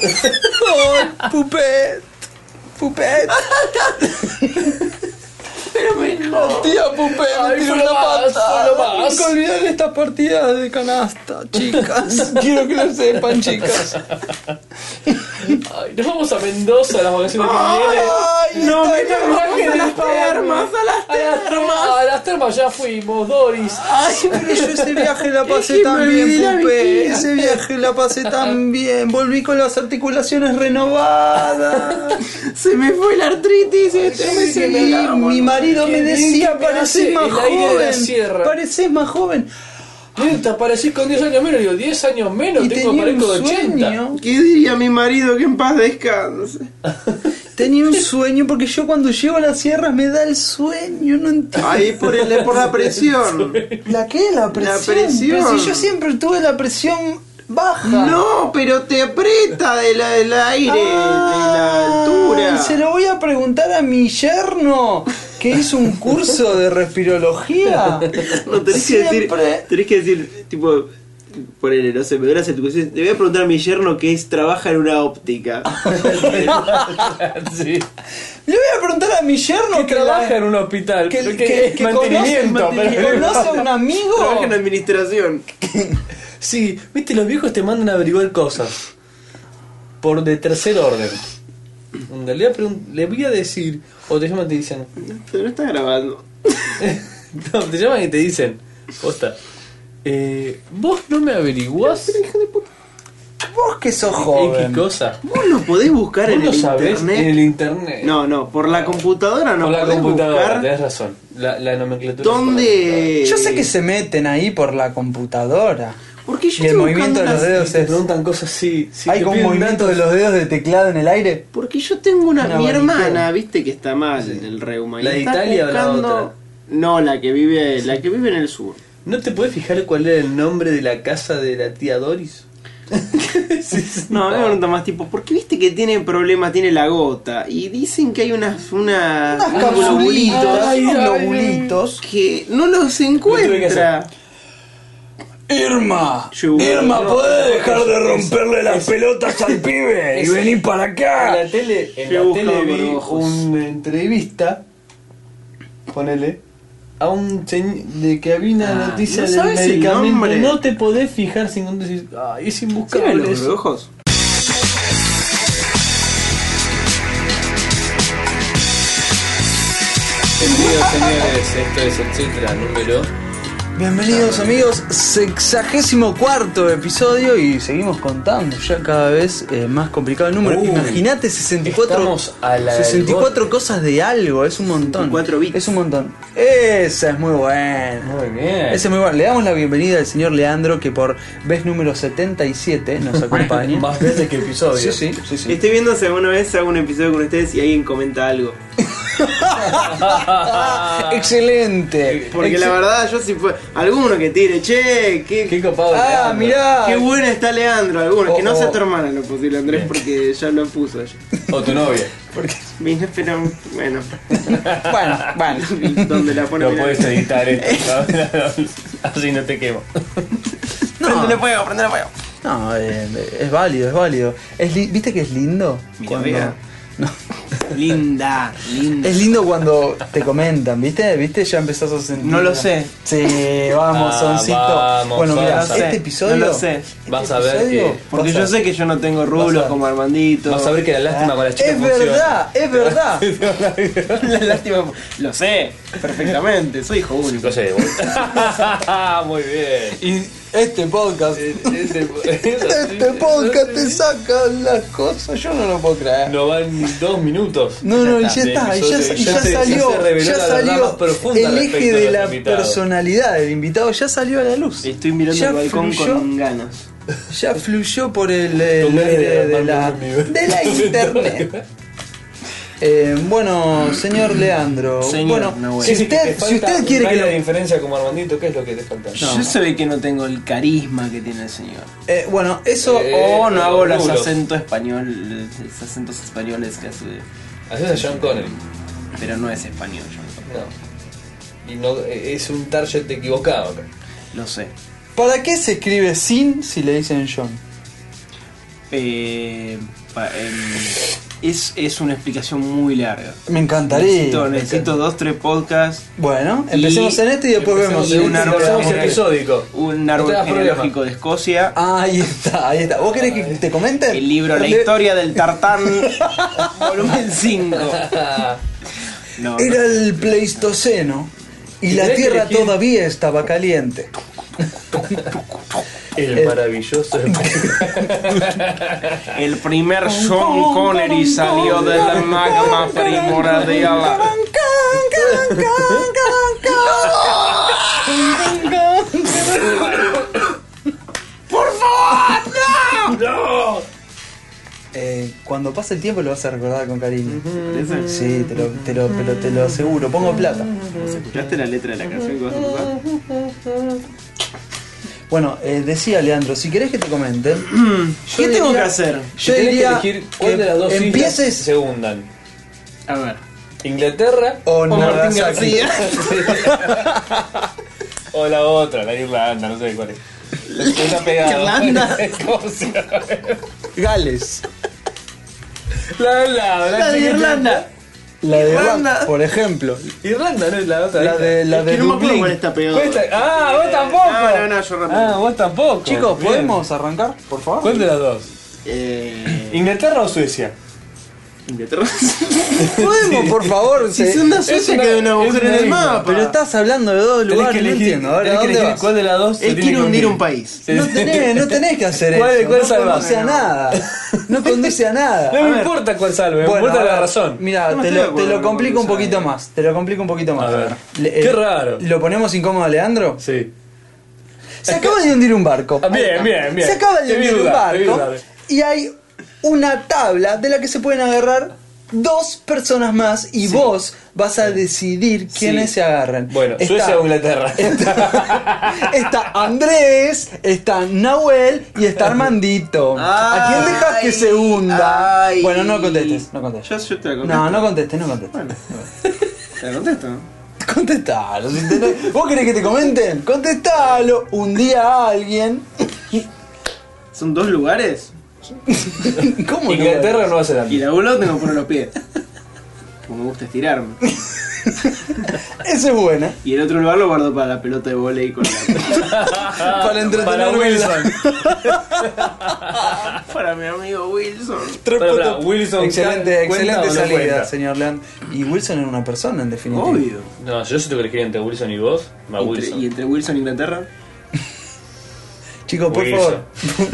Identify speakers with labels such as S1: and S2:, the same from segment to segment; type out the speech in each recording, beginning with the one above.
S1: ¡Oh, Pupet! ¡Pupet!
S2: Pero me no.
S1: ¡Tía Pupet!
S2: Ay,
S1: ¡Me tiró
S2: fue lo
S1: una
S2: más,
S1: patada!
S2: fue lo más.
S1: Nunca olvidan estas partidas de canasta, chicas. Quiero que lo sepan, chicas.
S2: Ay, nos vamos a Mendoza las vacaciones que
S1: Ah.
S2: vienen.
S1: ¡Ay!
S2: No,
S1: estoy
S2: me trajo
S1: nerviosa.
S2: de las termas,
S1: a las
S2: A las termas.
S1: Ah.
S2: A las termas ya fuimos, Doris.
S1: Ay, pero yo ese viaje la pasé
S2: Es que me
S1: tan
S2: olvidé la
S1: bien, Pupe.
S2: vigilia.
S1: Ese viaje la pasé tan bien. Volví con las articulaciones renovadas.
S2: Se me fue la artritis.
S1: Yo este me sentí- mi marido me decía, pareces más joven. Pareces más joven.
S2: Neta, parecís con 10 años menos. Digo, 10 años menos,
S1: Y tenía
S2: tengo
S1: un
S2: parezco de 80.
S1: sueño.
S3: ¿Qué diría mi marido que en paz descanse?
S1: Tenía un sueño porque yo cuando llego a las sierras me da el sueño. No entiendo.
S3: Ahí por, el, por la presión.
S1: ¿La qué? La presión. Mm.
S3: presión.
S1: Pero si yo siempre tuve la presión baja.
S3: No, pero te aprieta de la- del aire,
S2: Ah,
S3: de la
S1: Ay,
S3: altura.
S1: Se lo voy a preguntar a mi yerno que hizo un curso de respirología.
S3: No, tenés que decir,
S1: Siempre-
S3: tenés que decir, tipo, ponele, no sé, me gracias tu cuestión. Te voy a preguntar a mi yerno que es, trabaja en una óptica.
S2: Sí.
S1: Le voy a preguntar a mi yerno
S2: Que
S1: que, la-
S2: trabaja en un hospital.
S1: que-
S2: pero
S1: que- que
S2: mantenimiento.
S1: conoce-
S2: pero-
S1: conoce a un amigo.
S3: Trabaja en administración.
S2: Sí, viste, los viejos te mandan a averiguar cosas. Por de tercer orden. Donde le, voy a pregun- le voy a decir, o te llaman y te dicen.
S3: Pero no está grabando.
S2: no, te llaman y te dicen. Posta. eh, Vos no me averiguás
S1: Vos que sos
S2: X
S1: joven.
S2: cosa.
S3: Vos lo podés buscar
S2: Vos
S3: en
S2: lo
S3: el
S2: sabés en el
S3: internet.
S2: internet.
S3: No, no, por la computadora no
S2: Por la
S3: podés
S2: computadora,
S3: buscar
S2: tenés razón. La, la nomenclatura.
S3: dónde.
S1: Yo sé que se meten ahí por la computadora.
S3: Porque yo
S1: Y el
S3: estoy
S1: movimiento
S3: buscando
S1: de los
S3: una-
S1: dedos
S2: Entonces, te
S1: es.
S2: preguntan cosas así. Si
S1: Hay
S2: te
S1: como un
S2: piden
S1: movimiento de
S2: datos-
S1: los dedos de teclado en el aire.
S3: Porque yo tengo una,
S1: Una
S3: mi
S1: varita.
S3: hermana, viste que está mal en el reuma. y
S2: ¿La de
S3: está
S2: Italia o la otra?
S3: No, la que vive, la que vive en el sur.
S2: ¿No te podés fijar cuál era el nombre de la casa de la tía Doris? Sí, sí.
S3: No, me pregunta más tipo, ¿por qué viste que tiene problemas, tiene la gota? Y dicen que hay unas, unas,
S1: Unas
S3: unos
S1: capsulitas,
S3: globulitos
S2: ay,
S1: unos
S2: ay.
S1: globulitos.
S3: que no los
S2: tuve que
S3: encuentra.
S1: Irma,
S3: Yo- Irma,
S1: ¿podés dejar de
S2: romperle las
S1: pelotas al pibe
S2: y vení
S1: para
S2: En la tele, en
S3: Yo
S2: la tele
S3: buscaba
S2: vi
S3: por ojos.
S2: una entrevista, ponele, a un señ- de que había una
S3: Ah,
S2: noticia
S3: ¿no
S2: del
S3: sabes el
S2: medicamento.
S3: nombre?
S2: no te podés fijar sin dónde decir, ay, es
S3: ¿Tiene
S2: imbuscable.
S3: los
S2: eso".
S3: ojos?
S2: Bienvenidos señores, esto es etcétera, número.
S1: Bienvenidos amigos, sexagésimo cuarto episodio y seguimos contando ya cada vez eh, más complicado el número.
S2: Uy,
S1: Imagínate 64,
S2: estamos a la del
S1: 64 cosas de algo, es un montón.
S3: 64 bits.
S1: Es un montón. Esa es muy buena.
S2: Muy bien.
S1: Esa es muy buena. Le damos la bienvenida al señor Leandro que por vez número 77 nos acompaña.
S2: Más veces que
S1: Sí,
S2: episodio.
S1: sí, sí, sí.
S3: Estoy viendo si alguna vez hago un episodio con ustedes y alguien comenta algo.
S1: Ah, excelente.
S3: Porque la verdad, yo si fue. Alguno que tire, che, qué,
S2: Qué copado.
S1: Ah,
S2: Leandro.
S1: mirá.
S3: qué buena está Leandro. Alguno, que no
S1: Oh,
S3: sea
S1: oh.
S3: tu hermana en lo posible, Andrés, porque ya lo puso ella.
S2: O tu novia.
S3: Vino, pero bueno,
S1: Bueno, bueno.
S3: donde la pone.
S2: No
S3: mira.
S2: puedes editar esto. Así no te quemo.
S3: Prendele fuego, prendele fuego.
S1: No, eh, es válido, es válido. Es li- ¿Viste que es lindo?
S3: Mira,
S1: Cuando-
S3: mira.
S1: No.
S3: Linda, linda.
S1: Es lindo cuando te comentan, ¿viste? ¿Viste? Ya empezás a sentir.
S3: No lo sé.
S1: Sí, vamos,
S2: Ah,
S1: soncito.
S2: vamos,
S1: bueno, mira,
S2: Sonsa.
S1: este episodio.
S3: No lo sé.
S1: este
S2: Vas a ver
S1: episodio,
S2: que-
S3: Porque
S1: vas
S3: yo
S1: a-
S3: sé que yo no tengo
S1: Vas
S3: rulos
S1: a-
S3: como Armandito.
S2: Vas a ver que la lástima para las chicas
S1: Es verdad, es verdad.
S2: verdad.
S3: la lástima. Lo sé, perfectamente. Soy hijo único.
S2: Lo sé, boludo. Muy bien. Eh,
S1: Y este podcast. Este
S2: Este
S1: podcast te saca las cosas, yo no lo puedo creer.
S2: No van dos minutos.
S1: No, no, y ya
S2: De
S1: está, y ya,
S2: episodio,
S1: y ya
S2: se-
S1: salió,
S2: se reveló
S1: ya
S2: la verdad más
S1: salió
S2: profunda
S1: el eje
S2: respecto
S1: de
S2: a los
S1: la
S2: invitados.
S1: personalidad del invitado, ya salió a la luz.
S3: Estoy mirando
S1: ya
S3: el balcón
S1: fluyó,
S3: con ganas.
S1: Ya fluyó por el, el
S2: Con ganas de
S1: aire de, la,
S2: armarme un universo.
S1: de la internet. Eh, bueno, señor Leandro,
S3: Señor,
S1: bueno,
S3: no, bueno.
S1: si
S2: Sí, sí, que
S1: usted,
S2: te
S1: si
S2: falta
S1: usted quiere que
S2: baile
S1: lo...
S2: de diferencia como Armandito, ¿qué es lo que te falta?
S3: Yo se ve que no tengo el carisma que tiene el señor.
S1: eh, bueno, eso...
S2: Eh,
S3: O no
S2: pero
S3: hago los
S2: rulos.
S3: acentos español, los acentos españoles que hace.
S2: Haces a John Connery.
S3: Pero no es español, yo
S2: No. Y no, eh, es un target equivocado acá.
S3: lo sé.
S1: ¿Para qué se escribe sin si le dicen John?
S3: eh, pa- em, es, es una explicación muy larga.
S1: Me
S3: Necesito,
S1: encantaría.
S3: necesito dos, tres podcasts.
S1: Bueno,
S3: Y
S1: empecemos en este y después
S2: Empecemos
S1: vemos. en
S2: en este
S1: este
S2: y
S3: programa.
S2: empezamos episódico.
S3: Un
S2: No
S3: árbol
S2: te das problema.
S3: genealógico de Escocia.
S1: Ahí está, ahí está. ¿Vos querés que te comente?
S3: El libro La
S1: Le-
S3: historia del tartán, volumen 5. No, no.
S1: Era el Pleistoceno y
S2: ¿Y
S1: la
S2: tenés que
S1: tierra
S2: elegir?
S1: todavía estaba caliente.
S2: El maravilloso.
S3: El primer John Connery salió de la magma primordial.
S2: ¡No!
S1: Eh, cuando pase el tiempo lo vas a recordar con cariño. Sí, te lo, te lo, te lo, te lo aseguro. Pongo plata.
S3: ¿Escuchaste la letra de la canción que vas a usar?
S1: Bueno, eh, decía Leandro, si querés que te comenten,
S3: ¿Qué
S1: Yo
S3: tengo que
S1: diría-
S3: hacer?
S1: Yo
S2: Yo tenés que
S1: diría
S2: elegir cuál
S1: que
S2: de las dos islas
S1: empieces-
S2: se hundan.
S3: A ver.
S2: ¿Inglaterra
S1: O
S3: Martín
S1: Nagasaki.
S3: García.
S2: o la otra, la Irlanda? No sé cuál es. Está pegada.
S3: Irlanda.
S2: ¿Cómo se llama?
S1: Gales,
S2: La de al lado, la
S3: La de
S2: chiquita.
S3: Irlanda.
S1: la de
S3: Irlanda.
S1: Irlanda, por ejemplo,
S2: Irlanda no es la otra.
S1: la de la
S3: Es que
S1: de
S3: no me acuerdo
S1: Dublín.
S3: cuál está pegado.
S2: Cuesta- Ah, vos tampoco.
S3: No, no, no, yo rápido.
S2: Ah, vos tampoco.
S1: Chicos,
S2: Bien.
S1: ¿podemos arrancar, por favor?
S2: ¿Cuál de las dos?
S3: Eh,
S2: ¿Inglaterra o Suecia?
S3: Inglaterra.
S1: Podemos, por favor.
S3: Si
S1: Se-
S3: son las
S2: es
S3: Suecia
S2: una-
S3: que hay un
S2: es
S3: agujero en
S2: una
S3: el
S2: isla,
S3: mapa.
S1: Pero estás hablando de dos
S2: Tenés
S1: lugares,
S2: que
S1: no
S2: elegir,
S1: entiendo. Ahora,
S2: tenés que
S1: ¿dónde
S2: elegir
S1: vas?
S2: cuál de las dos. se
S3: Él
S2: tiene
S3: quiere
S2: que
S3: hundir un país.
S2: Sí.
S1: No tenés, no tenés que hacer
S2: ¿Cuál-
S1: eso.
S2: cuál
S1: no
S2: salvás?
S1: conduce a nada. No conduce a nada.
S2: No me importa cuál salve, me
S1: Bueno,
S2: importa la
S1: ahora,
S2: razón.
S1: Mira,
S3: Yo no
S1: te,
S3: estoy de
S1: lo,
S3: acuerdo
S1: te lo
S3: con
S1: complico un
S3: Gonzalo.
S1: poquito más. Te lo complico un poquito más.
S2: A ver.
S1: Le- eh,
S2: Qué raro.
S1: ¿Lo ponemos incómodo a Leandro?
S2: Sí.
S1: Se acaba de hundir un barco.
S2: Ah, Bien, bien, bien.
S1: Se acaba de
S2: Te vi
S1: hundir un
S2: dudar, te vi
S1: barco.
S2: dudar.
S1: Y hay una tabla de la que se pueden agarrar dos personas más y vos vas a decidir quiénes
S2: Sí.
S1: se agarran.
S2: Bueno,
S1: Está-
S2: Suecia o Inglaterra.
S1: Está, está Andrés, está Nahuel y está Armandito. ¿A quién dejas que se hunda?
S3: Ay.
S1: Bueno, no contestes, no contestes.
S3: Yo, yo te la contesto.
S1: No, no contestes, no contestes.
S3: Bueno, te la contesto.
S1: Contestalo. si te- ¿Vos querés que te comenten? Contestalo. Un día a alguien.
S3: Son dos lugares
S1: ¿Cómo no?
S2: Inglaterra o Nueva
S3: y
S2: Zelanda.
S3: la bola tengo que poner los pies. Como me gusta estirarme.
S1: Esa es buena.
S3: Y el otro lugar lo guardo para la pelota de volei con la.
S1: para entretenerme
S2: Para
S1: en la-
S2: Wilson.
S3: para mi amigo Wilson.
S1: Tres
S2: Pará, pará,
S1: puntos.
S2: Wilson,
S1: excelente,
S2: ¿cuenta o
S1: excelente
S2: no
S1: salida,
S2: cuenta?
S1: señor Leand. Y Wilson era una persona, en definitiva.
S3: Mm. Obvio.
S2: No, yo si tengo que elegir entre Wilson y vos, va
S3: Entre-
S2: Wilson.
S3: y entre Wilson e Inglaterra.
S1: Chicos, por
S2: Wilson.
S1: favor.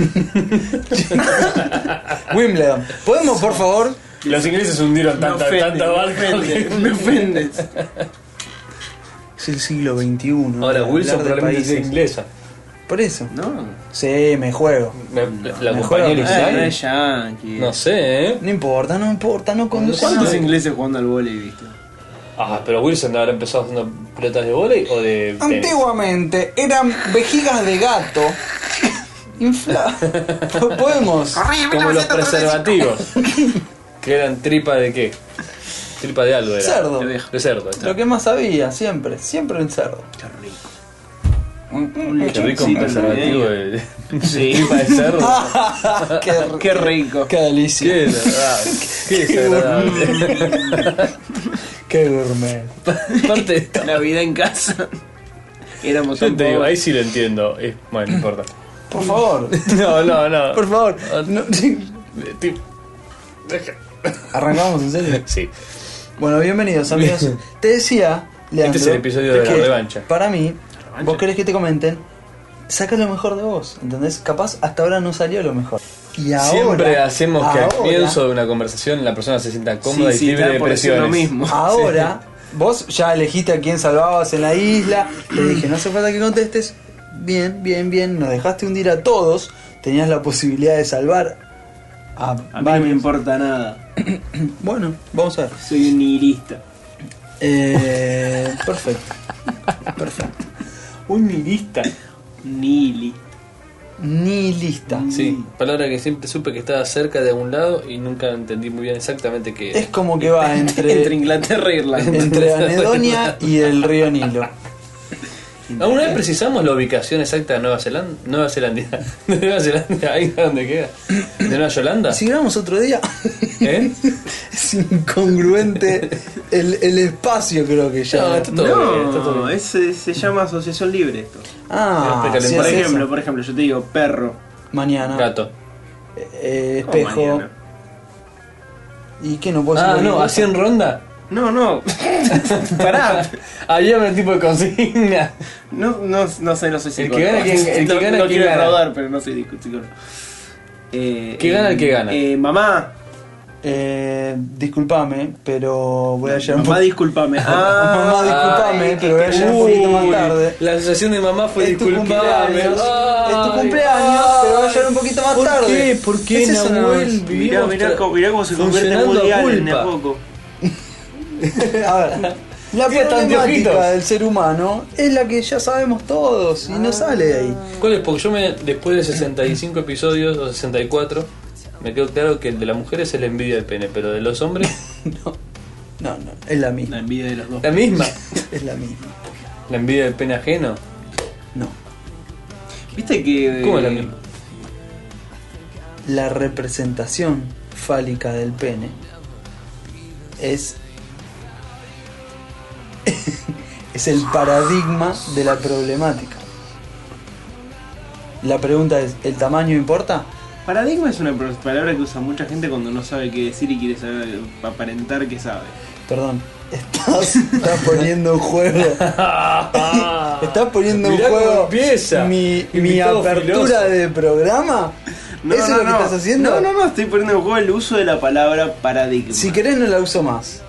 S1: Wimbledon. ¿Podemos, por favor?
S2: Los ingleses hundieron
S3: Me
S2: tanta,
S3: ofende,
S2: tanta
S3: me
S2: barca. que-
S3: ofende, me ofendes.
S1: Es el siglo XXI.
S2: Ahora,
S1: hablar
S2: Wilson
S1: de
S2: probablemente sea
S1: países.
S2: inglesa.
S1: Por eso.
S3: No.
S1: Sí, me juego.
S2: Me- la
S1: mejor
S2: compañía
S1: no.
S3: Ah, no
S2: original.
S3: es yankee.
S2: No sé, ¿eh?
S1: No importa, no importa, no conduce a
S3: ¿Cuántos
S1: nada.
S3: ingleses jugando al volei, viste?
S2: Ah, pero Wilson habrá empezado haciendo pelotas de volei o de. tenis?
S1: Antiguamente eran vejigas de gato. Infla. Podemos.
S2: Como los preservativos. que eran tripa de qué? Tripa de algo era.
S1: Cerdo.
S2: De cerdo, ahí está.
S1: Lo que más sabía, siempre, siempre un cerdo.
S3: Qué rico.
S2: Qué rico un
S3: Sí,
S2: preservativo
S3: navideño.
S2: de,
S3: Sí.
S2: tripa de cerdo.
S1: qué,
S3: Qué rico.
S1: qué delicia.
S2: Qué desagradable. Qué desagradable.
S1: Qué gourmet.
S2: Aparte,
S3: La vida en casa. Éramos
S2: yo
S3: tan
S2: te digo, ahí
S3: pobres.
S2: sí lo entiendo. Eh, bueno, no importa.
S1: Por favor,
S2: No, no, no.
S1: por favor. no-
S2: Eh, ti- deja.
S1: Arrancamos en serio.
S2: Sí.
S1: Bueno, bienvenidos amigos. Te decía, Leandro,
S2: Este es el episodio de la
S1: que
S2: revancha.
S1: Para mí,
S3: revancha.
S1: vos querés que te comenten, saca lo mejor de vos, ¿entendés? Capaz hasta ahora no salió lo mejor. Y ahora,
S2: Siempre hacemos que al
S1: ahora-
S2: comienzo de una conversación la persona se sienta cómoda
S3: Sí, sí,
S2: y libre
S3: estaba
S2: de
S3: por decir
S2: presiones. Ah,
S3: lo mismo.
S1: Ahora, vos ya elegiste a quién salvabas en la isla. Le dije, no hace falta que contestes. Bien, bien, bien. Nos dejaste hundir a todos. Tenías la posibilidad de salvar a,
S3: A mí no me
S1: varios.
S3: importa nada.
S1: Bueno, vamos a ver.
S3: Soy un nihilista.
S1: Eh, perfecto. Perfecto.
S3: Un nihilista. Nihilista.
S1: Ni lista.
S3: Mm.
S2: Sí, palabra que siempre supe que estaba cerca de un lado y nunca entendí muy bien exactamente qué
S1: Es como que va
S3: Entre
S1: entre,
S3: Inglaterra e Irlanda.
S1: entre Anedonia y el río Nilo.
S2: ¿Alguna vez precisamos la ubicación exacta de Nueva Zelanda? Nueva Zelanda. De Nueva Zelanda, ahí es donde queda. ¿De Nueva Yolanda?
S1: Si grabamos otro día,
S2: ¿Eh?
S1: es incongruente el, el espacio, creo que ya.
S2: No, esto- Todo bien, está todo
S3: No,
S2: bien.
S3: es- se llama asociación libre esto.
S1: Ah,
S2: Pero
S1: si
S2: por
S3: Por
S1: haces
S3: ejemplo,
S1: eso.
S3: por ejemplo, yo te digo perro. Ah.
S1: mañana,
S2: Gato.
S1: eh,
S3: o
S1: espejo.
S3: mañana.
S1: ¿Y qué no puedo
S2: Ah,
S1: hacer
S2: no,
S1: ningún-
S2: así en ronda.
S3: No, no. Pará.
S2: Había un tipo de consigna.
S3: No, no, no sé, no soy
S2: El
S3: psicólogo.
S2: que gana, ¿quién- el que
S3: no,
S2: gana,
S3: no
S2: quién
S3: quiero
S2: gana?
S3: defraudar, pero no soy discu- psicólogo. Eh,
S2: ¿Qué gana el que gana?
S3: Eh, mamá.
S1: Eh, disculpame, pero voy a llegar un
S3: Mamá,
S1: poco.
S3: discúlpame.
S1: Mamá,
S3: Ah,
S1: disculpame,
S3: ay,
S1: pero voy a llegar un poquito más
S2: Uy,
S1: tarde.
S2: La asociación de mamá fue
S1: Es tu
S2: disculpame.
S1: cumpleaños.
S2: Ay,
S1: Es tu cumpleaños, pero va a llegar un poquito más
S2: ¿Por
S1: tarde.
S2: Qué? ¿Por qué?
S1: Esa es una-
S2: Nahuel,
S3: Mirá,
S2: vivimos
S3: mirá,
S2: tra-
S3: cómo- mirá cómo se convierte en
S2: funcionando a
S3: mundial en
S2: culpa.
S3: poco.
S1: A ver, la
S2: Tiene tantos
S1: problemática
S2: ojitos.
S1: del ser humano es la que ya sabemos todos y
S2: Ah.
S1: no sale de ahí.
S2: ¿Cuál es? Porque yo me, después de 65 episodios o 64, me quedó claro que el de las mujeres es la envidia del pene, pero de los hombres,
S1: No, no, es la misma.
S3: La envidia de los dos.
S2: la misma.
S1: Es la misma.
S2: La envidia del pene ajeno.
S1: No.
S3: ¿Viste que.? eh,
S2: ¿Cómo es la misma?
S1: La representación fálica del pene es. es el paradigma de la problemática. La pregunta es: ¿el tamaño importa?
S3: Paradigma es una pro- palabra que usa mucha gente cuando no sabe qué decir y quiere saber, aparentar que sabe.
S1: Perdón, estás, estás poniendo en juego. Estás poniendo
S2: Mirá
S1: en
S2: cómo
S1: juego
S2: empieza.
S1: mi, mi
S2: Invitado
S1: apertura
S2: filoso.
S1: de programa. ¿Eso es lo que estás haciendo?
S3: No, no, no, estoy poniendo en juego el uso de la palabra paradigma.
S1: Si querés no la uso más.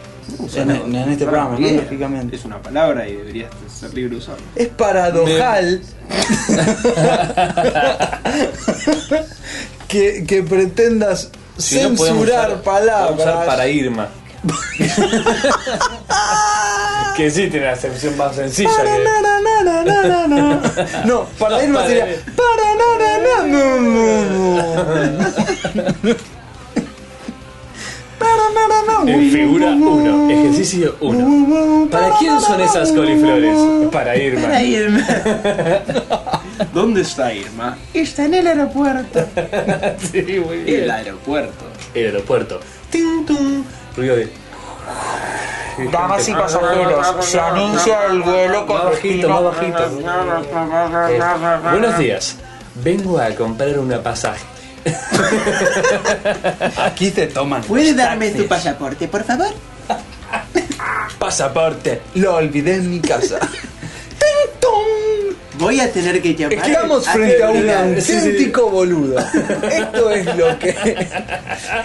S1: en, en este
S3: Ah,
S1: programa,
S3: bien.
S1: ¿no? lógicamente.
S3: Es una palabra y deberías ser libre de usarla.
S1: Es paradojal que, que pretendas
S2: Si no, podemos
S1: censurar
S2: usar- podemos
S1: palabras.
S2: usar para Irma. que sí tiene la acepción más sencilla. que-
S1: Parananananana. No, para irme
S2: para-
S1: sería paranananana. Parananana.
S2: En figura 1, ejercicio 1. ¿Para quién son esas coliflores? Para Irma.
S3: Irma. ¿Dónde está Irma? Está en el aeropuerto.
S2: Sí, muy bien.
S3: El aeropuerto.
S2: El aeropuerto. Tin, tum. Ruido de.
S4: Damas y pasajeros, se anuncia el vuelo con
S2: Más bajito,
S4: destino
S2: más bajito. Eh, buenos días. Vengo a comprar una pasaje.
S1: Aquí te toman.
S3: ¿Puede
S1: los
S3: darme
S1: taxis.
S3: tu pasaporte, por favor?
S1: pasaporte? Lo olvidé en mi casa. Ting, tong.
S3: Voy a tener que llamar.
S1: Estamos frente a un
S3: celular.
S2: Sí, sí, sí.
S1: auténtico boludo. Esto es lo que.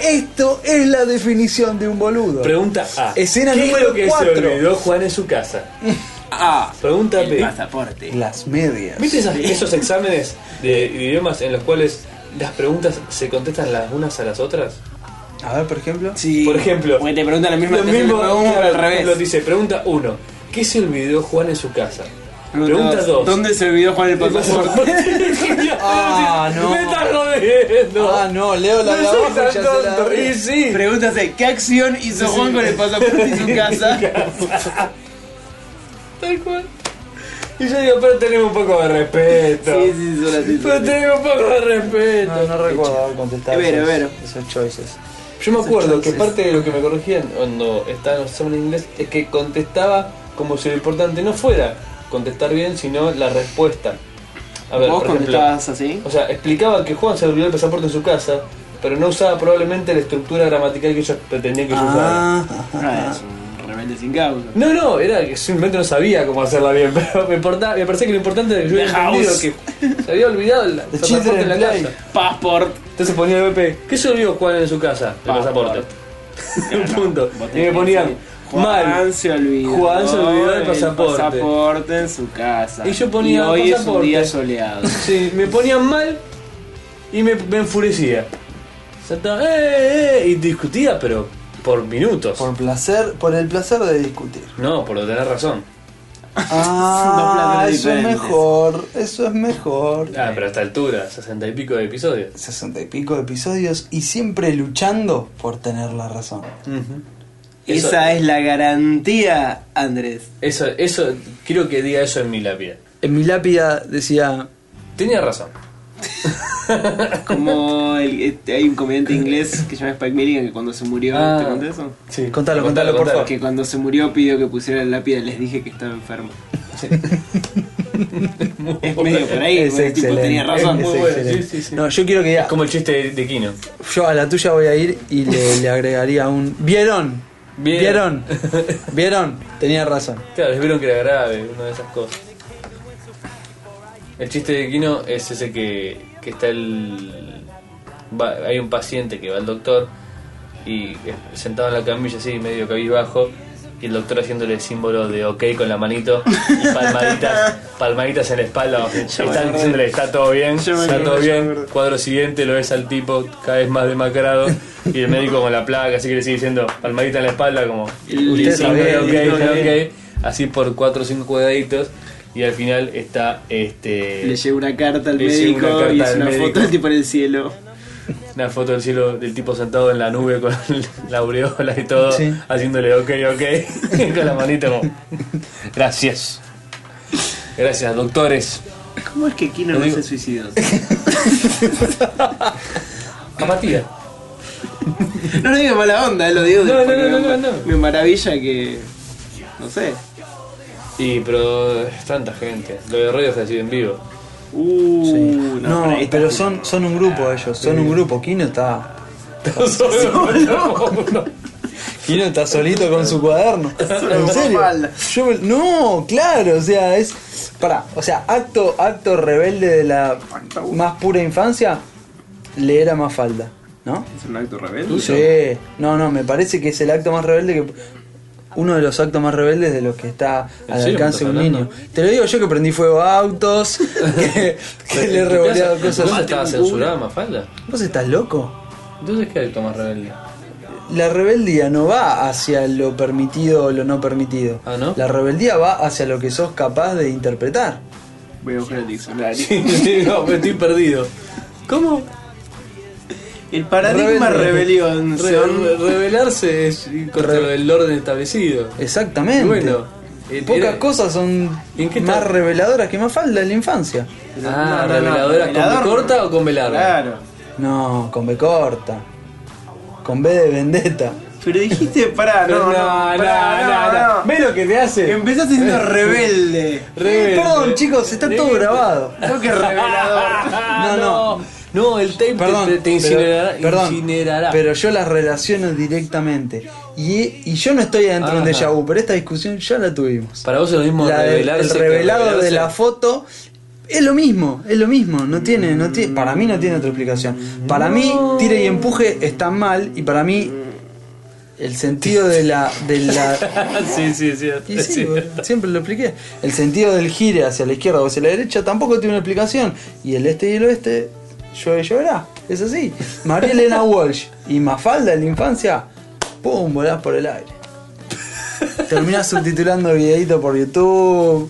S1: Esto es la definición de un boludo.
S2: Pregunta A.
S1: Escena
S2: ¿Qué
S1: número
S2: es lo que
S1: cuatro.
S2: se olvidó Juan en su casa?
S3: Ah,
S2: Pregunta
S3: el
S2: B.
S3: pasaporte.
S1: Las medias.
S2: ¿Viste esas- esos exámenes de idiomas en los cuales las preguntas se contestan las unas a las otras?
S1: A ver, por ejemplo.
S3: Sí.
S2: Por ejemplo,
S3: Porque te preguntan la misma
S2: Lo
S3: te hacen
S2: mismo
S3: la pregunta,
S2: claro,
S3: pero al
S2: lo
S3: revés.
S2: dice, pregunta 1. ¿Qué se olvidó Juan en su casa? Pregunta 2.
S3: ¿Dónde se olvidó Juan el pasaporte?
S1: Ah, no.
S2: Me estás jodiendo.
S1: Ah, no, leo la
S2: No
S1: de
S2: soy
S1: abajo y
S2: tan
S1: ya se la
S2: tonto.
S1: doy.
S2: Y sí.
S3: Pregúntase, ¿qué acción hizo Juan con el pasaporte en su casa?
S2: Tal cual. Y yo digo, pero tenemos un poco de respeto.
S3: Sí, sí, son así, son
S2: Pero
S3: así.
S2: tenemos un poco de respeto.
S1: No, no recuerdo haber contestado
S3: Vero,
S1: esos,
S3: Vero.
S1: esos choices.
S2: Yo me acuerdo que parte de lo que me corregían cuando estaba en los exámenes de inglés es que contestaba como si lo importante no fuera contestar bien, sino la respuesta. A ver,
S3: ¿Vos
S2: por ejemplo,
S3: contestabas así?
S2: o sea, explicaba que Juan se olvidó el pasaporte en su casa, pero no usaba probablemente la estructura gramatical que ellos pretendían que yo usara.
S1: Ah,
S3: Ah, es un rebelde sin causa.
S2: No, no, era que simplemente no sabía cómo hacerla bien, pero me, importaba, me parecía que lo importante era que yo
S3: The
S2: había entendido que se había olvidado el pasaporte en la
S1: children play.
S2: casa.
S3: Passport.
S2: Entonces ponía el BP, ¿qué se olvidó Juan en su casa? El
S3: Pasaporte.
S2: pasaporte.
S3: Claro,
S2: Punto.
S3: vos
S2: Y me
S3: tenés
S2: Eh, ponían
S3: que decir,
S2: mal.
S3: Juan se olvidó.
S2: Juan se olvidó el pasaporte".
S3: pasaporte en su casa.
S2: Y yo ponía
S3: Y hoy es un
S2: pasaporte.
S3: día soleado.
S2: Sí, me ponían mal y me, me enfurecía. Saltaba, "Eh, eh", Y discutía, pero por minutos.
S1: por placer, por el placer de discutir.
S2: No, por tener razón.
S3: Dos
S1: Ah,
S3: placeres
S1: eso es
S3: diferentes.
S1: mejor, eso es mejor.
S2: Ah, pero a esta altura, sesenta y pico de episodios.
S1: Sesenta y pico de episodios y siempre luchando por tener la razón.
S2: Eso-
S3: Esa es la garantía, Andrés.
S2: Eso, eso, quiero que diga eso en mi lápida.
S1: En mi lápida decía.
S2: Tenía razón.
S3: Como el- este, hay un comediante inglés que se llama Spike Milligan que cuando se murió,
S2: Ah.
S3: ¿te conté eso?
S2: Sí.
S1: Contalo, contalo, por favor.
S3: Que cuando se murió pidió que pusieran lápida y les dije que estaba enfermo. Es medio por ahí,
S1: Es
S3: porque el tipo
S1: excelente,
S3: tenía razón.
S1: es
S2: Muy bueno,
S1: excelente.
S2: sí, sí, sí.
S1: No, yo quiero que diga,
S2: Es como el chiste de, de Kino.
S1: yo a la tuya voy a ir y le, le agregaría un... ¿Vieron?
S2: Vieron.
S1: ¿Vieron? ¿Vieron? Tenía razón.
S2: Claro, les vieron que era grave, una de esas cosas. El chiste de Kino es ese que, que está el. va- hay un paciente que va al doctor y eh, sentado en la camilla así, medio cabizbajo, y el doctor haciéndole símbolo de ok con la manito y palmaditas, palmaditas en la espalda. Están
S3: acordé.
S2: diciéndole, está todo bien,
S3: Ya me
S2: está
S3: acordé,
S2: todo
S3: ya me
S2: bien.
S3: acordé.
S2: Cuadro siguiente, lo ves al tipo cada vez más demacrado y el médico con la placa, así que le sigue diciendo palmadita en la espalda, como
S3: Usted
S2: sí,
S1: sabe,
S2: ok,
S3: bien,
S2: ok,
S3: está bien.
S2: ok. así por 4 o 5 cuadraditos y al final está este
S3: Le llegó una carta al
S2: Le llegó
S3: médico
S2: una carta
S3: y es
S2: al
S3: una
S2: médico.
S3: foto del tipo en el cielo.
S2: una foto del cielo del tipo sentado en la nube con la aureola y todo,
S1: Sí.
S2: haciéndole ok, ok, con la manita como gracias. Gracias, doctores.
S3: ¿Cómo es que Kino
S2: Lo
S3: no
S2: digo-
S3: se suicidó?
S2: Apatía.
S3: No lo digo en mala onda, eh, lo digo
S2: No,
S3: de-
S2: no,
S3: porque
S2: no,
S3: me-
S2: no, no.
S3: Me maravilla que. No sé.
S2: Y pero es tanta gente. Lo de radio fue así en vivo.
S3: Uh,
S1: No,
S3: para esta-
S1: pero son, son un grupo ellos, son un grupo. Kino está... Kino está solito con su cuaderno. ¿En serio?
S3: mala.
S1: Yo me- no, claro, o sea, es... Pará, o sea, acto, acto rebelde de la más pura infancia, leer a Mafalda, ¿no?
S3: Es un acto rebelde.
S1: Sí, no, no, me parece que es el acto más rebelde que. Uno de los actos más rebeldes de los que está
S2: ¿En
S1: al
S2: serio me
S1: alcance de
S2: estás
S1: un niño.
S2: hablando?
S1: Te lo digo yo que prendí fuego a autos, que, que le he revoleado cosas.
S2: Entonces estaba censurada Mafalda.
S1: ¿Vos estás loco?
S2: Entonces qué acto más rebelde.
S1: La rebeldía no va hacia lo permitido o lo no permitido.
S2: Ah, ¿no?
S1: La rebeldía va hacia lo que sos capaz de interpretar.
S3: Voy a buscar el diccionario.
S2: Sí, sí, no, me estoy perdido. ¿Cómo?
S3: El paradigma
S1: Rebelde.
S3: rebelión. son-
S2: Re- rebelarse es ir contra el orden establecido.
S1: Exactamente.
S2: Bueno, eh,
S1: Pocas
S2: era-
S1: cosas son
S2: ¿En qué
S1: más
S2: está?
S1: reveladoras que más falda en la infancia.
S2: Ah,
S3: No, no, no,
S2: ¿reveladoras
S3: revelador
S2: con B
S3: no.
S2: corta o con B larga?
S3: Claro.
S1: No, con B corta. Con B de vendetta.
S3: Pero dijiste, pará, no,
S2: Pero
S3: no,
S2: no,
S3: pará,
S2: no, no.
S3: no, no.
S2: ¿Ves lo que te hace?
S3: Empezaste siendo rebelde.
S2: Rebelde.
S1: Eh, Perdón, chicos, está todo grabado.
S3: No que revelador.
S2: Ah,
S1: No,
S2: no, no. el tape te-
S1: Perdón,
S2: te, te
S1: pero-
S2: incinerará.
S1: perdón,
S2: incinerará.
S1: pero yo las relaciono directamente. Y, y yo no estoy adentro de un
S2: Ajá.
S1: déjà vu, pero esta discusión ya la tuvimos.
S2: Para vos es lo mismo
S1: La del- el
S2: revelarse que
S1: revelado de
S2: revelarse.
S1: la foto es lo mismo, es lo mismo. No tiene, no
S2: Mm.
S1: tiene, para mí no tiene otra explicación. Para mí, tire y empuje están mal y para mí el sentido de la, de la
S2: sí, sí, cierto,
S1: Y sí,
S2: sí.
S1: boludo, siempre lo expliqué. El sentido del gire hacia la izquierda o hacia la derecha tampoco tiene una explicación. Y el este y el oeste, llueve y lloverá. Es así. María Elena Walsh y Mafalda en la infancia, ¡pum! volás por el aire. Terminás subtitulando videito por YouTube.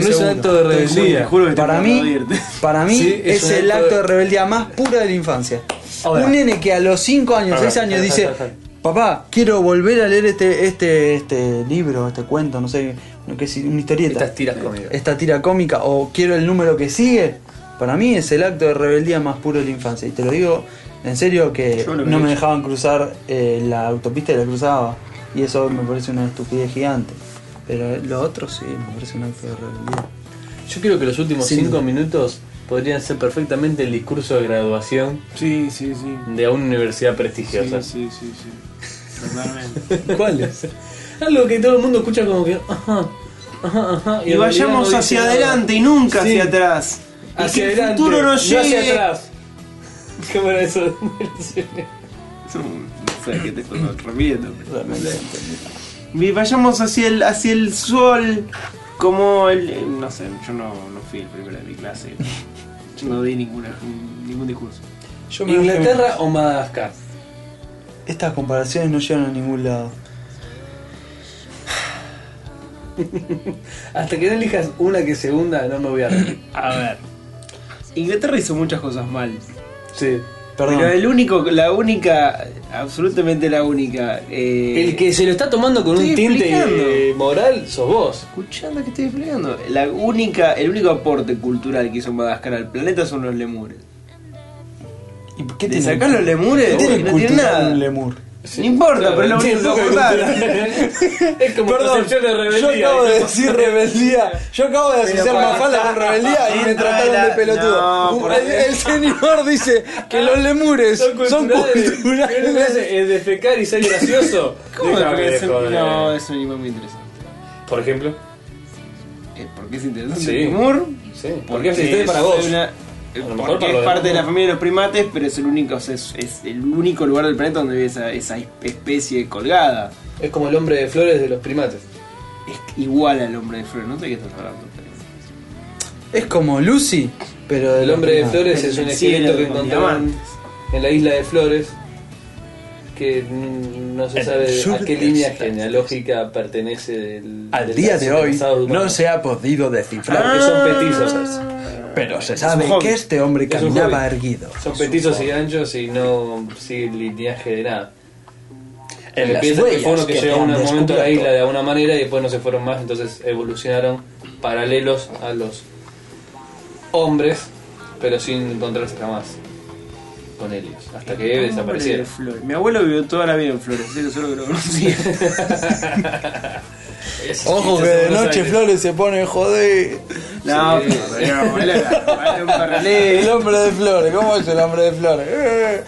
S1: Estoy
S2: no es un
S1: seguro,
S2: acto de
S1: estoy seguro.
S2: rebeldía.
S3: Juro que te
S1: Para
S3: puedo
S1: mí,
S3: aplaudirte.
S1: para mí
S2: Sí,
S1: es,
S2: es un
S1: el
S2: acto
S1: acto
S2: de-
S1: de rebeldía más pura de la infancia.
S2: Ahora.
S1: Un nene que a los 5 años,
S2: Ahora,
S1: 6 años
S2: ahora,
S1: dice,
S2: ahora, ahora.
S1: papá, quiero volver a leer este, este, este libro, este cuento, no sé, no, qué sé, una historieta.
S2: Estas tiras conmigo.
S1: Esta tira cómica, o quiero el número que sigue. Para mí es el acto de rebeldía más puro de la infancia. Y te lo digo en serio que
S3: Yo
S1: no
S3: lo he
S1: me
S3: hecho.
S1: dejaban cruzar eh, la autopista y la cruzaba. Y eso me parece una estupidez gigante. Pero lo otro sí, me parece un acto de rebeldía.
S2: Yo creo que los últimos
S1: Sin
S2: 5
S1: duda.
S2: minutos podrían ser perfectamente el discurso de graduación
S3: Sí, sí, sí.
S2: de una universidad prestigiosa.
S3: Sí, sí, sí, sí. Totalmente.
S2: ¿Cuál es? Algo que todo el mundo escucha como que. Ajá, ajá, ajá.
S3: Y
S2: en realidad no
S3: vayamos
S2: dice
S3: hacia
S2: nada.
S3: adelante y nunca
S2: Sí,
S3: hacia atrás. Y
S2: Hacia
S3: que el
S2: adelante.
S3: futuro
S2: no
S3: nos llegue.
S2: hacia atrás. ¿Cómo era eso?
S3: No sé qué te estoy rompiendo. Y vayamos hacia el, hacia el sol. Como el. No sé, yo no, no fui el primero de mi clase. Yo no di ninguna, ningún discurso.
S1: Yo me-
S2: ¿Inglaterra o Madagascar?
S1: Estas comparaciones no llevan a ningún lado.
S2: Hasta que no elijas una que segunda, no me voy a reír.
S3: A ver. Inglaterra hizo muchas cosas mal.
S2: Sí.
S1: Perdón.
S3: Pero el único, la única, absolutamente la única. eh,
S2: El que se lo está tomando con un
S3: Estoy
S2: tinte
S3: explicando.
S2: eh, moral sos vos.
S3: Escuchando que estoy explicando. La única, el único aporte cultural que hizo Madagascar al planeta son los lemures.
S1: ¿Y qué
S3: ¿Te
S1: tiene-
S3: sacás los
S1: ¿Qué
S3: lemures?
S1: tiene
S3: no
S1: cultural
S3: tiene nada.
S1: un lemur?
S3: No importa, pero es lo
S2: Sí,
S3: único que
S2: poco
S3: aportaron.
S2: Es como concepción de rebeldía.
S1: yo acabo de
S2: ¿viste?
S1: decir rebeldía. Yo acabo de asociar
S3: para-
S1: Mafalda con rebeldía y me
S3: Entra
S1: trataron
S3: la-
S1: de pelotudo.
S3: No, por
S1: el, el señor dice que
S2: Ah,
S1: los lemures son culturales.
S2: Es de defecar y ser gracioso.
S3: ¿Cómo
S2: Déjame
S3: que
S2: de
S3: es un-
S2: joder.
S3: No, es un animal muy interesante.
S2: Por ejemplo.
S3: Eh, ¿Por qué es interesante
S2: Sí.
S3: el lemur?
S2: Sí. Porque es existente para vos.
S3: soy una- eh,
S2: lo mejor
S3: Porque
S2: para
S3: es
S2: los
S3: parte de la
S2: demás.
S3: familia de los primates, pero es el único, o sea, es, es el único lugar del planeta donde vive esa, esa especie colgada.
S2: Es como el hombre de flores de los primates.
S3: Es igual al hombre de flor, no sé qué estás hablando. pero-
S1: Es como Lucy, pero
S2: El
S1: del
S2: hombre de flores
S3: Pero
S2: es un
S3: el cielo
S2: esqueleto que
S3: con
S2: encontraron
S3: diamantes.
S2: en la isla de flores que mm, no se
S1: El
S2: sabe
S1: sur
S2: a qué
S1: de
S2: línea
S1: los
S2: genealógica pertenece del,
S1: Al
S2: del
S1: día de hoy
S2: pasado humano.
S1: no se ha Ah. podido
S2: Claro
S1: descifrar,
S2: que son petizos.
S1: pero se sabe
S3: hobby.
S1: que este hombre
S2: Es un
S1: caminaba
S2: hobby.
S1: erguido.
S2: Son petizos y anchos y no siguen lineaje de nada.
S1: En
S2: Porque
S1: las
S2: piensan que
S1: huellas
S2: fueron que,
S1: que
S2: llegaron
S1: han
S2: en un momento a la
S1: descubierto.
S2: isla de alguna manera y después no se fueron más, entonces evolucionaron paralelos a los hombres, pero sin encontrarse jamás con ellos, hasta
S1: Ah,
S2: que
S3: Hombre de
S2: desaparecieron.
S3: flor. Mi abuelo vivió toda la vida en flores, así que solo que lo conocía.
S2: Esos
S1: Ojo
S2: chistes
S1: que
S2: de
S1: de
S2: Buenos
S1: noche
S2: Aires.
S1: Flores se pone joder.
S3: No,
S2: Sí.
S3: pero mi abuelo era era un paralelo.
S1: El hombre de Flores, ¿cómo es el hombre de Flores? Eh.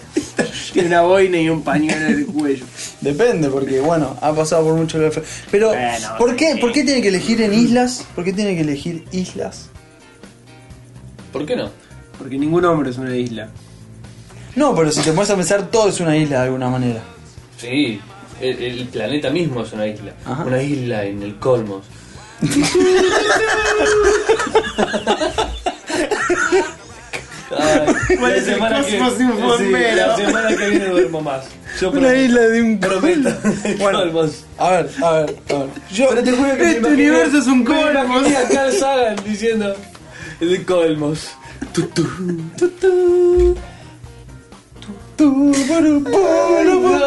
S3: Tiene una boina y un pañuelo en el cuello.
S1: Depende, porque bueno, ha pasado por mucho lugar. Pero,
S3: Bueno,
S1: ¿por, qué,
S3: sí.
S1: ¿por qué tiene que elegir en islas? ¿Por qué tiene que elegir islas?
S2: ¿Por qué no?
S3: Porque ningún hombre es una isla.
S1: No, pero si te pones a pensar, todo es una isla de alguna manera.
S2: Sí, el, el planeta mismo es una isla,
S1: Ajá.
S2: una isla en el cosmos. Ay,
S3: ¿Cuál
S2: la
S3: es el
S2: semana que-
S3: cosmos informero?
S2: la semana que viene duermo más. Yo
S1: Una
S2: prometo.
S1: isla de un
S2: Prometo.
S1: Bueno,
S2: Cosmos.
S1: a ver, a ver, a ver. Yo,
S2: Pero te juro que
S3: Este universo es un cosmos.
S2: Y acá Sagan diciendo el colmos. Tu, tu, tu, tu.
S1: Tú, puru, puru,
S2: No, no,
S1: puru.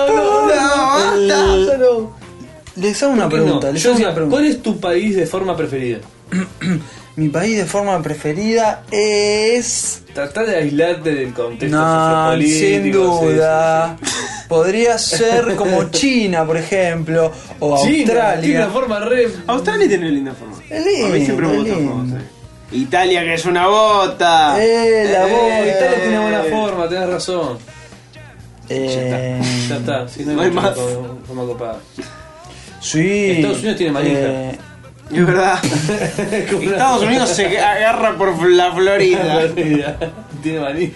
S2: no, no.
S1: Les hago una
S2: Eh, ¿Por qué
S1: pregunta,
S2: no?
S1: les
S2: Yo
S1: hago
S2: decía,
S1: una pregunta.
S2: ¿Cuál es tu país de forma preferida?
S1: Mi país de forma preferida es.
S2: Tratá de aislarte del contexto
S1: No,
S2: sociopolítico.
S1: sin
S2: sí,
S1: duda. Podría ser como China, por ejemplo, o
S2: sí. China, tiene
S1: Australia.
S2: una forma re.
S3: Australia tiene linda forma.
S1: Es lindo,
S3: A mí siempre me
S1: es
S3: gustó
S1: lindo.
S3: como se- Italia que es una bota.
S1: Eh, la
S2: Oh,
S1: voz.
S2: Italia tiene buena forma, tenés razón.
S1: Eh,
S2: Ya está, sí, no hay,
S3: No hay
S2: mucho
S3: más.
S2: co- forma copada.
S1: Sí.
S2: Estados Unidos tiene manija.
S1: Eh,
S3: Es verdad. Estados Unidos se agarra por la Florida.
S2: Florida. tiene manija.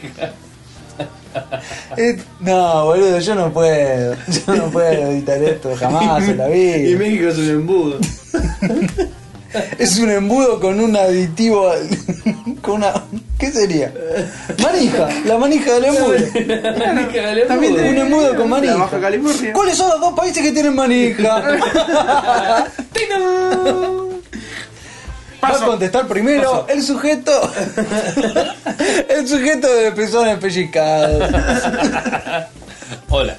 S1: eh, no, boludo, yo no puedo. Yo no puedo editar esto jamás en Ah, la
S2: Y
S1: vida.
S2: México es un embudo.
S1: Es un embudo con un aditivo. al- Con una. ¿Qué sería? Manija, la manija del embudo.
S2: Manija del
S1: También
S2: embudo.
S1: tiene un embudo con
S3: La
S1: manija.
S3: Baja California.
S1: ¿Cuáles son los dos países que tienen manija? Va a
S3: Paso.
S1: contestar primero el sujeto. el sujeto de pezones pellizcados.
S2: Hola.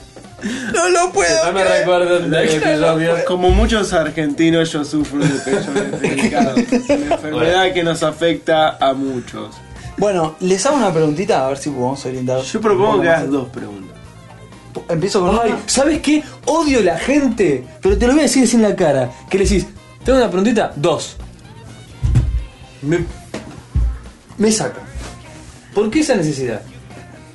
S1: No lo
S2: No
S1: puedo.
S2: me recuerdan del episodio.
S3: Como muchos argentinos, yo sufro de pecho delicado. Una enfermedad que nos afecta a muchos.
S1: Bueno, les hago una preguntita a ver si podemos orientar.
S3: Yo propongo que hagas dos preguntas.
S1: Empiezo con.
S2: Ay, ¿sabes qué? Odio la gente, pero te lo voy a decir así en la cara. ¿Qué le decís? Tengo una preguntita, dos. Me, me sacan. ¿Por qué esa necesidad?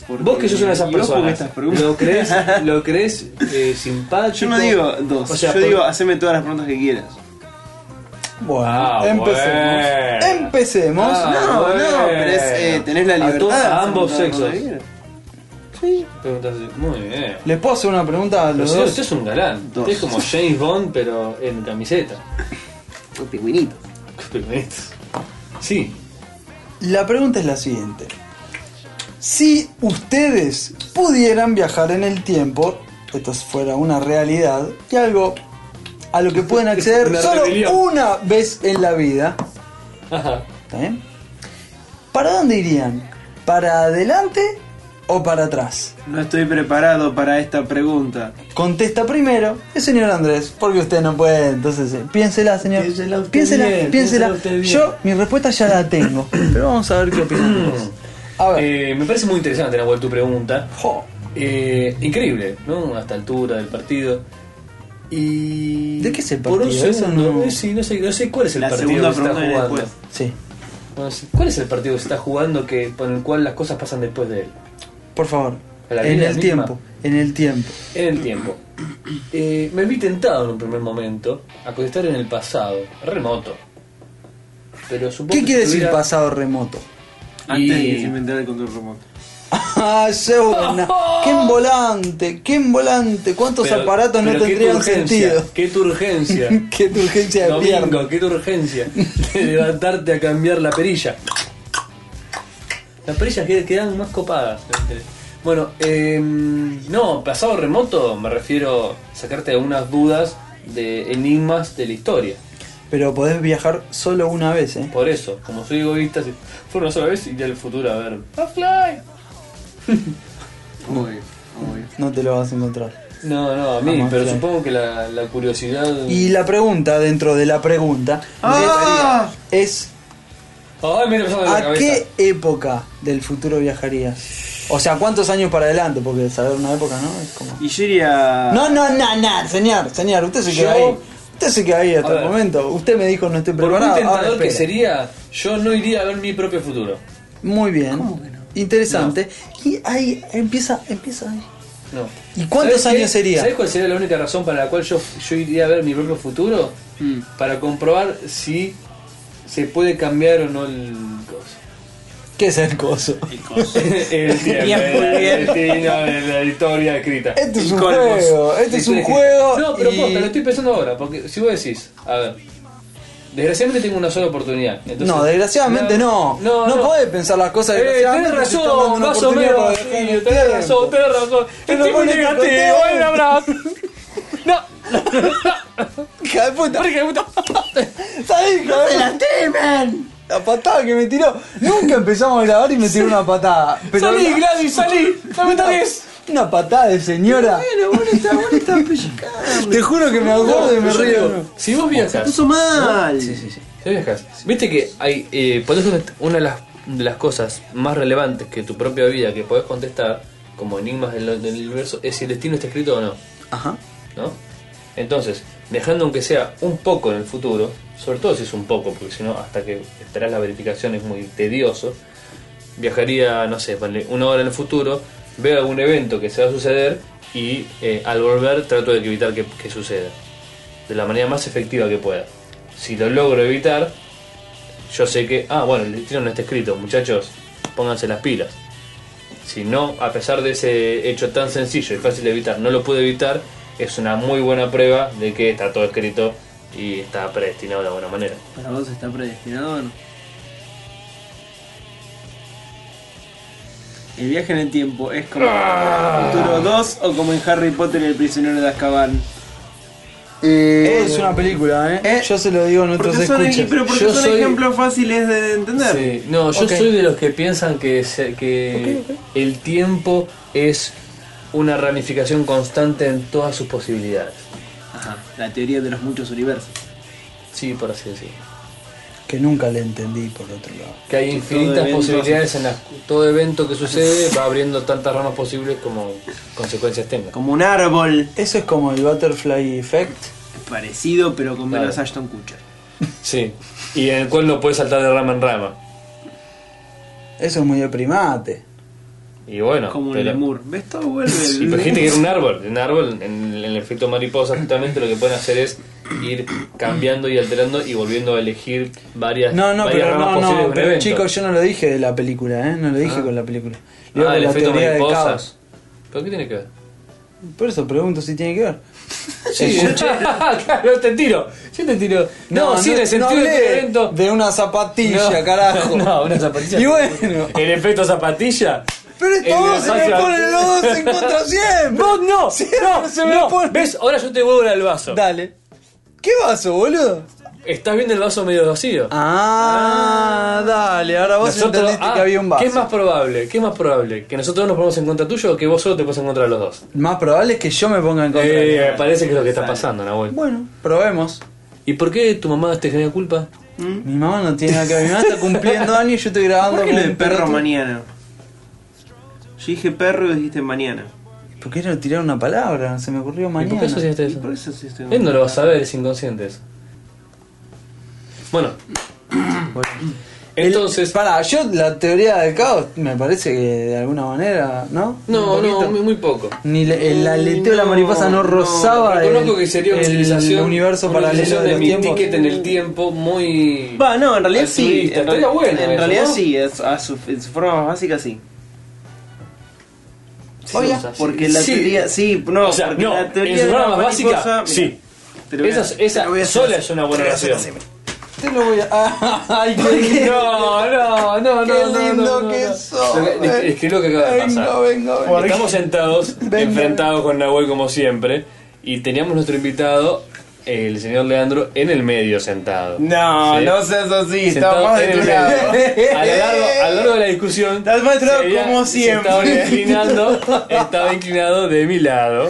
S3: Porque-
S2: Vos que sos una de esas
S3: y ojo que
S2: personas.
S3: estas preguntas-
S2: ¿Lo crees, lo crees eh, simpático?
S3: Yo no digo dos,
S2: O sea,
S3: yo
S2: por-
S3: digo haceme todas las preguntas que quieras.
S1: Bueno,
S2: Ah,
S1: empecemos.
S2: bueno.
S1: Empecemos.
S2: Ah.
S3: No,
S2: bueno.
S3: no, pero es, eh, tenés la
S2: A
S3: libertad.
S2: todos-
S3: de
S2: a
S3: hacer
S2: ambos
S3: todas las
S2: sexos.
S3: preguntas que quieras.
S2: Preguntas así. Muy bien.
S1: ¿Les puedo hacer una pregunta a
S2: Pero
S1: los
S2: si no,
S1: dos?
S2: usted este es un galán.
S3: Dos.
S2: Usted es como James Bond, pero en camiseta.
S3: Un pingüinito.
S2: Sí.
S1: La pregunta es la siguiente. Si ustedes pudieran viajar en el tiempo, esto fuera una realidad y algo a lo que pueden acceder
S2: Una
S1: solo
S2: rebelión.
S1: una vez en la vida,
S2: Ajá.
S1: ¿Está bien? ¿Para dónde irían? ¿Para adelante o para atrás?
S4: No estoy preparado para esta pregunta.
S1: Contesta primero el señor Andrés, porque usted no puede, entonces eh, piénsela, señor.
S4: Piénsela usted
S1: piénsela,
S4: bien,
S1: piénsela.
S4: piénsela usted bien.
S1: Yo mi respuesta ya la tengo, pero vamos a ver qué opinan. ustedes. A ver,
S2: Eh, me parece muy interesante, Nahuel, tu pregunta.
S1: jo,
S2: Eh, increíble, ¿no? A esta altura del partido. Y.
S1: ¿De qué es el
S2: Por un
S1: partido? Eso
S2: segundo,
S1: no-
S2: no... sí, no sé, no sé cuál es el
S4: La
S2: partido
S4: segunda
S2: que se está
S4: pregunta viene
S2: jugando.
S4: después.
S1: sí,
S2: No sé, ¿Cuál es el partido que se está jugando que, con el cual las cosas pasan después de él?
S1: por favor.
S2: ¿A la
S1: En
S2: vida
S1: el
S2: misma?
S1: tiempo, en el tiempo.
S2: En el tiempo. Eh, me vi tentado en un primer momento a contestar en el pasado, remoto. Pero supongo
S1: ¿Qué
S2: que
S1: quiere decir
S2: estuviera-
S1: pasado remoto?
S4: Antes de que
S2: Y-
S4: se inventara el control remoto.
S1: ¡Ah, qué buena! ¡Qué volante! ¡Qué volante! ¿Cuántos
S2: Pero-
S1: aparatos no
S2: pero qué
S1: tendrían
S2: turgencia,
S1: sentido?
S2: ¡Qué turgencia!
S1: ¡Qué urgencia de pierna!
S2: Domingo, qué urgencia de levantarte a cambiar la perilla. Las perillas que- quedan más copadas. Bueno, em, no, pasado remoto me refiero a sacarte algunas dudas de enigmas de la historia.
S1: Pero podés viajar solo una vez, ¿eh?
S2: Por eso, como soy egoísta, si- fue una sola vez y ya el futuro a ver. ¡Half-Life!
S4: Obvio, obvio.
S1: No te lo vas a encontrar.
S2: No, no, a mí,
S1: Vamos,
S2: pero
S1: claro.
S2: supongo que la, la curiosidad.
S1: Y la pregunta, dentro de la pregunta,
S4: ¡Ah!
S1: es
S2: ¡Ay, me pasó de la
S1: ¿a
S2: cabeza!
S1: qué época del futuro viajarías? O sea, ¿cuántos años para adelante? Porque saber una época, ¿no? Es como...
S4: Y yo iría.
S1: No, no, no, no, señor, señor, usted se
S2: Yo-
S1: queda ahí. Usted se queda ahí
S2: A
S1: hasta el
S2: ver.
S1: momento. Usted me dijo no estoy
S2: Por
S1: preparado.
S2: muy
S1: ahora
S2: tentador que
S1: espera.
S2: sería, yo no iría a ver mi propio futuro.
S1: Muy bien. Interesante. Y ahí empieza, empieza ahí.
S2: No.
S1: ¿Y cuántos
S2: ¿Sabés
S1: años
S2: qué?
S1: sería?
S2: ¿Sabés cuál sería la única razón para la cual yo, yo iría a ver mi propio futuro?
S4: Mm.
S2: Para comprobar si se puede cambiar o no el coso.
S1: ¿Qué es el coso?
S2: el tiempo,
S3: Bien, muy
S2: el destino, de la historia escrita.
S1: Este es
S4: El
S1: un
S4: cosmos.
S1: juego, este es un juego.
S2: No, pero
S1: y-
S2: posta, lo estoy pensando ahora, porque si vos decís, a ver, desgraciadamente tengo una sola oportunidad. entonces-
S1: No, desgraciadamente no. No, podés pensar las cosas
S2: Eh, tenés
S1: desgraciadamente. te están dando
S2: razón,
S1: una
S2: más o
S1: oportunidad
S2: menos.
S1: para
S2: sí,
S1: dejar en el
S2: Tenés
S1: tiempo.
S2: razón, tenés razón.
S1: Te lo
S2: Estoy muy
S1: pones
S2: negativo,
S1: contento.
S2: un abrazo. No,
S1: Hija de puta.
S2: porque puta.
S1: ¿Sabés, hija de- La patada que me tiró. Nunca empezamos a grabar y me tiró una patada. Pero
S2: Salí,
S1: una-
S2: Gladys, salí. No me toques.
S1: Una patada de señora. Te juro que me acuerdo y me
S2: Yo
S1: río.
S2: digo, Si vos viajas,
S4: Puso mal. Sí, sí,
S2: si viajas, viste que hay, eh, por eso una de las, de las cosas más relevantes que tu propia vida que podés contestar como enigmas del, del universo es si el destino está escrito o no,
S1: Ajá.
S2: ¿no? Entonces, dejando aunque sea un poco en el futuro, sobre todo si es un poco, porque si no, hasta que esperás la verificación es muy tedioso, viajaría, no sé, ponle una hora en el futuro, veo algún evento que se va a suceder y eh, al volver trato de evitar que, que suceda. De la manera más efectiva que pueda. Si lo logro evitar, yo sé que, ah, bueno, el destino no está escrito, muchachos, pónganse las pilas. Si no, a pesar de ese hecho tan sencillo y fácil de evitar, no lo pude evitar, es una muy buena prueba de que está todo escrito y está predestinado de alguna manera.
S4: ¿Para vos está predestinado o no? El viaje en el tiempo es como en Futuro 2 o como en Harry Potter y el prisionero de Azkaban.
S1: es una película, ¿eh?
S4: eh,
S1: Yo se lo digo a nuestros
S4: Porque son,
S1: escuchas.
S4: pero porque
S2: Yo
S4: son
S2: soy-
S4: ejemplos fáciles de entender.
S2: Sí, no, yo
S1: Ok.
S2: soy de los que piensan que, se- que el tiempo es una ramificación constante en todas sus posibilidades.
S4: Ajá, la teoría de los muchos universos.
S2: Sí, por así decirlo.
S1: Que nunca le entendí por otro lado.
S2: Que hay infinitas
S4: evento-
S2: posibilidades en las todo evento que sucede va abriendo tantas ramas posibles como consecuencias tenga.
S4: Como un árbol
S1: Eso es como el Butterfly Effect.
S4: parecido pero con menos
S2: Claro.
S4: Ashton Kutcher.
S2: Sí. Y en el cual no puedes saltar de rama en rama.
S1: Eso es muy de primate.
S2: Y bueno,
S4: Como un
S2: pero-
S4: lemur. ¿Ves todo vuelve? el
S2: Sí, pero
S4: lemur.
S2: gente que era un árbol, un árbol en, en el efecto mariposa justamente lo que pueden hacer es ir cambiando y alterando y volviendo a elegir varias
S1: No, no,
S2: varias
S1: pero no,
S2: ramas posibles de
S1: no.
S2: un
S1: Pero
S2: evento.
S1: chicos, yo no lo dije de la película, ¿eh? No lo dije con la película. Lo digo
S2: ah,
S1: con
S2: el
S1: la
S2: efecto
S1: teoría del
S2: mariposas. ¿Pero qué tiene que ver?
S1: caos. Por eso pregunto si tiene que ver.
S2: Sí, yo Ah, claro, te tiro. Yo te tiro. No, sí, en el sentido
S1: no
S2: de que
S1: hablé
S2: el evento.
S1: de una zapatilla, carajo.
S2: No, una zapatilla.
S1: Y bueno.
S2: El efecto zapatilla.
S1: Pero
S2: El
S1: todos se me
S2: espacio-
S1: ponen los dos en contra siempre.
S2: Vos no,
S1: Siempre
S2: no,
S1: se me
S2: no.
S1: pone.
S2: ¿Ves? Ahora yo te vuelvo al vaso.
S1: Dale. ¿Qué vaso, boludo?
S2: estás viendo el vaso medio vacío.
S1: Ah, dale, ahora vos
S2: Nosotros-
S1: entendiste
S2: ah,
S1: que había un vaso.
S2: ¿Qué es más probable? ¿Qué es más probable? ¿Que nosotros nos pongamos en contra tuyo o que vos solo te pongas en contra de los dos?
S1: Más probable es que yo me ponga en contra.
S2: Eh,
S1: de él.
S2: parece que es lo que está pasando, Nahuel.
S1: Bueno, probemos.
S2: ¿Y por qué tu mamá te genera culpa?
S1: Mi mamá no tiene nada que ver. Mi mamá está cumpliendo años y yo estoy grabando.
S3: ¿Por qué
S1: como
S3: lo de
S1: un
S3: perro
S1: pelotudo.
S3: mañana? Yo dije perro y vos dijiste mañana.
S1: ¿Por qué no tiraron una palabra? Se me ocurrió
S2: ¿Y por
S1: mañana.
S2: qué asociaste
S3: ¿Y
S2: eso?
S3: por eso sí estoy
S2: Él no lo va a saber, es inconsciente eso. Bueno,
S1: Bueno.
S2: entonces...
S1: Para, yo la teoría del caos me parece que de alguna manera, ¿no?
S2: No,
S1: Un poquito.
S2: no, muy, muy poco.
S1: Ni le- el
S3: Mm,
S1: aleteo de la
S3: no,
S1: mariposa no
S3: no,
S1: rozaba
S2: Reconozco
S1: el,
S2: que sería una
S1: el
S2: utilización,
S1: universo
S2: una
S1: paralelo
S2: utilización
S1: de los
S2: mi
S1: tiempos.
S2: ticket en el tiempo muy...
S3: Va, no, en realidad sí.
S2: Altruista,
S3: En realidad,
S2: estaría bueno
S3: en
S2: eso,
S3: realidad
S2: ¿no?
S3: sí, es- a su- en su forma más básica sí.
S1: Oye,
S2: Sí,
S3: Porque la
S2: sí.
S3: teoría. Sí, no,
S2: O sea,
S3: porque
S2: no,
S3: la teoría.
S2: en su
S3: de
S2: forma
S3: la
S2: más básica,
S3: mariposa-
S2: sí.
S3: te lo voy a-
S2: Esa, esa sola es una buena oración.
S1: Te lo voy a. ¡Ay, qué
S2: No, no, no, no.
S1: Qué
S2: no,
S1: lindo
S2: no, no,
S1: que
S2: no.
S1: sos.
S2: Es que- Es que es lo que acaba de pasar.
S1: Vengo, vengo, vengo.
S2: Estamos sentados,
S1: Venga.
S2: enfrentados con Nahuel como siempre, y teníamos nuestro invitado, el señor Leandro, en el medio sentado.
S3: No,
S2: Sí.
S3: no seas así,
S2: Sentado
S3: estamos más de
S2: en
S3: tu
S2: el
S3: lado.
S2: medio. A lo largo, a lo largo de la discusión.
S3: Estás más de tu lado
S2: se veía-
S3: como
S2: se Estaba
S3: siempre.
S2: inclinando, estaba inclinado de mi lado,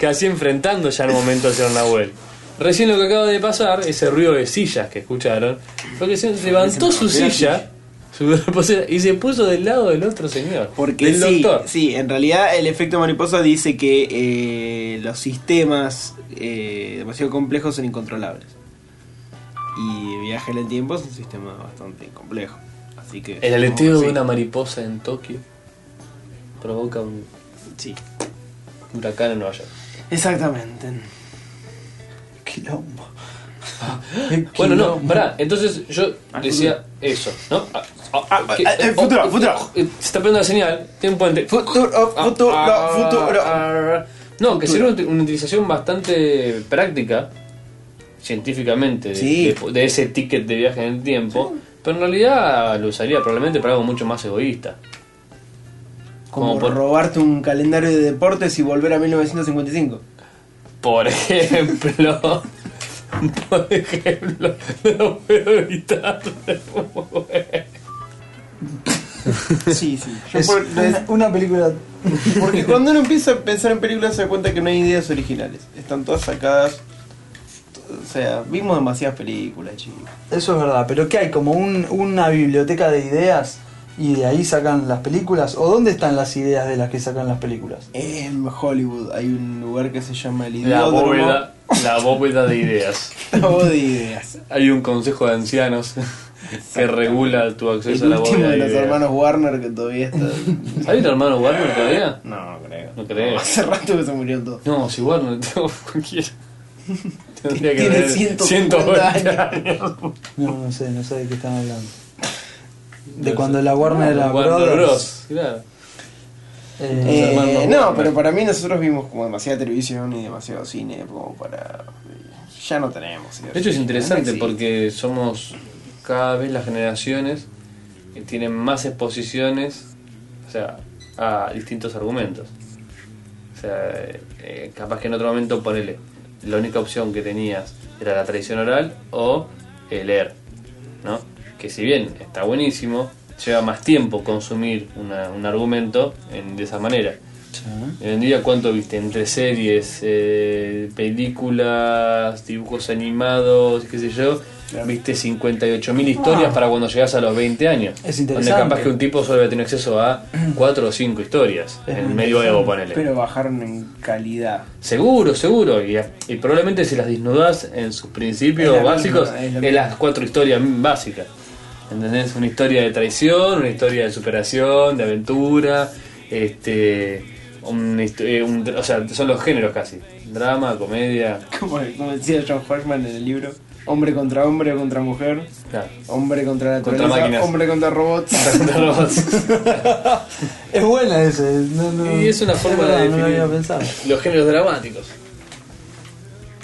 S2: casi enfrentando ya en un momento al señor Nahuel. Recién lo que acaba de pasar, ese ruido de sillas que escucharon, fue que se levantó su silla, su reposera, y se puso del lado del otro señor.
S3: Porque
S2: del
S3: sí,
S2: doctor.
S3: sí, en realidad el efecto mariposa dice que eh, los sistemas eh, demasiado complejos son incontrolables. Y viaje en el tiempo es un sistema bastante complejo. Así que.
S2: El aleteo
S3: sí,
S2: de una mariposa en Tokio provoca un
S3: Sí.
S2: huracán en Nueva York.
S3: Exactamente.
S1: Quilombo.
S2: Bueno, no,
S1: Quilombo.
S2: pará, entonces yo
S3: Al
S2: decía eso, ¿no? Ah, ah,
S3: Ah,
S2: ¿qué?
S3: ah, eh,
S2: Oh,
S3: futuro,
S2: oh,
S3: futuro.
S2: oh, eh, Se está perdiendo la señal, tiene un puente.
S3: Futuro,
S2: Ah,
S3: futuro,
S2: ah,
S3: futuro.
S2: ah, No, que sería una, una utilización bastante práctica, científicamente, de-
S3: Sí.
S2: de, de ese ticket de viaje en el tiempo, pero en realidad lo usaría probablemente para algo mucho más egoísta.
S3: Como,
S2: Como por-
S3: robarte un calendario de deportes y volver a 1955.
S2: Por ejemplo. Por ejemplo, no puedo evitar.
S3: Sí, sí. Yo
S1: Es
S3: por-
S1: una, una película.
S3: porque cuando uno empieza a pensar en películas se da cuenta que no hay ideas originales. Están todas sacadas. O sea, vimos demasiadas películas, chicos.
S1: Eso es verdad, pero que hay como un- una biblioteca de ideas y de ahí sacan las películas. ¿O dónde están las ideas de las que sacan las películas?
S3: En Hollywood hay un lugar que se llama el
S2: La
S3: Idiódromo.
S2: bóveda, la bóveda de ideas.
S3: Todo de ideas.
S2: Hay un consejo de ancianos que regula tu acceso
S3: el
S2: a la
S3: último
S2: bóveda
S3: de
S2: de
S3: los
S2: ideas.
S3: hermanos Warner que todavía está.
S2: ¿Hay un hermano Warner todavía?
S3: No, creo.
S2: No creo.
S3: Hace rato que se murieron todos.
S2: No, si Warner tengo cualquiera. Tendría que
S3: Tiene
S2: tener
S3: 150
S2: años.
S1: No, no sé, no sé de qué están hablando. De
S2: No
S1: cuando
S2: sé.
S1: la Warner era
S2: Warner
S1: Brothers.
S2: Bros. Claro.
S1: Eh,
S3: Eh,
S2: hermanos
S3: no,
S2: Warner.
S3: pero para mí nosotros vimos como demasiada televisión y demasiado cine como para... eh, Ya no tenemos. ideas
S2: De hecho es
S3: originales,
S2: interesante
S3: sí.
S2: porque somos cada vez las generaciones que tienen más exposiciones, o sea, a distintos argumentos. O sea, eh, capaz que en otro momento ponele, la única opción que tenías era la tradición oral o el leer, ¿no? Que si bien está buenísimo, lleva más tiempo consumir una- un argumento en- de esa manera. Hoy en día, ¿cuánto viste? Entre series, eh, películas, dibujos animados, qué sé yo. Viste 58.000 historias para cuando llegas a los 20 años.
S1: Ah. Es interesante.
S2: Donde capaz que un tipo solo había tenido acceso a 4 o 5 historias.
S1: Es
S2: en el
S1: muy
S2: medio evo, ponele.
S3: Pero bajaron en calidad.
S2: Seguro, seguro. Y, y probablemente si las desnudás en sus principios
S3: Es la
S2: básicos,
S3: misma, es
S2: es,
S3: la misma.
S2: las cuatro historias básicas. ¿Entendés? Una historia de traición, una historia de superación, de aventura, este. Un, histo- eh, un dra- o sea, son los géneros casi. Drama, comedia.
S3: Como, como decía John Hodgman en el libro. Hombre contra hombre contra mujer.
S2: Claro.
S3: Hombre contra la
S2: Contra
S3: naturaleza,
S2: máquinas.
S3: hombre contra robots.
S1: es buena ese. no, no-
S2: Y es una forma
S1: verdad,
S2: de
S1: No lo
S2: definir.
S1: había pensado.
S2: los géneros dramáticos.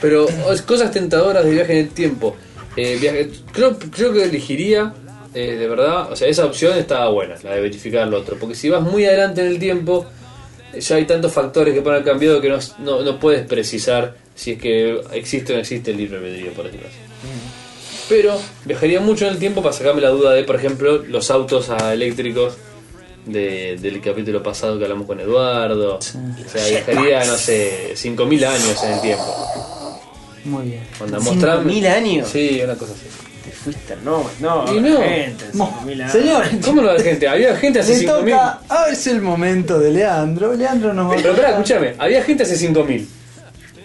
S2: Pero os- cosas tentadoras de viaje en el tiempo. Eh, viaje- creo, creo que elegiría, eh, de verdad, o sea, esa opción estaba buena, la de verificar lo otro. Porque si vas muy adelante en el tiempo, eh, ya hay tantos factores que pueden haber cambiado que no, no, no puedes precisar si es que existe o no existe el libre albedrío, por decirlo así. Pero viajaría mucho en el tiempo para sacarme la duda de, por ejemplo, los autos a eléctricos de- del capítulo pasado que hablamos con Eduardo. O sea, viajaría, no sé, 5.000 años en el tiempo.
S1: Muy bien.
S2: Onda,
S4: ¿Cinco
S2: mostrarme-
S4: mil años?
S2: Sí, una cosa así.
S4: Te fuiste, no, no.
S2: Y no.
S4: gente,
S1: Mo-
S4: cinco mil años.
S1: Señor,
S2: ¿Cómo no hay gente? Había gente hace
S1: le
S2: 5000.
S1: toca. Ahora es el momento de Leandro. Leandro nos va a
S2: Pero espera,
S1: contar.
S2: escúchame, había gente hace 5000.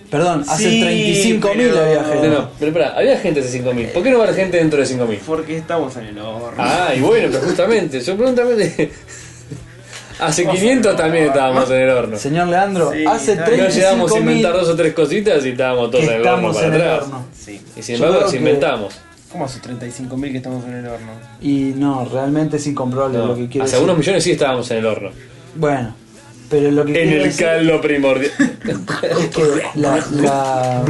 S1: Perdón, hace
S4: Sí,
S1: 35.000
S4: pero-
S1: había
S2: No,
S1: gente.
S2: no, pero espera, había gente hace 5000. ¿Por qué no va a haber gente dentro de 5000?
S4: Porque estamos en el horno.
S2: Ah, y bueno, pero justamente, yo preguntamente. Hace 500 también estábamos en el horno.
S1: Señor Leandro,
S4: Sí,
S1: hace
S4: no,
S2: No llegamos a
S1: 35.000
S2: inventar dos o tres cositas y estábamos todos
S1: que
S2: en el horno
S1: estamos
S2: para
S1: en el
S2: atrás.
S1: horno.
S4: Sí.
S2: Y sin
S1: Yo
S2: embargo,
S1: creo
S2: nos
S1: que-
S2: inventamos.
S4: ¿Cómo hace 35.000 que estamos en el horno?
S1: Y no, realmente es incomprobable
S2: No, Ah,
S1: lo que quiero decir.
S2: hace algunos millones sí estábamos en el horno.
S1: Bueno, pero lo que
S2: En
S1: quiero
S2: el
S1: decir
S2: caldo primordial.
S1: es que la, la,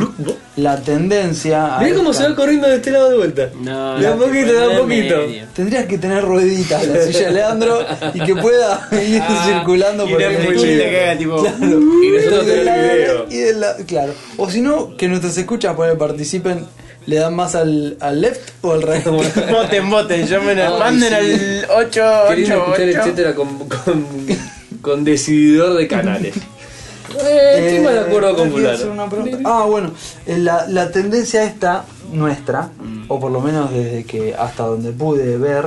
S1: la tendencia. a
S2: Mirá cómo
S1: esta-
S2: se va corriendo de este lado de vuelta.
S4: No,
S2: De a
S4: no,
S2: poquito,
S4: no,
S2: de a
S4: no,
S2: poquito.
S4: medio.
S1: Tendrías que tener rueditas la silla de Leandro y que pueda
S2: Ah,
S1: ir circulando
S4: Y
S1: por
S4: una
S1: el
S4: flechita
S1: estudio.
S4: que haga tipo-
S1: Claro.
S2: Y
S1: Del
S2: nosotros tener
S1: lado
S2: el video.
S1: y del lado- claro. O si no, que nuestros escuchas por participen, le dan más al, al left o al right.
S4: Voten, voten, llamen al.
S2: Ay,
S4: manden
S2: sí.
S4: al
S2: Queriendo escuchar
S4: 888.
S2: etcétera con, con, con decididor de canales. Eh, estoy más de acuerdo con
S1: te quiero hacer
S2: fulano.
S1: una pregunta. Ah, bueno, eh, la, la tendencia esta nuestra,
S4: Mm.
S1: o por lo menos desde que hasta donde pude ver,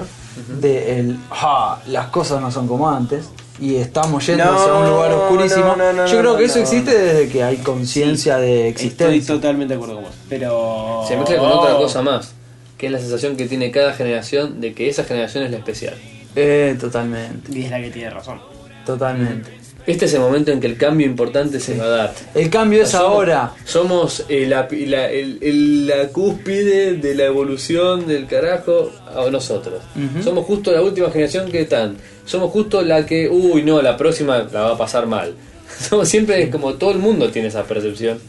S1: de el, "Ja, las cosas no son como antes y estamos yendo
S4: No,
S1: hacia un lugar oscurísimo.
S4: no, no, no,
S1: Yo creo
S4: no,
S1: que eso
S4: no.
S1: existe desde que hay conciencia de
S4: Estoy
S1: existencia.
S4: totalmente de acuerdo con vos. Pero.
S2: Se mezcla con otra cosa más, que es la sensación que tiene cada generación de que esa generación es la especial.
S1: Eh, totalmente,
S4: Y es la que tiene razón.
S1: totalmente.
S2: Este es el momento en que el cambio importante se va a dar.
S1: El cambio es
S2: Somos-
S1: ahora.
S2: Somos eh, la, la- el- el- la cúspide de la evolución del carajo a nosotros. Somos justo la última generación que están. Somos justo la que, uy, no, la próxima la va a pasar mal. Somos siempre como todo el mundo tiene esa percepción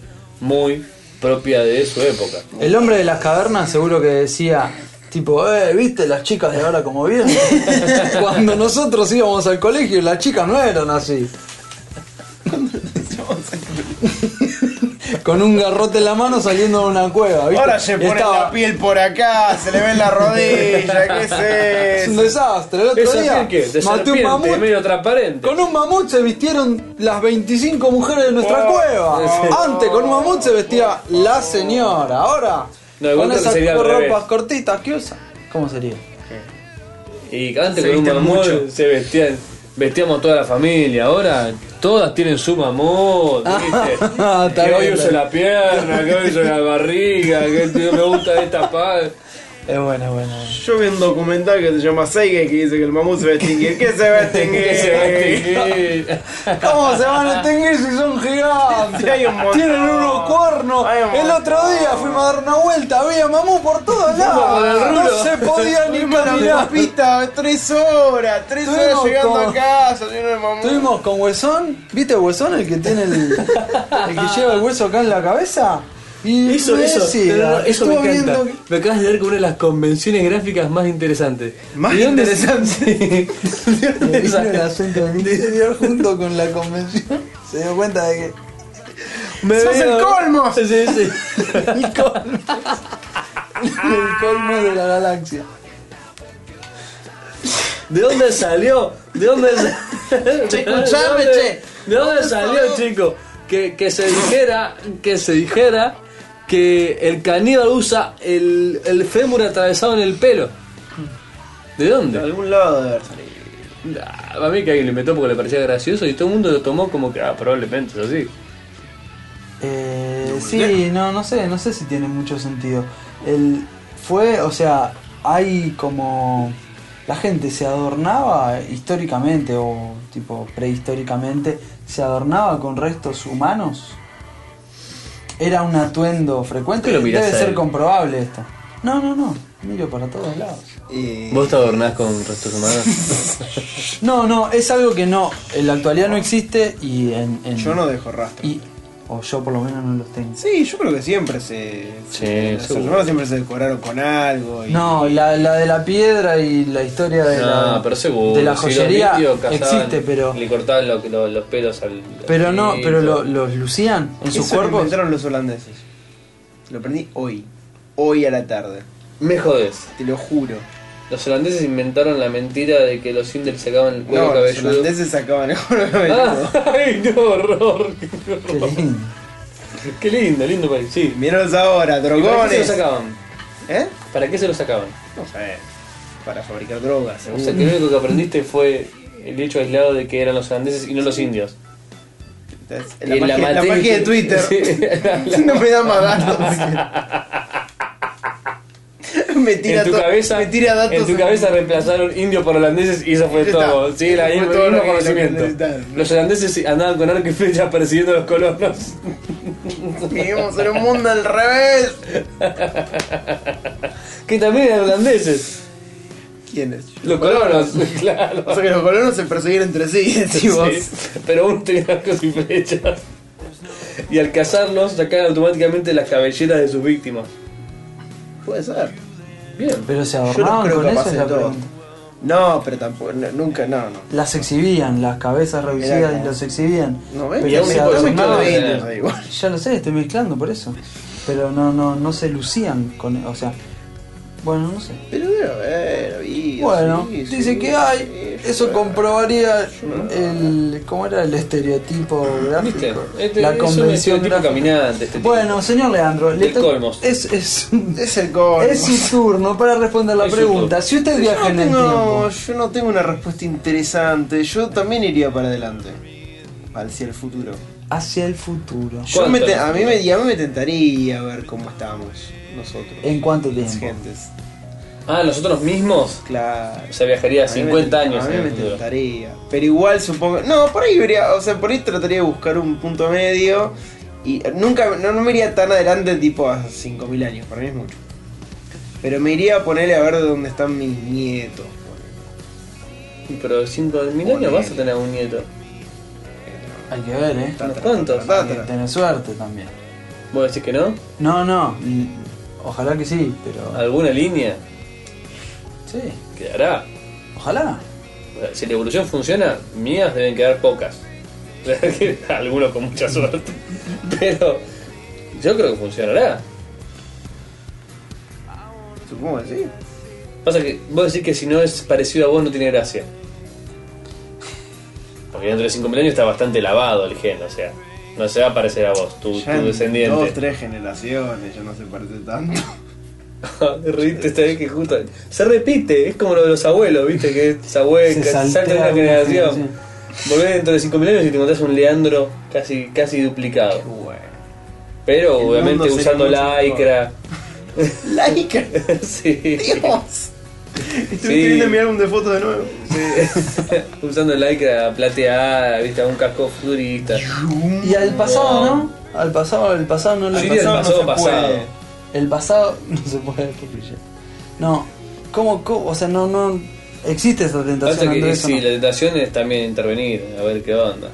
S2: muy propia de su época.
S1: El hombre de las cavernas seguro que decía, tipo, eh, ¿viste las chicas de ahora como vienen? Cuando nosotros íbamos al colegio, las chicas no eran así. Con un garrote en la mano saliendo de una cueva, ¿viste?
S4: Ahora se pone
S1: Estaba-
S4: la piel por acá, se le ve en la rodilla, ¿qué es
S1: Es un
S4: eso?
S1: desastre. El otro
S2: ¿Esa
S1: día
S2: piel qué? De
S1: maté un
S2: serpiente,
S1: mamut.
S2: medio transparente.
S1: Con un mamut se vistieron las 25 mujeres de nuestra
S4: Oh.
S1: cueva. Antes con un mamut se vestía la señora. Ahora,
S2: No,
S1: con
S2: igual creo que
S1: esas
S2: sería al
S1: ropas
S2: revés.
S1: cortitas que usa. ¿Cómo sería?
S2: Y antes
S4: Se
S2: con un
S4: visten
S2: mamut
S4: mucho.
S2: se vestían, vestíamos toda la familia, ahora todas tienen su mamut, ¿viste?
S1: Ah, está
S2: que hoy
S1: bien,
S2: uso
S1: está
S2: la pierna, que hoy uso la barriga, que tío, me gusta esta paz.
S1: Es bueno, es bueno.
S4: Yo vi un documental que se llama Seige que dice que el mamut se va a extinguir. ¿Qué se va a extinguir?
S2: Que se va a extinguir.
S1: ¿Cómo se van a extinguir si son gigantes?
S4: Sí, hay un montón.
S1: Tienen unos cuernos.
S4: Hay un
S1: El otro día fuimos a dar una vuelta, había mamú por todos lados.
S2: el
S1: No
S2: rulo.
S1: se podía ni caminar.
S4: Papita, tres horas, tres
S1: Estuvimos
S4: horas llegando
S1: como-
S4: a casa, lleno de mamut.
S1: Estuvimos con Huesón, ¿viste Huesón el que tiene el, el que lleva el hueso acá en la cabeza? Y
S2: Eso, eso,
S1: Messi,
S2: no, no, eso me
S1: estuvo
S2: encanta.
S1: viendo
S2: Me acabas de dar con una de las convenciones gráficas más interesantes.
S4: Más
S2: ¿De dónde-
S4: interesante.
S2: ¿De
S1: que
S2: dónde
S1: vino
S2: sale?
S1: el acento del interior junto con la convención. Se dio cuenta de que
S2: Me
S4: ¡Sos el colmo!
S2: Sí, sí.
S1: el colmo, el colmo de la galaxia.
S2: ¿De dónde salió? ¿De dónde salió?
S1: escuchame, che.
S2: ¿De dónde salió, chico? Que, que se dijera, que se dijera que el caníbal usa el, el fémur atravesado en el pelo. ¿De
S4: De
S2: dónde?
S4: algún lado debe haber salido.
S2: Ah, A mí que alguien lo inventó porque le parecía gracioso y todo el mundo lo tomó como que ah, probablemente es así.
S1: Eh, sí, no, no sé, no sé si tiene mucho sentido. El, fue, o sea, hay como. La gente se adornaba históricamente o tipo prehistóricamente, se adornaba con restos humanos. Era un atuendo frecuente.
S2: ¿Por qué lo
S1: Debe
S2: mirás a
S1: ser
S2: él?
S1: comprobable esto. No, no, no. Miro para todos lados.
S2: ¿Vos te adornás con restos humanos?
S1: No, no, es algo que no. En la actualidad no existe y en. en-
S4: Yo no dejo rastro.
S1: y- o yo por lo menos no los tengo.
S4: Sí, yo creo que siempre se.
S2: Sí,
S4: los
S2: seguro.
S4: hermanos siempre se decoraron con algo. Y...
S1: No, la, la de la piedra y la historia de,
S2: No,
S1: la,
S2: pero seguro.
S1: de la
S2: Si los
S1: joyería
S2: indios cazaban,
S1: existe, pero
S2: Le cortaban lo- lo- los pelos al.
S1: pero no,
S2: al
S1: pero lo-
S2: chico.
S1: los lucían en
S4: Eso
S1: sus
S4: lo
S1: cuerpos.
S4: inventaron los holandeses. Lo aprendí hoy. Hoy a la tarde.
S2: Me jodés.
S4: Te lo juro.
S2: Los holandeses inventaron la mentira de que los indios sacaban el cuero
S4: No, los
S2: cabelludo. Ah,
S4: holandeses sacaban el cuero cabelludo.
S2: ¡Ay, no, horror! ¡Qué
S1: Qué
S2: horror!
S1: lindo.
S2: Qué lindo, lindo país, sí.
S4: Míralos ahora,
S2: ¿Y ¿Para qué se lo
S4: drogones.
S2: sacaban?
S4: ¿Eh?
S2: ¿Para qué se lo sacaban?
S4: No sé. Para fabricar drogas,
S2: O
S4: seguro.
S2: sea, que lo único que aprendiste fue el hecho aislado de que eran los holandeses y no los indios.
S4: Entonces,
S2: Y
S4: en la, página, la
S2: matriz-
S4: página de Twitter.
S2: Sí.
S4: no me da más datos. me tira
S2: en tu
S4: to-
S2: cabeza,
S4: me tira datos.
S2: en tu cabeza reemplazaron indios por holandeses y eso fue
S4: Ya
S2: todo.
S4: está.
S2: Sí, la
S4: Fue
S2: misma,
S4: todo
S2: mismo
S4: lo que- lo que
S2: conocimiento.
S4: necesitaban.
S2: Los holandeses andaban con arco y flecha persiguiendo a los colonos.
S4: Vivimos en un mundo al revés.
S2: Que también eran holandeses.
S4: ¿Quién es?
S2: Los colonos, claro.
S4: O sea que los colonos se perseguían entre sí, decimos.
S2: Sí, pero uno tenía arcos y flechas. Y al cazarlos sacaban automáticamente las cabelleras de sus víctimas.
S4: Puede ser.
S2: Bien.
S1: Pero se
S4: Yo no
S1: adornaban
S4: creo
S1: con
S4: que
S1: eso, es
S4: pase
S1: la
S4: todo.
S1: pregunta.
S4: No, pero tampoco, no, nunca, no, no.
S1: Las exhibían, las cabezas reducidas y
S4: como-
S1: los exhibían.
S4: No, ven,
S1: pero
S4: ya
S1: se
S4: me no me quedo
S1: adornaban.
S2: mezclado.
S4: de indios ahí, igual.
S1: Ya lo sé, estoy mezclando por eso. Pero no, no, no se lucían con. O sea. Bueno, no sé.
S4: Pero debe haber habido.
S1: Bueno,
S4: sí, sí,
S1: dice que hay.
S4: sí,
S1: Eso
S4: yo-
S1: comprobaría el. ¿Cómo era el estereotipo
S2: ¿Viste?
S1: gráfico?
S2: Este
S1: la
S2: es
S1: convención
S2: un tipo
S1: gráfica.
S2: caminante. Este tipo.
S1: Bueno, señor Leandro,
S2: Del
S1: to-
S2: colmos.
S1: es, es, es,
S4: Es el gol.
S1: su turno para responder la
S2: Es su
S1: pregunta.
S2: turno.
S1: Si usted
S4: yo
S1: viaja
S4: no,
S1: en el
S4: tengo,
S1: tiempo,
S4: yo no tengo una respuesta interesante. Yo también iría para adelante. Hacia el futuro.
S1: hacia el futuro,
S4: Yo me
S2: ¿Cuánto?
S4: te- a, mí me, y a mí me tentaría ver cómo estamos nosotros.
S1: ¿en cuánto
S4: Las
S1: tiempo?
S4: gentes.
S2: Ah, nosotros mismos.
S4: Claro.
S2: O sea, viajaría
S4: A mí me
S2: 50
S4: tent-
S2: años
S4: A mí
S2: en el
S4: me
S2: futuro.
S4: tentaría. Pero igual supongo. No, por ahí vería- O sea, por ahí trataría de buscar un punto medio. Y nunca. No, no me iría tan adelante, tipo a 5.000 años. Para mí es mucho. Pero me iría a ponerle a ver de dónde están mis nietos.
S2: Pero 5 mil
S4: Ponele.
S2: años vas a tener un nieto.
S1: Hay que ver, ¿eh?
S2: Unos cuantos.
S1: Hay que
S4: Tatra.
S1: tener suerte también.
S2: ¿Vos decís que no?
S1: No, no, mm, ojalá que sí, pero.
S2: ¿Alguna línea?
S1: Sí,
S2: Quedará.
S1: ojalá.
S2: Si la evolución funciona, mías deben quedar pocas. Algunos con mucha suerte. Pero yo creo que funcionará.
S4: Supongo que sí.
S2: Pasa que vos decís que si no es parecido a vos no tiene gracia. Porque dentro de 5.000 años está bastante lavado el gen, o sea, no se va a parecer a vos, tu,
S4: Ya
S2: tu
S4: en
S2: descendiente.
S4: Dos, tres generaciones, ya no se parece tanto.
S2: Reíste esta vez que justo. Se repite, es como lo de los abuelos, viste, que es abuelo,
S1: Se
S2: Eh, que salta
S1: saltea
S2: de una
S1: una
S2: generación.
S1: generación.
S2: Volvés dentro de 5.000 años y te encontrás un Leandro casi, casi duplicado.
S4: Bueno.
S2: Pero
S4: El mundo
S2: obviamente
S4: sería
S2: usando
S4: mucho
S2: la
S4: mejor.
S2: ICRA.
S4: Laica.
S2: sí.
S4: Dios. Estoy
S2: Sí.
S4: viendo mi álbum de fotos de nuevo.
S2: usando la ICRA plateada, viste, a un casco futurista.
S1: Y al pasado, ¿no? Al pasado, al pasado no
S2: Sí,
S1: le
S2: del
S1: pasado.
S2: pasado
S4: no se
S2: pasado.
S4: puede.
S1: El pasado no se puede porque ya- No, ¿cómo, cómo? O sea, no, no. Existe esa
S2: Pasa
S1: tentación,
S2: que
S1: Andrés. ¿o
S2: sí,
S1: no?
S2: la tentación es también intervenir, a ver qué onda.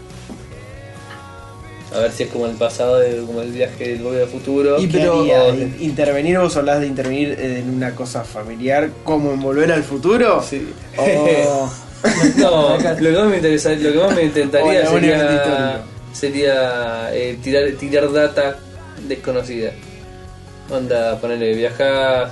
S2: A ver si es como el pasado, de- como el viaje del gobierno al futuro.
S1: Y
S4: ¿Qué
S1: pero-
S4: harías? ¿In- ¿Intervenir vos hablás de intervenir en una cosa familiar como en volver al futuro?
S2: Sí. Oh.
S4: O-
S2: no, lo que más me interesa, lo que más me intentaría
S4: Hola, buen evento
S2: sería,
S4: histórico.
S2: sería eh, tirar, tirar data desconocida. Onda, ponerle viajar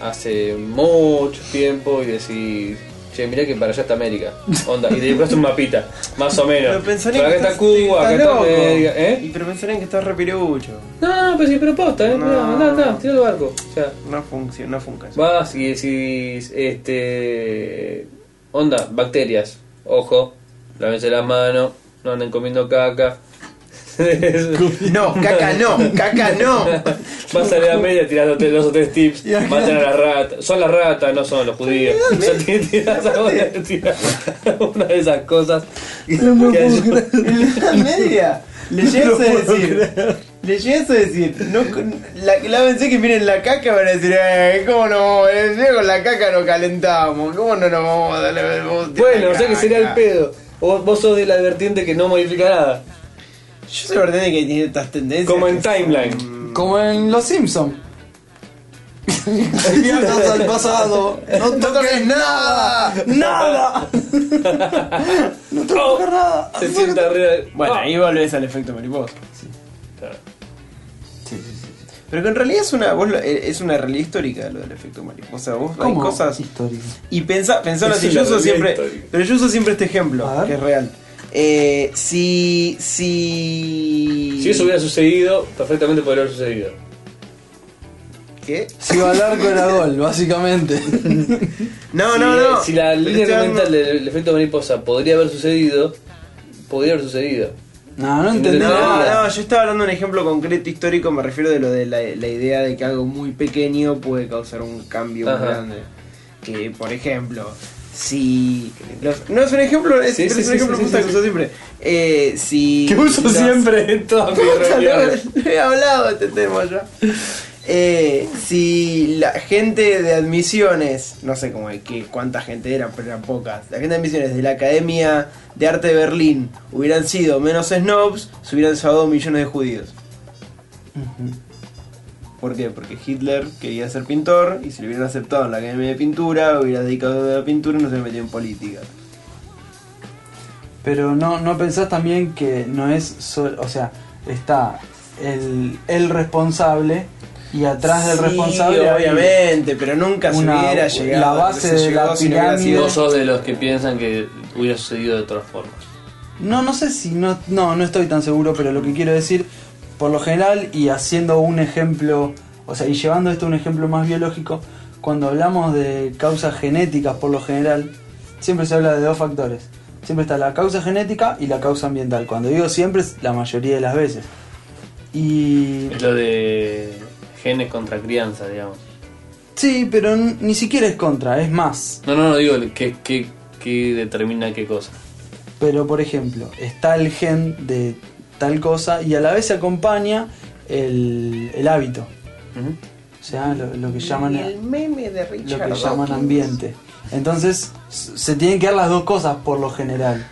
S2: hace mucho tiempo y decir, che, mirá que para allá está América. Onda, y te dibujaste un mapita, más o menos.
S4: pero pensaría
S2: Por acá
S4: que
S2: está
S4: estás-
S2: Cuba, acá
S4: estás
S2: está
S4: loco.
S2: América, ¿eh?
S4: Y pero pensarían que estás repirucho.
S2: No, no, pero sí, pero posta, eh.
S4: No.
S2: Mirá, andá, andá, tira el barco. O sea,
S4: No funciona, no funciona.
S2: vas y decís, este. Onda, bacterias. Ojo, lávense las manos, no anden comiendo caca.
S4: No, caca no, caca no.
S2: Vas a la media tirándote dos o tres tips. Matan a las ratas. Son las ratas, no son los judíos. O sea, te tirás a una, tirás a una de esas cosas. que hay-
S4: En la media. Le llegas a decir. Le llegas a decir. No, la, lávense que miren la caca van a decir, eh, ¿cómo no? Eh, con la caca nos calentamos. ¿Cómo no nos vamos a darle el bote a la
S2: bueno, o sea que sería el
S4: caca?
S2: pedo. O vos sos de la vertiente que no modifica nada.
S4: Yo soy verdad que tiene estas tendencias.
S2: Como en
S4: que son-
S2: timeline.
S1: Como en Los Simpsons. Viajas al pasado, no
S4: ¡No toques nada!
S1: nada. no te
S2: Oh.
S1: voy a nada.
S2: Se sienta arriba. de-
S4: Bueno,
S2: Ah.
S4: ahí volvés al efecto mariposa.
S2: Claro.
S4: Pero que en realidad es una, vos lo- eh, es una realidad histórica lo del efecto mariposa. Vos hay cosas.
S1: históricas.
S4: Y pensá, pensá
S2: Es
S4: así,
S2: una
S4: yo uso
S2: realidad
S4: siempre.
S2: histórica.
S4: Pero yo uso siempre este ejemplo,
S1: A ver.
S4: que es real. Eh, si. Si.
S2: Si eso hubiera sucedido, perfectamente podría haber sucedido.
S4: ¿Qué?
S1: Si va al arco era gol, básicamente.
S4: No,
S2: si,
S4: no, no.
S2: Si la
S4: Pero
S2: línea
S4: estoy
S2: que
S4: hablando-
S2: comenta el, el efecto mariposa podría haber sucedido, podría haber sucedido.
S1: No, no
S2: entendés
S1: entendés
S4: No,
S2: nada.
S1: nada.
S4: no, yo estaba hablando de un ejemplo concreto histórico, me refiero de lo de la, la idea de que algo muy pequeño puede causar un cambio
S2: Ajá.
S4: muy grande. Que, por ejemplo, si... los- no, es un ejemplo, es,
S2: Sí,
S4: pero
S2: sí,
S4: es un
S2: sí,
S4: ejemplo
S2: sí,
S4: justo
S2: sí,
S4: que
S2: sí.
S4: uso siempre. Eh, si...
S1: uso siempre en toda mi
S4: Puta, no, no he hablado de este tema ya. Eh, si la gente de admisiones, no sé cómo que cuánta gente era, pero eran pocas. La gente de admisiones de la Academia de Arte de Berlín hubieran sido menos snobs, se hubieran salvado millones de judíos. ¿Por qué? Porque Hitler quería ser pintor y si lo hubieran aceptado en la Academia de Pintura, hubiera dedicado a la pintura y no se metió en política.
S1: Pero no, no pensás también que no es solo. O sea, está el, el responsable y atrás del
S4: Sí,
S1: responsable. hay-
S4: obviamente, pero nunca
S1: una-
S4: se hubiera
S1: la
S4: llegado. a lo
S1: base
S4: que se
S1: de la
S4: llegó si no hubiera
S1: pirámide.
S2: Si
S4: sido-
S2: vos sos de los que piensan que hubiera sucedido de otras formas.
S1: No, no sé si no, no, no estoy tan seguro, pero lo que quiero decir, por lo general, y haciendo un ejemplo, o sea, y llevando esto a un ejemplo más biológico, cuando hablamos de causas genéticas, por lo general, siempre se habla de dos factores. Siempre está la causa genética y la causa ambiental. Cuando digo siempre, es la mayoría de las veces. Y
S2: Es lo de genes contra crianza, digamos.
S1: sí, pero n- ni siquiera es contra, es más.
S2: No, no, no digo que, que, que determina qué cosa.
S1: Pero por ejemplo, está el gen de tal cosa y a la vez se acompaña el, el hábito. O sea, lo, lo que llaman
S4: el meme de
S1: lo
S4: Richard
S1: que llaman
S4: Dawkins.
S1: ambiente. Entonces, s- se tienen que dar las dos cosas por lo general.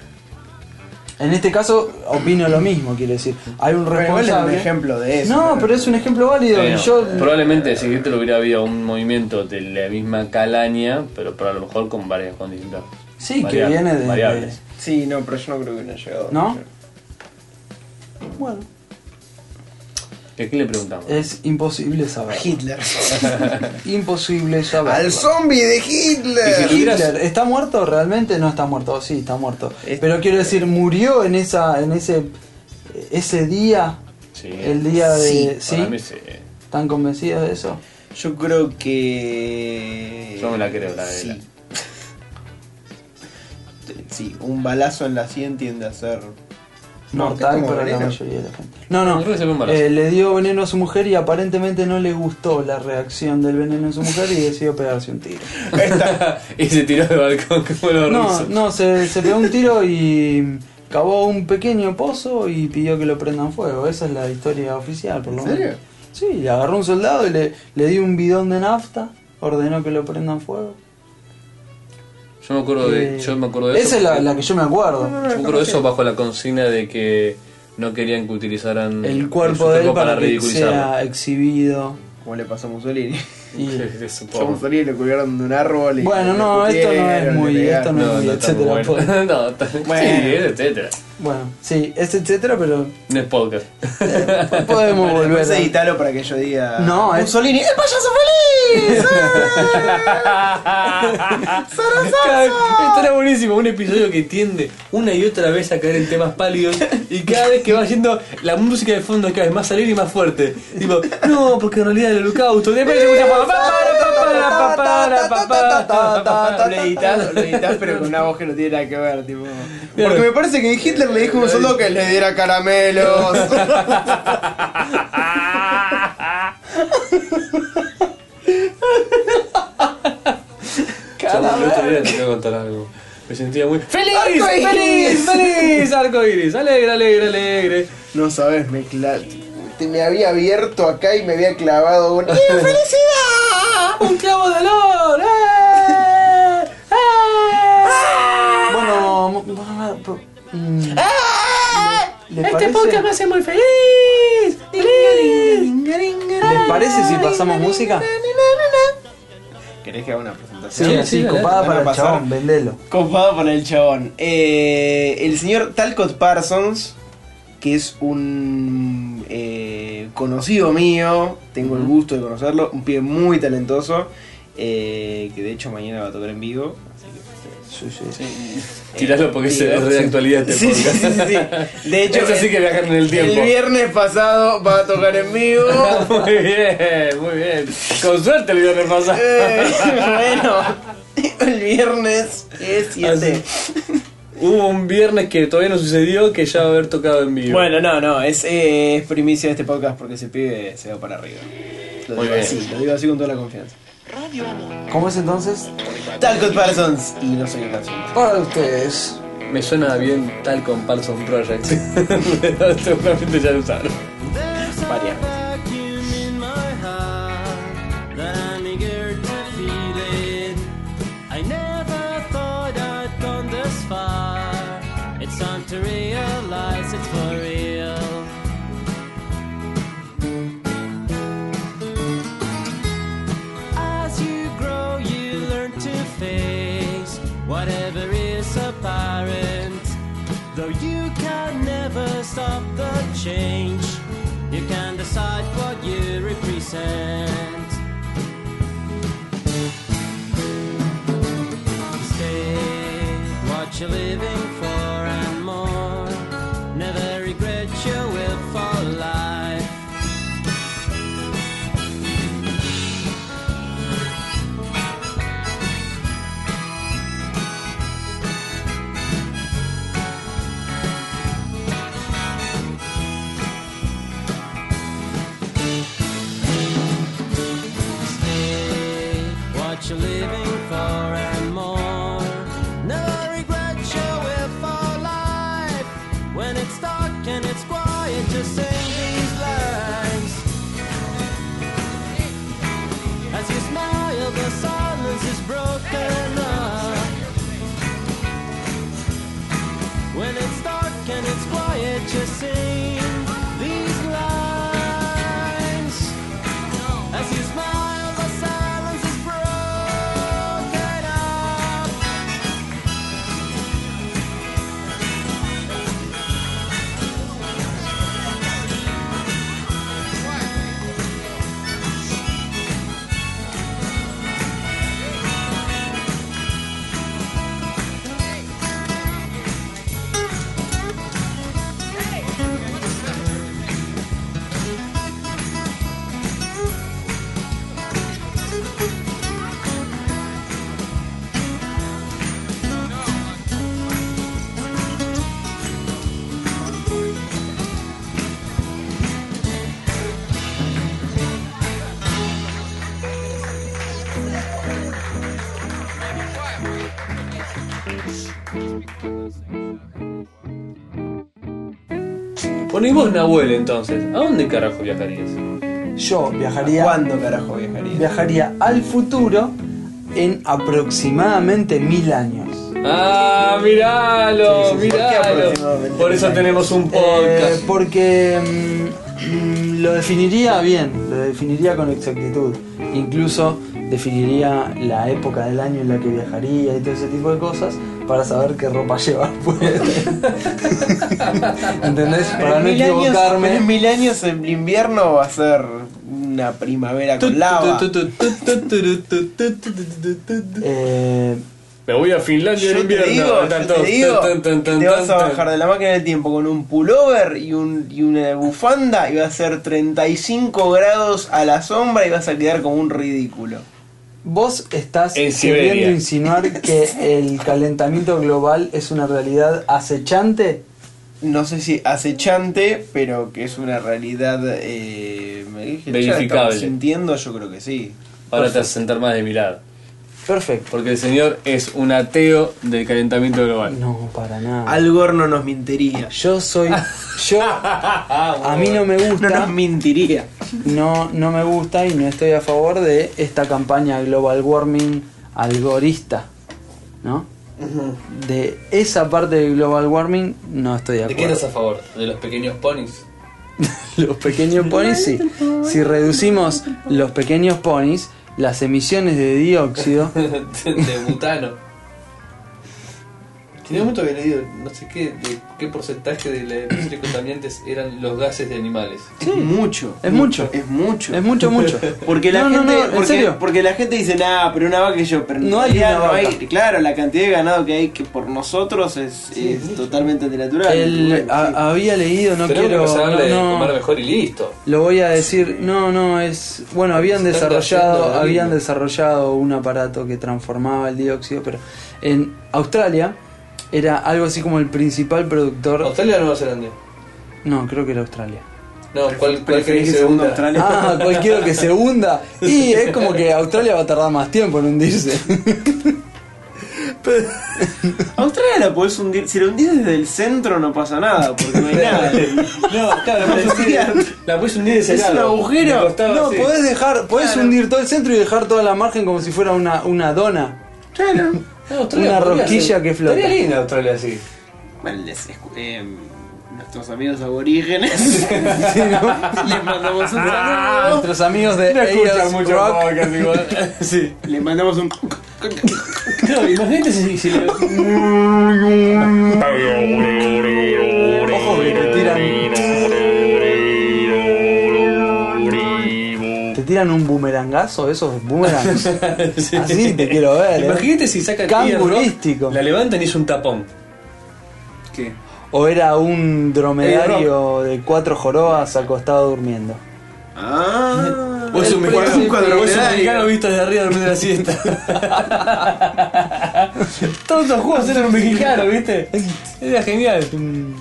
S1: En este caso, opino lo mismo, quiero decir. Hay un
S4: Pero igual es
S1: responsable.
S4: un ejemplo de eso.
S1: no, pero es un ejemplo válido. y
S2: Bueno,
S1: yo,
S2: probablemente si Hitler hubiera habido un movimiento de la misma calaña, pero para lo mejor con varias condiciones.
S1: sí, que viene de.
S2: variables.
S4: Sí, no, pero yo no creo que hubieran llegado.
S1: ¿No? Bueno,
S2: ¿A quién le preguntamos?
S1: es imposible saber.
S4: Hitler.
S1: Imposible saber.
S4: ¡Al zombie de Hitler!
S1: Hitler, ¿está muerto? ¿Realmente no está muerto? Sí, está muerto.
S4: Es-
S1: Pero quiero decir, murió en esa en ese ese día,
S2: Sí.
S1: el día de, sí,
S2: Para mí sí.
S1: ¿Están convencidos de eso?
S4: Yo creo que.
S2: Yo me la creo, la de
S4: Sí. Sí, un balazo en la 100 tiende a ser. No, que es
S1: Mortal
S4: como
S1: para la
S4: veneno.
S1: mayoría de la gente. No, no.
S2: Creo que se fue un balazo.
S1: eh, le dio veneno a su mujer y aparentemente no le gustó la reacción del veneno en su mujer y decidió pegarse un tiro.
S2: y se tiró del balcón como los
S1: No,
S2: rusos.
S1: no, se, se pegó un tiro y cavó un pequeño pozo y pidió que lo prendan fuego. Esa es la historia oficial, por lo
S4: ¿En serio?
S1: menos. Sí, le agarró un soldado y le, le dio un bidón de nafta, ordenó que lo prendan fuego.
S2: Yo me acuerdo de,
S1: Eh,
S2: yo me acuerdo de eso.
S1: Esa es la,
S2: porque-
S1: la que yo me acuerdo.
S2: Yo me acuerdo de eso bajo la consigna de que no querían que utilizaran
S1: El cuerpo de él
S2: cuerpo
S1: para que
S2: ridiculizarlo.
S1: sea exhibido.
S4: Como le pasó a Mussolini.
S1: Y,
S4: A
S2: Supongo.
S4: Mussolini lo colgaron de un árbol y.
S1: Bueno,
S4: le
S1: no, esto no es
S4: escupieron,
S1: muy-
S4: le
S1: esto
S4: pegaron.
S1: no es-
S2: No, no, está muy
S1: etcétera, pues.
S2: bueno. no, está- sí,
S4: Bueno.
S2: etcétera.
S1: bueno, sí, es etcétera, pero eh,
S2: No es podcast.
S1: podemos
S4: Bueno,
S1: volver.
S4: después
S1: a-
S4: editalo para que yo diga.
S1: No, es-
S4: Mussolini, ¡el payaso feliz! ¡Ah!
S2: Cada- Estará buenísimo, un episodio que tiende una y otra vez a caer en temas pálidos y cada vez que va yendo la música de fondo es cada vez más salir y más fuerte. Tipo, no, porque en realidad el holocausto. De repente se escucha pa- pa- pa- pa- pa- pa- pa- pa- pa- pa- pa-
S4: Lo editás, lo editás, pero con una voz que no tiene nada que ver, tipo. Porque me parece que Hitler le dijo a un soldado que le diera caramelos.
S2: Chabón, el otro día te voy a contar algo. Me sentía muy feliz,
S4: ¡Arcoiris!
S2: feliz, feliz, arcoiris, alegre, alegre, alegre.
S4: No sabes, me cla- te- me había abierto acá y me había clavado un. ¡Eh, felicidad!
S2: Un clavo de olor. ¡eh! ¡eh!
S1: Bueno, mo- mo- pro- mm, ¿le- les
S2: Este
S1: parece-
S2: podcast me hace muy feliz. feliz.
S1: ¿Les parece si pasamos música?
S4: ¿Querés que haga una presentación?
S1: Sí,
S2: Sí,
S1: sí,
S2: sí,
S1: copada para
S4: dale. Van a
S1: el
S4: pasar.
S1: chabón, vendelo.
S4: Copado por el chabón. Eh, el señor Talcott Parsons, que es un eh, conocido mío, tengo el gusto de conocerlo, un pibe muy talentoso, eh, que de hecho mañana va a tocar en vivo. así que,
S1: Sí, sí,
S5: Tiralo porque
S4: sí,
S5: se es
S4: sí.
S5: de actualidad este
S4: Sí, sí,
S5: podcast.
S4: sí, sí. De hecho,
S5: Es así que viajan en el tiempo.
S4: viernes pasado va a tocar en vivo.
S5: Muy bien, muy bien. Con suerte el viernes pasado.
S4: Eh, bueno, el viernes es 7.
S5: Hubo un viernes que todavía no sucedió que ya va a haber tocado en vivo.
S4: Bueno, no, no, es, eh, es primicia de este podcast porque ese pibe se va para arriba. Lo
S5: Muy
S4: digo
S5: bien.
S4: así, lo digo así con toda la confianza.
S1: ¿Cómo es entonces?
S4: Talcott Parsons y no sé qué canción.
S1: Para ustedes.
S5: me suena bien tal con Parson Project. Pero Seguramente ya lo usaron.
S4: Varias.
S2: I never thought I'd gone this far. It's time to realize it's for real. As you grow, you learn to face whatever is apparent. Though you can never stop the change, you can decide what you represent. Stay what you're living for and more. Never regret your will for life. what you're living for and more. No regret your will for life. When it's dark and it's quiet, just sing these lines. As you smile, the silence is broken up. When it's dark and it's quiet, just sing these lines. As you smile, the silence is broken up.
S5: Bueno, y vos, Nahuel, entonces, ¿a dónde carajo viajarías?
S1: Yo viajaría.
S4: ¿Cuándo carajo viajaría?
S1: Viajaría al futuro en aproximadamente mil años.
S5: ¡Ah, miralo!
S4: Sí, sí, sí. ¿Por qué
S5: ¡Miralo!
S4: aproximadamente
S5: Por eso
S4: mil años?
S5: tenemos un
S1: Eh,
S5: podcast.
S1: porque mm, mm, lo definiría bien, lo definiría con exactitud. Incluso definiría la época del año en la que viajaría y todo ese tipo de cosas para saber qué ropa llevar. pues. ¿Entendés? Para no
S4: En mil años-
S1: equivocarme.
S4: En mil años el invierno va a ser una primavera con lava.
S1: Eh,
S5: Me voy a Finlandia en
S4: Yo te
S5: invierno.
S4: digo, yo
S5: tanto,
S4: te digo,
S5: tan, tan, tan,
S4: te vas a
S5: tan, tan.
S4: bajar de la máquina del tiempo con un pullover y, un, y una bufanda y va a ser 35 grados a la sombra y vas a quedar como un ridículo.
S1: Vos estás
S5: En Siberia.
S1: queriendo insinuar que el calentamiento global es una realidad acechante.
S4: No sé si acechante, pero que es una realidad... Eh, me dije, ya la estamos
S5: Verificable.
S4: sintiendo, yo creo que sí.
S5: Ahora te vas a sentar más de mi lado.
S1: Perfecto.
S5: Porque el señor es un ateo del calentamiento global.
S1: No, para nada.
S4: Al Gorno nos mentiría.
S1: Yo soy. Yo.
S5: Ah,
S2: Ah,
S1: A mí no me
S4: No
S1: gusta.
S4: nos mentiría.
S1: No, no me gusta y no estoy a favor de esta campaña global warming algorista. ¿No? De esa parte del global warming no estoy de
S5: ¿De qué
S1: acuerdo.
S5: estás a favor? ¿De los pequeños ponis?
S1: los pequeños ponis, sí. Si reducimos los pequeños ponis, las emisiones de dióxido
S5: ¿De butano?
S2: Tenía un momento había leído no sé qué, de qué porcentaje de la- de los únicos contaminantes eran los gases de animales.
S4: Es mucho.
S1: Es mucho.
S4: Es mucho.
S1: Es mucho, mucho.
S4: Porque la
S1: No, no,
S4: gente,
S1: no, en
S4: porque,
S1: serio.
S4: porque la gente dice, nada, pero una vaca y yo, pero en
S1: No hay
S4: realidad
S1: una vaca.
S4: claro, la cantidad de ganado que hay que por nosotros es, es totalmente antinatural.
S1: El-
S4: Bueno,
S1: a-
S4: sí.
S1: había leído, no
S2: Tenemos que
S1: quiero.
S2: empezar a darle de
S1: no,
S2: comer mejor y listo.
S1: Lo voy a decir, no, no, es. Bueno, habían
S2: Se están
S1: desarrollado,
S2: cayendo de
S1: habían
S2: vino.
S1: desarrollado un aparato que transformaba el dióxido, pero en Australia era algo así como el principal productor.
S2: ¿Australia o Nueva Zelanda?
S1: No, creo que era Australia.
S2: No, ¿cuál, cuál
S4: Preferís
S2: crees que
S4: que
S2: se
S4: segundo
S2: hunda?
S4: Australia.
S1: Ah, cualquiera que se hunda. Y es como que Australia va a tardar más tiempo en hundirse.
S4: Australia la podés hundir, si la hundís desde el centro no pasa nada, porque no hay nada.
S2: No, claro, la puedes hundir, la puedes hundir de ese
S4: Es un
S2: lado.
S4: agujero.
S2: Me costaba
S1: No,
S2: así.
S1: podés dejar, podés
S4: Claro.
S1: hundir todo el centro y dejar toda la margen como si fuera una, una dona.
S4: Claro.
S2: No, Australia
S1: una
S2: podría
S1: rosquilla que flota.
S2: Estaría linda Australia así.
S4: Bueno, les escu- eh, nuestros amigos aborígenes
S1: ¿Sí, no?
S4: les mandamos un
S1: A
S4: saludo.
S1: nuestros amigos de Ellos Rock.
S2: sí.
S4: Les mandamos un
S2: No, imagínate si, si le...
S1: Ojo que te tiran. Te tiran un boomerangazo, esos boomerangs.
S2: Sí.
S1: Así te quiero ver, eh.
S2: Imagínate si saca
S1: Cambio
S2: Tier Rock,
S1: holístico.
S2: la levantan y es un tapón.
S4: ¿Qué?
S1: O era un
S2: Hey,
S1: dromedario de cuatro jorobas acostado durmiendo.
S4: Ah.
S2: O es un
S4: el
S2: mexicano,
S4: príncipe
S2: o es un
S4: dromedario.
S2: mexicano visto desde arriba durmiendo la siesta. Todos los juegos eran un mexicano, ¿viste? Era genial.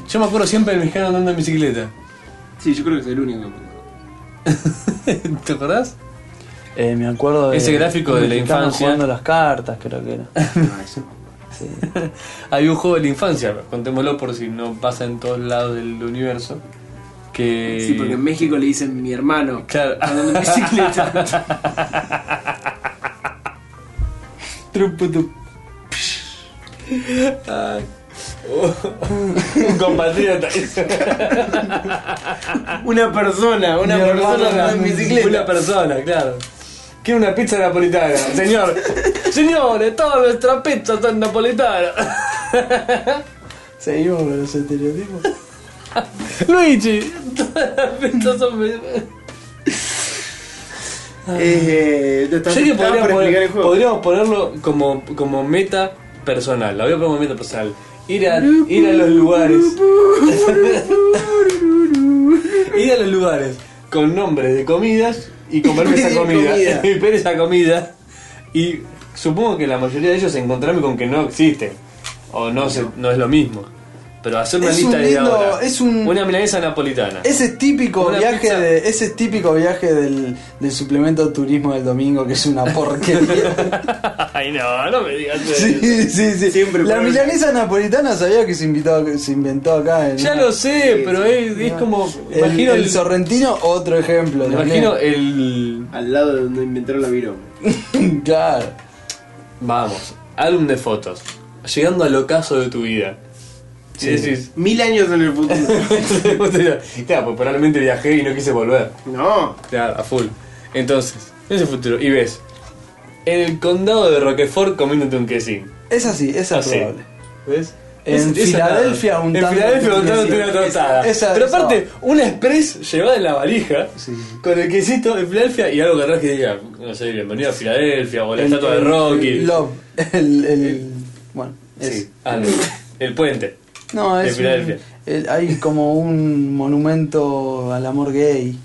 S2: Yo me acuerdo siempre del mexicano andando en bicicleta.
S4: Sí, yo creo que es el único.
S2: ¿Te acordás?
S1: Eh, me acuerdo de.
S2: Ese gráfico
S1: un
S2: de la
S1: mexicano
S2: infancia.
S1: jugando las cartas, creo que era. Sí.
S2: Había un juego de la infancia, contémoslo por si no pasa en todos lados del universo. Que...
S4: Sí, porque en México le dicen mi hermano.
S2: Claro.
S4: Andando en bicicleta.
S2: Ay. Oh. un compatriota.
S4: Una persona, una
S2: Mi
S4: persona
S2: hermano
S4: andando en bicicleta.
S2: Una persona, claro. Quiero una pizza napolitana, señor. Señores, todas nuestras pizzas son napolitanas.
S1: Seguimos con los estereotipos.
S2: Luigi, todas las pizzas son.
S4: Eh, te estás-
S2: Sé que
S4: estaba
S2: podríamos,
S4: por explicar
S2: poner-
S4: el juego.
S2: podríamos ponerlo como, como meta personal. La voy a poner como meta personal. Ir a, ir a los lugares. ir a los lugares con nombres de comidas y comerme esa
S4: pedir
S2: comida.
S4: comida.
S2: Y pedir esa comida. Y supongo que la mayoría de ellos encontrarme con que no existen. O no, se- no es lo mismo. Pero hacer una
S1: Es
S2: lista
S1: un
S2: de
S1: lindo-
S2: ahora.
S1: es un-
S2: Una milanesa napolitana.
S1: Ese es típico
S2: Una
S1: viaje
S2: pizza.
S1: de, ese es típico viaje del, del suplemento turismo del domingo que es una porquería.
S2: Ay, no, no me digas eso.
S1: sí, sí, sí.
S4: Siempre
S1: la
S4: por-
S1: milanesa napolitana sabía que se, invitó, que se inventó acá. En
S2: Ya
S1: una-
S2: lo sé, pero es, es como.
S1: El,
S2: imagino
S1: el
S2: el-
S1: sorrentino, otro ejemplo.
S2: Me
S1: también.
S2: imagino el.
S4: Al lado de donde inventaron la viroma.
S1: claro.
S2: Vamos, álbum de fotos. Llegando al ocaso de tu vida. Sí. decís.
S4: Mil años en el futuro.
S2: claro, pues probablemente viajé y no quise volver.
S4: no.
S2: Claro, a full. Entonces, ese futuro. Y ves. En el condado de Roquefort comiéndote un quesín.
S1: Es así, es
S2: Así.
S1: probable.
S2: ¿Ves?
S1: En
S2: Ah, Es- esa
S1: Filadelfia
S2: nada.
S1: untando-
S2: En Filadelfia untándote una
S1: Esa-
S2: tostada.
S1: esa-
S2: Pero
S1: esa-
S2: aparte, una express llevada en la valija,
S1: Sí.
S2: con el quesito de Filadelfia y algo que atrás que diga, no sé, bienvenido a Filadelfia o la
S1: El-
S2: estatua de
S1: el-
S2: Rocky.
S1: El, love. El, el- bueno, es-
S2: Sí, algo. El puente.
S1: No,
S2: De
S1: es. un-
S2: Filadelfia.
S1: el- hay como un monumento al amor gay.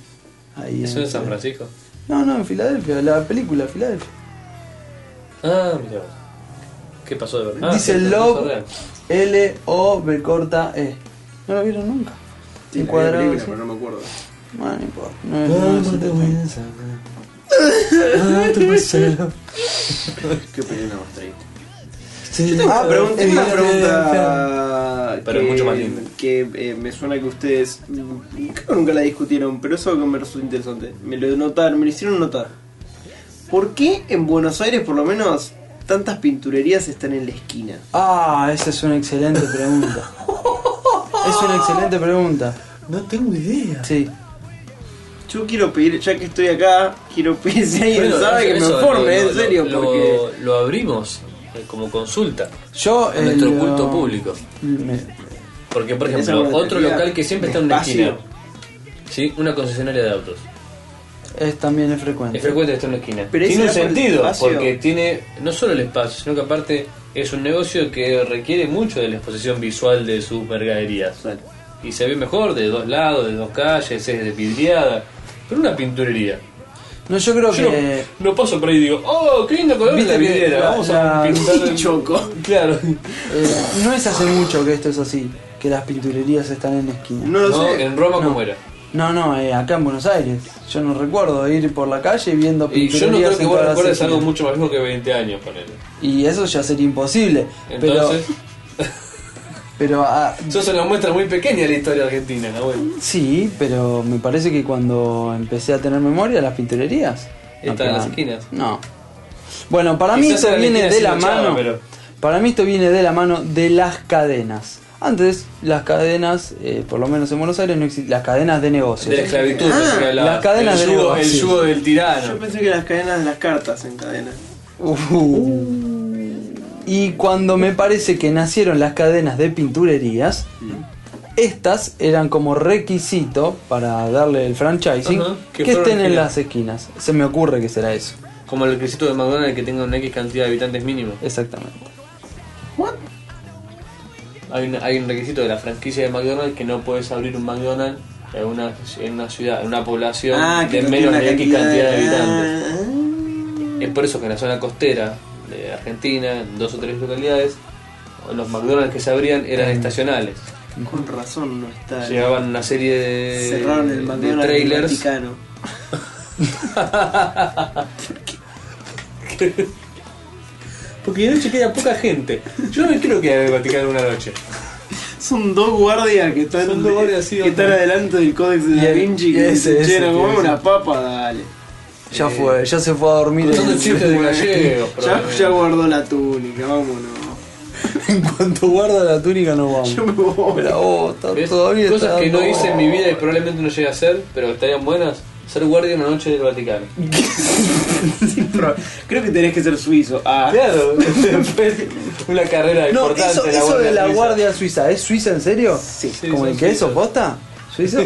S1: Ahí
S2: ¿Eso es San Francisco?
S1: No, no, en Filadelfia, la película Filadelfia.
S2: Ah, mira. ¿Qué pasó de verdad? Ah,
S1: Dice
S2: sí,
S1: Love.
S2: pasó real.
S1: L O B corta E. No lo vieron nunca. Un
S4: Sí, la vi en
S1: cuadrado,
S4: película,
S1: sí.
S4: pero no me acuerdo.
S1: Bueno, no importa. No es- no es interesante.
S4: ¿Qué opinión más triste?
S1: Ah,
S4: Ah, pregunta,
S1: es
S4: una
S1: más
S4: pregunta.
S2: Pero
S4: que-
S2: mucho más linda.
S4: Que eh, me suena que ustedes. mm, creo que nunca la discutieron, pero eso que me resultó interesante. Me lo notaron, me lo hicieron notar. ¿Por qué en Buenos Aires, por lo menos, tantas pinturerías están en la esquina?
S1: Ah, esa es una excelente pregunta. es una excelente pregunta.
S2: No tengo idea.
S1: Sí.
S4: Yo quiero pedir, ya que estoy acá, quiero pedir si alguien
S2: Bueno,
S4: sabe que me
S2: eso,
S4: informe,
S2: lo-
S4: en
S2: lo-
S4: serio,
S2: lo-
S4: porque.
S2: Lo abrimos eh, como consulta
S1: Yo.
S2: a nuestro
S1: el,
S2: culto
S1: uh,
S2: público.
S1: me-
S2: Porque, por
S4: Tenés
S2: ejemplo,
S4: algo de
S2: otro
S4: teoría
S2: local que siempre está en una
S4: espacio.
S2: esquina. ¿Sí? Una concesionaria de autos.
S1: es también es frecuente.
S2: Es frecuente que esté en una esquina.
S4: Pero
S2: tiene un
S4: ese era por el
S2: sentido,
S4: espacio.
S2: porque tiene no solo el espacio, sino que aparte es un negocio que requiere mucho de la exposición visual de sus mercaderías. Y se ve mejor de dos lados, de dos calles, es de vidriada. Pero una pinturería.
S1: No, yo creo
S2: Yo no-
S1: que.
S2: no, paso por ahí y digo, oh, qué lindo color de
S1: Viste
S2: la
S1: que
S2: vidriera.
S1: la-
S2: Vamos a
S1: la-
S2: pintar el
S4: Choco.
S2: Claro.
S1: eh, no es hace mucho que esto es así, que las pinturerías están en esquina.
S4: No lo
S2: No,
S4: sé.
S2: en Roma,
S1: No.
S2: ¿cómo era?
S1: No, no, eh, acá en Buenos Aires. Yo no recuerdo ir por la calle viendo
S2: Y
S1: pinturerías
S2: yo no creo que
S1: en
S2: vos
S1: todas las
S2: recuerdes algo
S1: esquinas.
S2: mucho más viejo que 20 años, ponele.
S1: Y eso ya sería imposible.
S2: Entonces,
S1: Pero, pero ah,
S2: eso es una muestra muy pequeña de la historia argentina, ¿no? Bueno.
S1: sí, pero me parece que cuando empecé a tener memoria, las pinturerías. no
S2: Están en las
S1: quedaban.
S2: esquinas.
S1: No. Bueno, para mí
S2: Quizás
S1: esto
S2: en la
S1: viene
S2: esquina
S1: de
S2: sí
S1: la
S2: lo echaba,
S1: mano.
S2: pero-
S1: Para mí esto viene de la mano de las cadenas. Antes las cadenas, eh, por lo menos en Buenos Aires, no existían. Las cadenas de negocios.
S2: De la esclavitud,
S4: Ah,
S2: pensé que hablabas.
S1: las cadenas
S2: el
S1: de
S2: yugo,
S1: negocio.
S2: el yugo del
S4: Yo
S2: tirano.
S4: pensé que las cadenas de las cartas en cadena.
S1: Uh. Y cuando me parece que nacieron las cadenas de pinturerías, estas eran como requisito para darle el franchising
S2: Ajá, que
S1: que,
S2: fueron
S1: estén en
S2: genial.
S1: las esquinas. Se me ocurre que será eso.
S2: Como el requisito de McDonald's que tenga una X cantidad de habitantes mínimo.
S1: Exactamente.
S2: Hay un, hay un requisito de la franquicia de McDonald's que no puedes abrir un McDonald's en una, en una ciudad, en una población de
S4: Ah, no
S2: menos
S4: tiene
S2: de
S4: la
S2: X cantidad de habitantes.
S4: habitantes.
S2: Es por eso que en la zona costera de Argentina, en dos o tres localidades, los McDonald's que se abrían eran estacionales.
S4: Con razón no está. el-
S2: Llegaban una serie de,
S4: Cerraron
S2: eh, de
S4: el McDonald's del
S2: trailers.
S4: Vaticano.
S2: Porque de noche queda poca gente. Yo no quiero quedar en el Vaticano una noche.
S4: Son dos guardias que están,
S2: Son dos guardias, sí,
S4: que
S2: hombre.
S4: están adelante del códex
S1: Y
S4: de Da
S1: el-
S4: Vinci.
S1: y
S4: Que
S1: ese,
S4: dicen,
S1: ese,
S4: che, no
S1: que
S4: comemos
S1: ese".
S4: una papa, dale.
S1: Ya
S2: Eh,
S1: fue, ya se fue a dormir.
S2: Contando
S1: en-
S2: el chiste de gallegos,
S4: Ya,
S2: probablemente.
S4: ya guardó la túnica, vámonos.
S1: en cuanto guarda la túnica no vamos.
S4: Yo me voy.
S1: Pero, oh, está-
S2: ¿Ves?
S1: todavía
S2: Cosas
S1: está
S2: que no
S1: dando-
S2: hice en mi vida y probablemente no llegue a hacer, pero que estarían buenas. Ser guardia una noche del Vaticano.
S4: Sí, pero Creo que tenés que ser suizo. Ah,
S2: Claro, una carrera
S1: No,
S2: importante.
S1: eso,
S2: la
S1: eso
S2: guardia
S1: de la
S2: suiza.
S1: guardia suiza, ¿es suiza en serio?
S4: Sí.
S2: Sí,
S1: ¿Como el
S2: son
S1: queso,
S2: suizos.
S1: posta? ¿Suizo?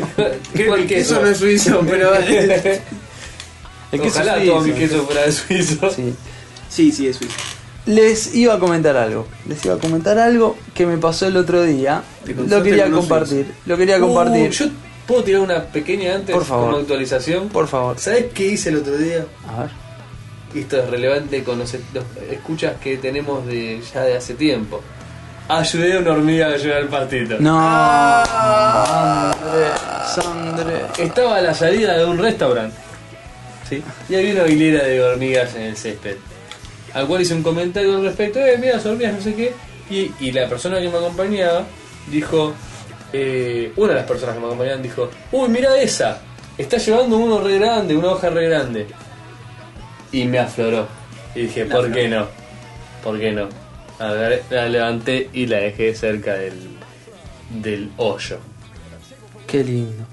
S2: Creo que el queso.
S4: Eso no es suizo, pero dale.
S1: El queso
S2: Ojalá
S1: suizo.
S2: todo mi queso fuera de suizo.
S1: Sí.
S4: Sí, sí, es suizo.
S1: Les iba a comentar algo. Les iba a comentar algo que me pasó el otro día.
S4: Te
S1: Lo
S4: cruzaste
S1: quería
S4: con unos
S1: compartir. Lo quería
S2: Uh,
S1: compartir.
S2: yo puedo tirar una pequeña antes
S1: Por favor.
S2: como actualización.
S1: Por favor.
S2: ¿Sabes qué hice el otro día?
S1: A ver.
S2: Y Esto es relevante con los, los escuchas que tenemos de ya de hace tiempo. Ayudé a una hormiga a llevar el pastito.
S1: No. Ah. Sandre. Sandre.
S2: Estaba a la salida de un restaurante. ¿sí? Y había una hilera de hormigas en el césped. Al cual hice un comentario al respecto, eh, mira las hormigas, no sé qué. Y, y la persona que me acompañaba dijo, eh, una de las personas que me acompañaban dijo, uy, mira esa, está llevando uno re grande, una hoja re grande. Y me afloró. Y dije, ¿por qué no? ¿Por qué no? A ver, la levanté y la dejé cerca del, del hoyo.
S1: Qué lindo.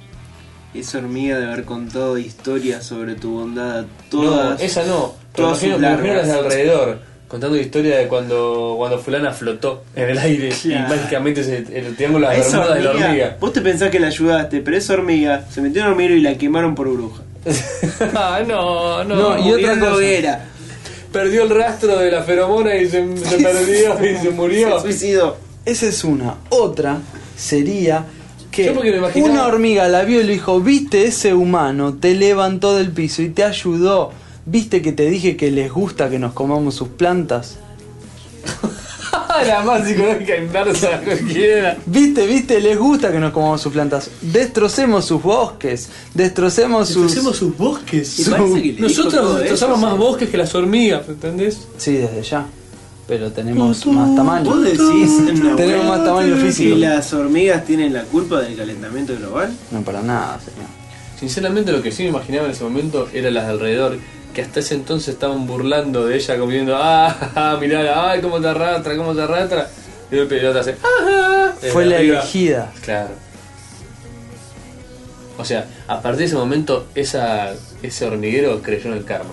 S4: Esa hormiga de haber contado historias sobre tu bondad,
S2: No,
S4: todas.
S2: esa no. Pero
S4: todas
S2: imagino,
S4: sus
S2: me imagino las
S4: largas.
S2: de alrededor, contando la historia de cuando, cuando fulana flotó en el aire
S4: Claro.
S2: y mágicamente se, el triángulo de las
S4: Esa
S2: bermudas de la hormiga.
S4: Vos te pensás que la ayudaste, pero esa hormiga se metió en el hormiguero y la quemaron por bruja.
S2: ah, no, no.
S1: No, y otra
S4: Murió en la
S1: cosa.
S4: hoguera.
S2: Perdió el rastro de la feromona y se, se perdió y se murió.
S4: Se suicidó.
S1: Esa es una. Otra sería que
S2: Yo porque me imaginaba-
S1: una hormiga la vio y le dijo, viste ese humano, te levantó del piso y te ayudó. ¿Viste que te dije que les gusta que nos comamos sus plantas?
S2: la más psicológica inversa de cualquiera.
S1: ¿Viste, viste? Les gusta que nos comamos sus plantas. Destrocemos sus bosques. Destrocemos sus...
S2: sus bosques.
S4: Y parece que le dijo todo
S2: Nosotros destrozamos
S4: eso,
S2: más bosques que las hormigas, ¿entendés?
S1: Sí, desde ya. Pero tenemos más tamaño.
S4: Vos decís, no,
S1: Tenemos más tamaño físico.
S4: ¿Que las hormigas tienen la culpa del calentamiento global?
S1: No, para nada, señor.
S2: Sinceramente lo que sí me imaginaba en ese momento eran las de alrededor, que hasta ese entonces estaban burlando de ella, como diciendo, ah, ja, ja, mirá, ay, cómo te arrastra, cómo te arrastra. Y de golpe la otra hace, ah, ja",
S1: Fue
S2: desde
S1: la
S2: arriba.
S1: elegida.
S2: Claro. O sea, a partir de ese momento, esa, ese hormiguero creyó en el karma.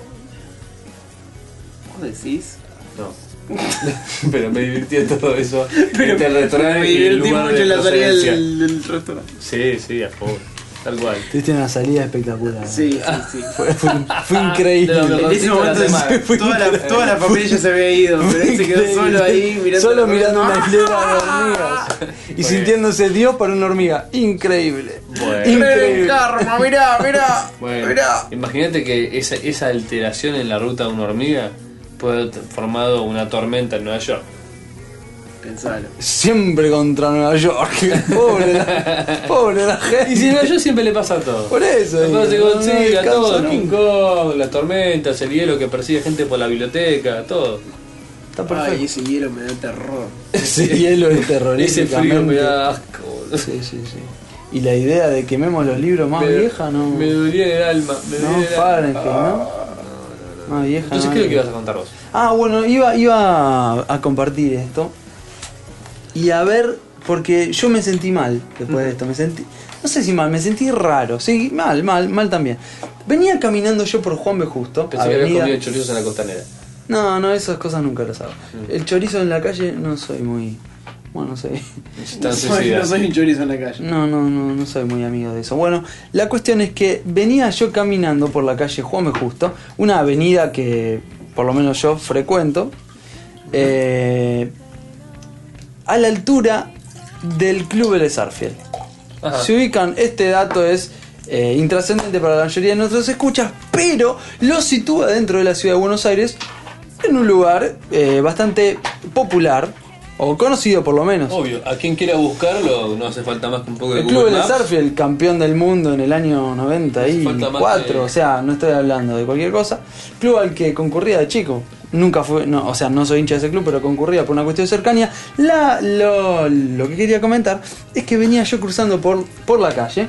S4: Vos decís.
S2: No. Pero me divirtió todo eso.
S4: Pero
S2: Este restaurante
S4: me
S2: y el
S4: divertí
S2: lugar
S4: mucho
S2: de
S4: en la tarea
S2: procedencia.
S4: del, del restaurante.
S2: Sí, sí, a favor. Tal cual.
S1: Tuviste una salida espectacular.
S4: Sí, sí, sí.
S1: Fue, fue- fue increíble.
S2: No, no, no.
S4: En ese momento
S1: Fue
S4: toda la, toda la familia se había ido, pero él se quedó solo ahí mirando. ¡Ah!
S1: Solo mirando una hilera de hormigas. Y sintiéndose Dios para una hormiga. Increíble.
S2: Bueno.
S1: Increíble.
S4: Karma, mirá, mirá,
S2: Bueno,
S4: mirá.
S2: imagínate que esa, esa alteración en la ruta de una hormiga puede haber formado una tormenta en Nueva York.
S4: Pensalo.
S1: Siempre contra Nueva York. Pobre la, pobre la gente.
S2: Y si en Nueva York siempre le pasa todo.
S1: Por eso.
S2: Las cosas se
S1: digo, no
S2: consigue,
S1: descansa
S2: todo,
S1: nunca.
S2: King Kong, las tormentas, el hielo que persigue gente por la biblioteca, todo.
S1: Está
S4: Ay,
S1: perfecto.
S4: ese hielo me da terror.
S1: Ese hielo es
S2: Ese
S1: terroríficamente.
S2: frío me da asco. boludo.
S1: Sí, sí, sí. Y la idea de quememos los libros más
S2: Me-
S1: vieja no.
S2: Me dolía en el alma, me
S1: no,
S2: dolía en el alma.
S1: Fahrenheit, ¿no? Más vieja.
S2: Entonces
S1: no
S2: creo
S1: hay.
S2: que ibas a contar vos.
S1: Ah, bueno, iba, iba a compartir esto. Y a ver, porque yo me sentí mal después de esto. Me sentí. No sé si mal, me sentí raro. Sí, mal, mal, mal también. Venía caminando yo por Juan B. Justo.
S2: Pensé que habías
S1: avenida-
S2: comido chorizos en la costanera.
S1: No, no, esas cosas nunca las hago. El chorizo en la calle no soy muy. Bueno, no sé.
S2: Están
S4: No soy, no
S2: suicidas.
S4: soy un chorizo en la calle.
S1: No, no, no, no soy muy amigo de eso. Bueno, la cuestión es que venía yo caminando por la calle Juan B. Justo, una avenida que por lo menos yo frecuento, eh, a la altura del Club Vélez Sarsfield.
S2: Ajá.
S1: Se ubican, este dato es eh, intrascendente para la mayoría de nuestros escuchas, pero lo sitúa dentro de la ciudad de Buenos Aires en un lugar eh, bastante popular, o conocido por lo menos.
S2: Obvio, a quien quiera buscarlo no hace falta más que un poco de
S1: El club
S2: Google
S1: del
S2: Maps.
S1: Sarfield, campeón del mundo en el año
S2: Falta más
S1: 94,
S2: que-
S1: o sea, no estoy hablando de cualquier cosa. Club al que concurría de chico. Nunca fue, no, o sea, no soy hincha de ese club, pero concurría por una cuestión de cercanía. La, lo, lo que quería comentar es que venía yo cruzando por, por la calle.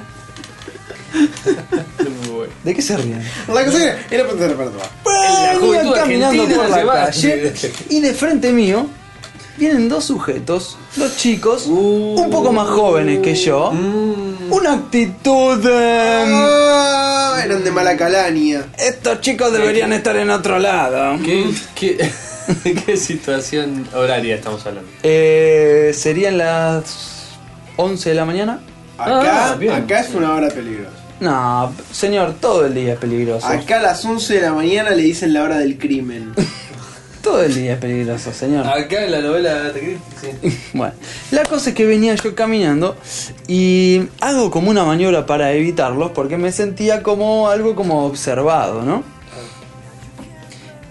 S1: ¿De qué se ríen?
S4: La cosa era, era para hacer repertorio.
S1: Venía
S2: juventud
S1: caminando
S2: argentina
S1: por la
S2: se va.
S1: calle y de frente mío vienen dos sujetos, dos chicos,
S2: Uh.
S1: un poco más jóvenes que yo.
S2: Mm.
S1: Una actitud... em,
S2: Mm.
S4: Ah, eran de mala calaña.
S1: Estos chicos deberían estar en otro lado.
S2: ¿Qué, qué, qué situación horaria estamos hablando?
S1: Eh, serían las 11 de la mañana.
S4: Acá,
S2: Ah, bien.
S4: acá es una hora peligrosa.
S1: No, señor, todo el día es peligroso.
S4: Acá a las 11 de la mañana le dicen la hora del crimen.
S1: Todo el día es peligroso, señor.
S2: Acá en la novela de Agatha Christie, sí.
S1: Bueno, la cosa es que venía yo caminando y hago como una maniobra para evitarlos porque me sentía como algo como observado, ¿no?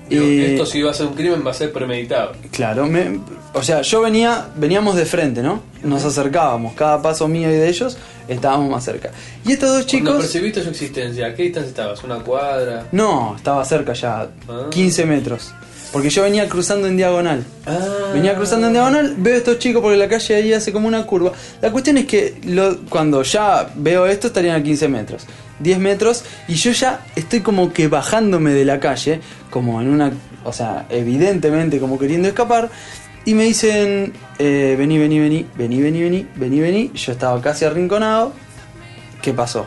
S2: Digo,
S1: Eh,
S2: Esto si va a ser un crimen va a ser premeditado.
S1: Claro, me- o sea, yo venía, veníamos de frente, ¿no? Nos acercábamos, cada paso mío y de ellos estábamos más cerca. Y estos dos
S2: Cuando
S1: chicos...
S2: percibiste su existencia, ¿a qué distancia estabas? ¿Una cuadra?
S1: No, estaba cerca ya,
S2: Ah.
S1: 15 metros. Porque yo venía cruzando en diagonal.
S2: Ah.
S1: Venía cruzando en diagonal, veo a estos chicos porque la calle ahí hace como una curva. La cuestión es que lo- cuando ya veo esto estarían a 15 metros, 10 metros, y yo ya estoy como que bajándome de la calle, como en una. O sea, evidentemente como queriendo escapar. Y me dicen, eh, vení, vení, vení, vení, vení, vení, vení, vení. Yo estaba casi arrinconado. ¿Qué pasó?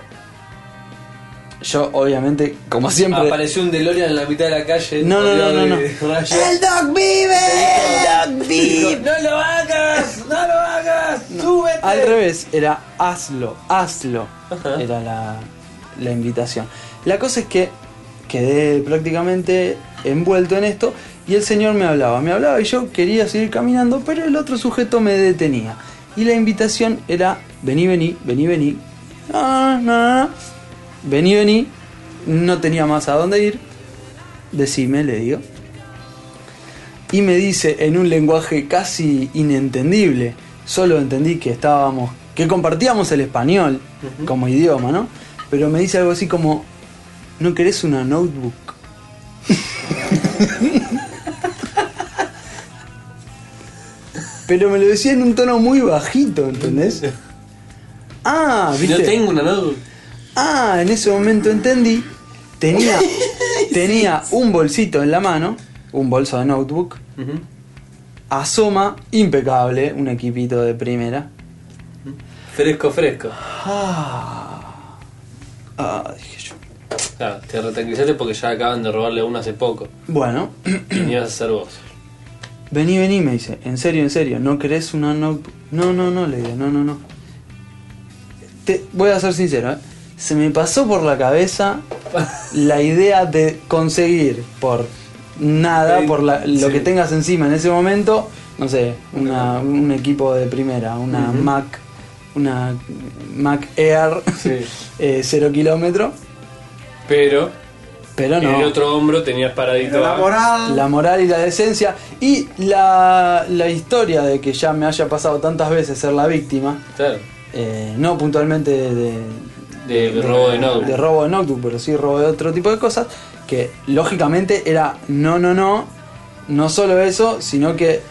S1: Yo, obviamente, como siempre.
S2: Apareció un DeLorean en la mitad de la calle.
S1: No, no, no, no, no.
S2: rodeado de rayos.
S1: ¡El Doc vive! ¡El Doc
S2: Dijo,
S1: vive!
S2: ¡No lo hagas! ¡No lo hagas! ¡Súbete!
S1: Al revés, era hazlo, hazlo. Era la, la invitación. La cosa es que quedé prácticamente envuelto en esto y el señor me hablaba, me hablaba y yo quería seguir caminando, pero el otro sujeto me detenía. Y la invitación era, vení, vení, vení, vení. No, no, no, no. Vení, vení. No tenía más a dónde ir. Decime, le digo. y me dice en un lenguaje casi inentendible. Solo entendí que estábamos, que compartíamos el español como idioma, ¿no? Pero me dice algo así como, ¿no querés una notebook? Pero me lo decía en un tono muy bajito, ¿entendés? Ah,
S2: No
S1: ¿viste?
S2: tengo una notebook.
S1: Ah, en ese momento entendí. Tenía, tenía un bolsito en la mano, un bolso de notebook. Asoma, impecable, un equipito de primera.
S2: Fresco, fresco.
S1: Ah, dije yo.
S2: Claro, te retranquilizaste porque ya acaban de robarle uno hace poco.
S1: Bueno,
S2: Y ibas a ser vos.
S1: Vení, vení, me dice. En serio, en serio. ¿No querés una notebook? No, no, no, le digo. No, no, no. Te, voy a ser sincero, ¿eh? Se me pasó por la cabeza la idea de conseguir por nada,
S2: Sí,
S1: por la- lo
S2: sí.
S1: que tengas encima en ese momento, no sé, una- un equipo de primera, una Mac, una Mac Air,
S2: Sí.
S1: eh, cero kilómetro,
S2: Pero
S1: pero no.
S2: en el otro hombro tenías paradito.
S4: La
S2: a-
S4: moral.
S1: La moral y la decencia. Y la, la historia de que ya me haya pasado tantas veces ser la víctima,
S2: Claro.
S1: eh, no puntualmente de,
S2: De robo de notebook.
S1: de robo de notebook, pero sí robo de otro tipo de cosas, que lógicamente era no, no, no, no solo eso, sino que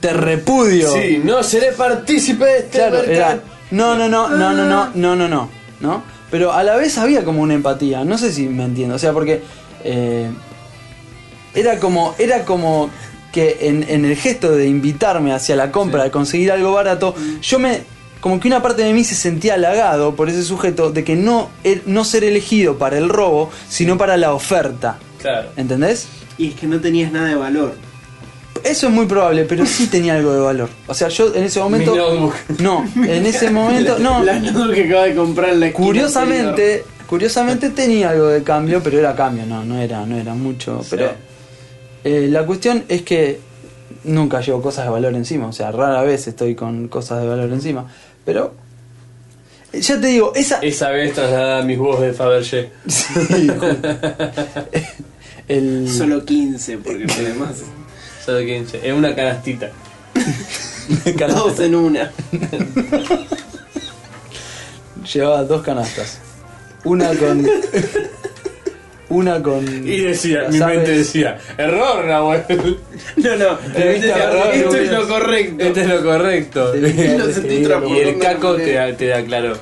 S1: te repudio.
S2: Sí, no seré partícipe de este
S1: Claro,
S2: mercado.
S1: era no, no, no, no, no, no, no, no, no, ¿no? Pero a la vez había como una empatía, no sé si me entiendo, o sea, porque eh, era como era como que en, en el gesto de invitarme hacia la compra, de conseguir algo barato, yo me como que una parte de mí se sentía halagado por ese sujeto de que no el- no ser elegido para el robo, sino para la oferta,
S2: Claro.
S1: ¿entendés?
S4: Y es que no tenías nada de valor.
S1: Eso es muy probable, pero sí tenía algo de valor. O sea, yo en ese momento
S2: Mi notebook.
S1: no, en ese momento no,
S4: La notebook que acaba de comprar en la esquina
S1: Curiosamente, curiosamente tenía algo de cambio, pero era cambio, no, no era, no era mucho. Pero eh, la cuestión es que nunca llevo cosas de valor encima, o sea, rara vez estoy con cosas de valor encima. Pero eh, ya te digo, esa
S2: Esa vez trasladada a mis voz de Fabergé.
S1: Sí, justo.
S4: anterior.
S1: el
S4: Solo 15, porque no hay más.
S2: Solo 15. Es una canastita.
S4: Dos en una.
S1: llevaba dos canastas. Una con una con
S2: Y decía, mi
S1: ¿sabes?
S2: mente decía, error, Este Nahuel.
S4: No, no.
S2: Debiste agarrar
S4: Esto Este es
S2: un-
S4: lo correcto.
S2: Esto Este es lo correcto.
S1: Debiste
S4: Lo sentí
S2: Y el
S4: transformando
S2: caco
S4: en-
S2: te, te aclaró.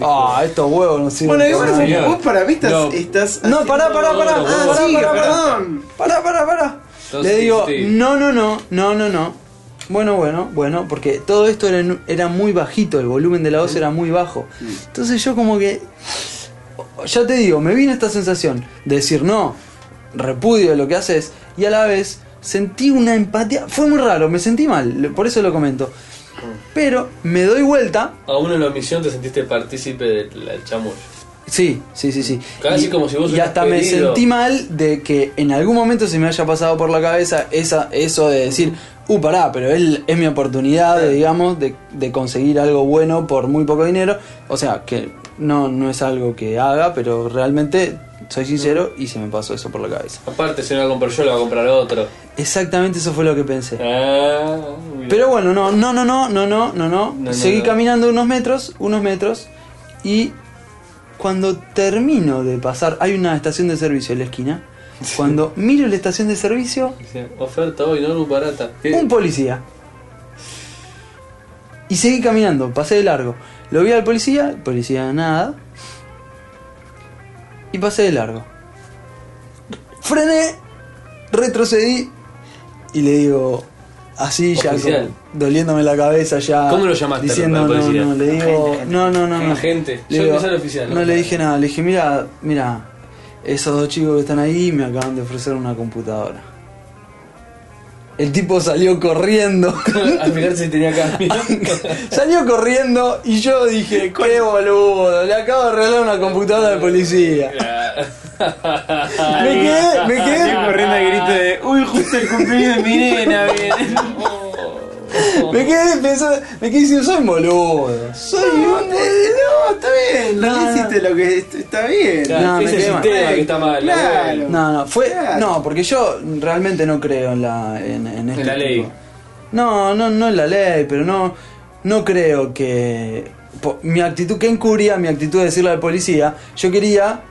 S1: Ah, estos huevos no sirven.
S4: Bueno,
S1: para
S4: igual
S1: nada.
S2: señor.
S4: vos para mí estás.
S2: No.
S4: estás
S1: No, pará, pará, pará.
S2: No,
S1: pará,
S2: no,
S4: Ah,
S1: pará,
S4: sí,
S1: pará,
S4: perdón.
S1: Pará, pará, pará.
S2: Dos
S1: Le digo,
S2: sixty.
S1: no, no, no, no, no, no. Bueno, bueno, bueno, porque todo esto era, en- era muy bajito, el volumen de la voz era muy bajo. Entonces yo como que, ya te digo, me vino esta sensación de decir no, repudio lo que haces y a la vez sentí una empatía, fue muy raro, me sentí mal, por eso lo comento. Pero me doy vuelta,
S2: Aún en la omisión te sentiste partícipe del del chamuyo.
S1: Sí, sí, sí, sí.
S2: Casi como si vos
S1: Y
S2: hubieras
S1: hasta me
S2: pedido.
S1: sentí mal de que en algún momento se me haya pasado por la cabeza esa, eso de decir, uh, pará, pero es, es mi oportunidad, de, digamos, de, de conseguir algo bueno por muy poco dinero. O sea, que no, no es algo que haga, pero realmente soy sincero
S2: Mm.
S1: y se me pasó eso por la cabeza.
S2: Aparte, si no la compro yo, la va a comprar otro.
S1: Exactamente eso fue lo que pensé.
S2: Ah, mira.
S1: Pero bueno, no, no, no, no, no, no, no, no.
S2: no,
S1: Seguí
S2: no.
S1: caminando unos metros, unos metros. Y cuando termino de pasar, hay una estación de servicio en la esquina. Cuando miro la estación de servicio,
S2: Decía, Oferta hoy, no, no barata. ¿Qué?
S1: un policía. Y seguí caminando, pasé de largo. Lo vi al policía, el policía nada. Y pasé de largo. Frené, retrocedí y le digo, así ya
S2: Oficial.
S1: como doliéndome la cabeza ya.
S2: ¿Cómo lo llamaste
S1: Diciendo,
S2: al
S1: no,
S2: policía?
S1: no, le digo, no, no, no, no.
S2: Agente.
S1: Le
S2: Yo
S1: digo,
S2: oficial, oficial,
S1: No
S2: no.
S1: le dije nada, le dije, mira, mira, esos dos chicos que están ahí me acaban de ofrecer una computadora. El tipo salió corriendo.
S2: Al final si tenía cambio.
S1: Salió corriendo y yo dije, qué boludo, le acabo de regalar una computadora de policía. Me quedé, me quedé,
S4: Estoy corriendo al grito de. Uy, justo el cumpleaños de mi nena, bien.
S1: me quedé pensando, me quedé diciendo, soy un boludo, soy un
S4: No, está bien.
S1: No, no.
S4: No, hiciste lo que. Está bien.
S2: Claro,
S1: No, me
S2: ese
S1: quedé mal.
S2: sistema que está mal.
S4: Claro.
S1: No, no, fue.
S4: Claro.
S1: No, porque yo realmente no creo en la. en, en este
S2: la ley.
S1: tipo. No, no, no en la ley, pero no. No creo que. po- mi actitud, que encubría mi actitud de decirle al policía, yo quería.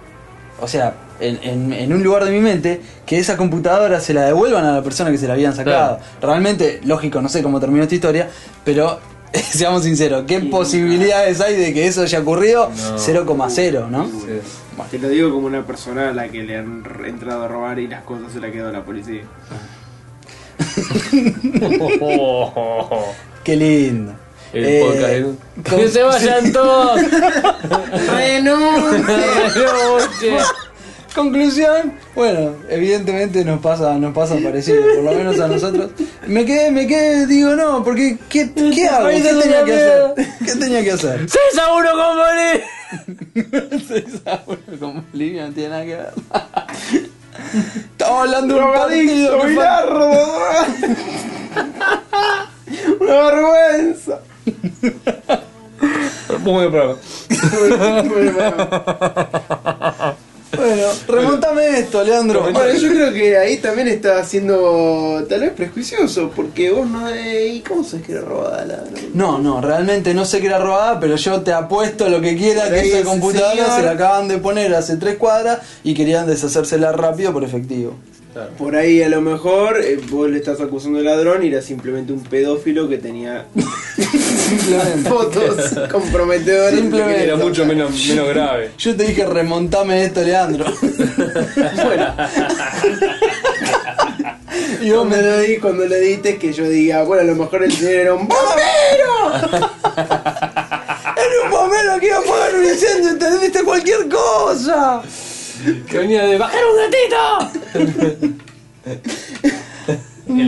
S1: O sea, en, en- en un lugar de mi mente, que esa computadora se la devuelvan a la persona que se la habían sacado. Realmente, lógico, no sé cómo terminó esta historia, pero. Seamos sinceros, ¿qué posibilidades hay de que eso haya ocurrido?
S2: No.
S1: 0,0, ¿no?
S2: Sí.
S1: Bueno.
S4: Te lo digo como una persona a la que le han r- entrado a robar y las cosas se la quedó la policía.
S1: Qué lindo.
S2: El
S1: Eh,
S2: podcast. ¿eh?
S1: con-
S2: ¡Que se vayan todos!
S4: ¡Renuncia!
S2: ¡Buenas noches!
S1: Conclusión, bueno, evidentemente nos pasa, nos pasa parecido, por lo menos a nosotros. Me quedé, me quedé, digo no, porque ¿qué, qué hago? ¿Qué
S4: país no
S1: tenía
S4: tenía
S1: que
S4: miedo.
S1: hacer? ¿Qué tenía que hacer?
S2: 6 a 1 con Bolivia.
S1: 6 a 1 con Bolivia no tiene nada que ver. Estamos hablando de un partido que fue-
S4: ¡Una vergüenza!
S2: Muy buen programa.
S1: Bueno, remontame esto, Leandro.
S4: Bueno,
S2: eh.
S4: yo creo que ahí también está siendo tal vez prejuicioso, porque vos no... eh, ¿Y cómo sabés que era robada la...
S1: No, no, realmente no sé que era robada, pero yo te apuesto lo que quiera que
S4: Sí,
S1: esa
S4: sí,
S1: computadora
S4: señor.
S1: se la acaban de poner hace tres cuadras y querían deshacérsela rápido por efectivo.
S4: Por ahí a lo mejor eh, vos le estás acusando de ladrón y era simplemente un pedófilo que tenía
S1: Simplemente.
S4: fotos comprometedoras.
S1: Simplemente.
S2: Era mucho menos, menos grave.
S1: Yo te dije remontame esto, Leandro.
S4: Bueno,
S1: Y vos
S4: me
S1: me
S4: lo di cuando le diste que yo diga, bueno, a lo mejor el señor era un bombero.
S1: ¡Era un bombero que iba a apagar un incendio! ¡Entendiste cualquier cosa!
S2: Que venía de bajar un gatito. en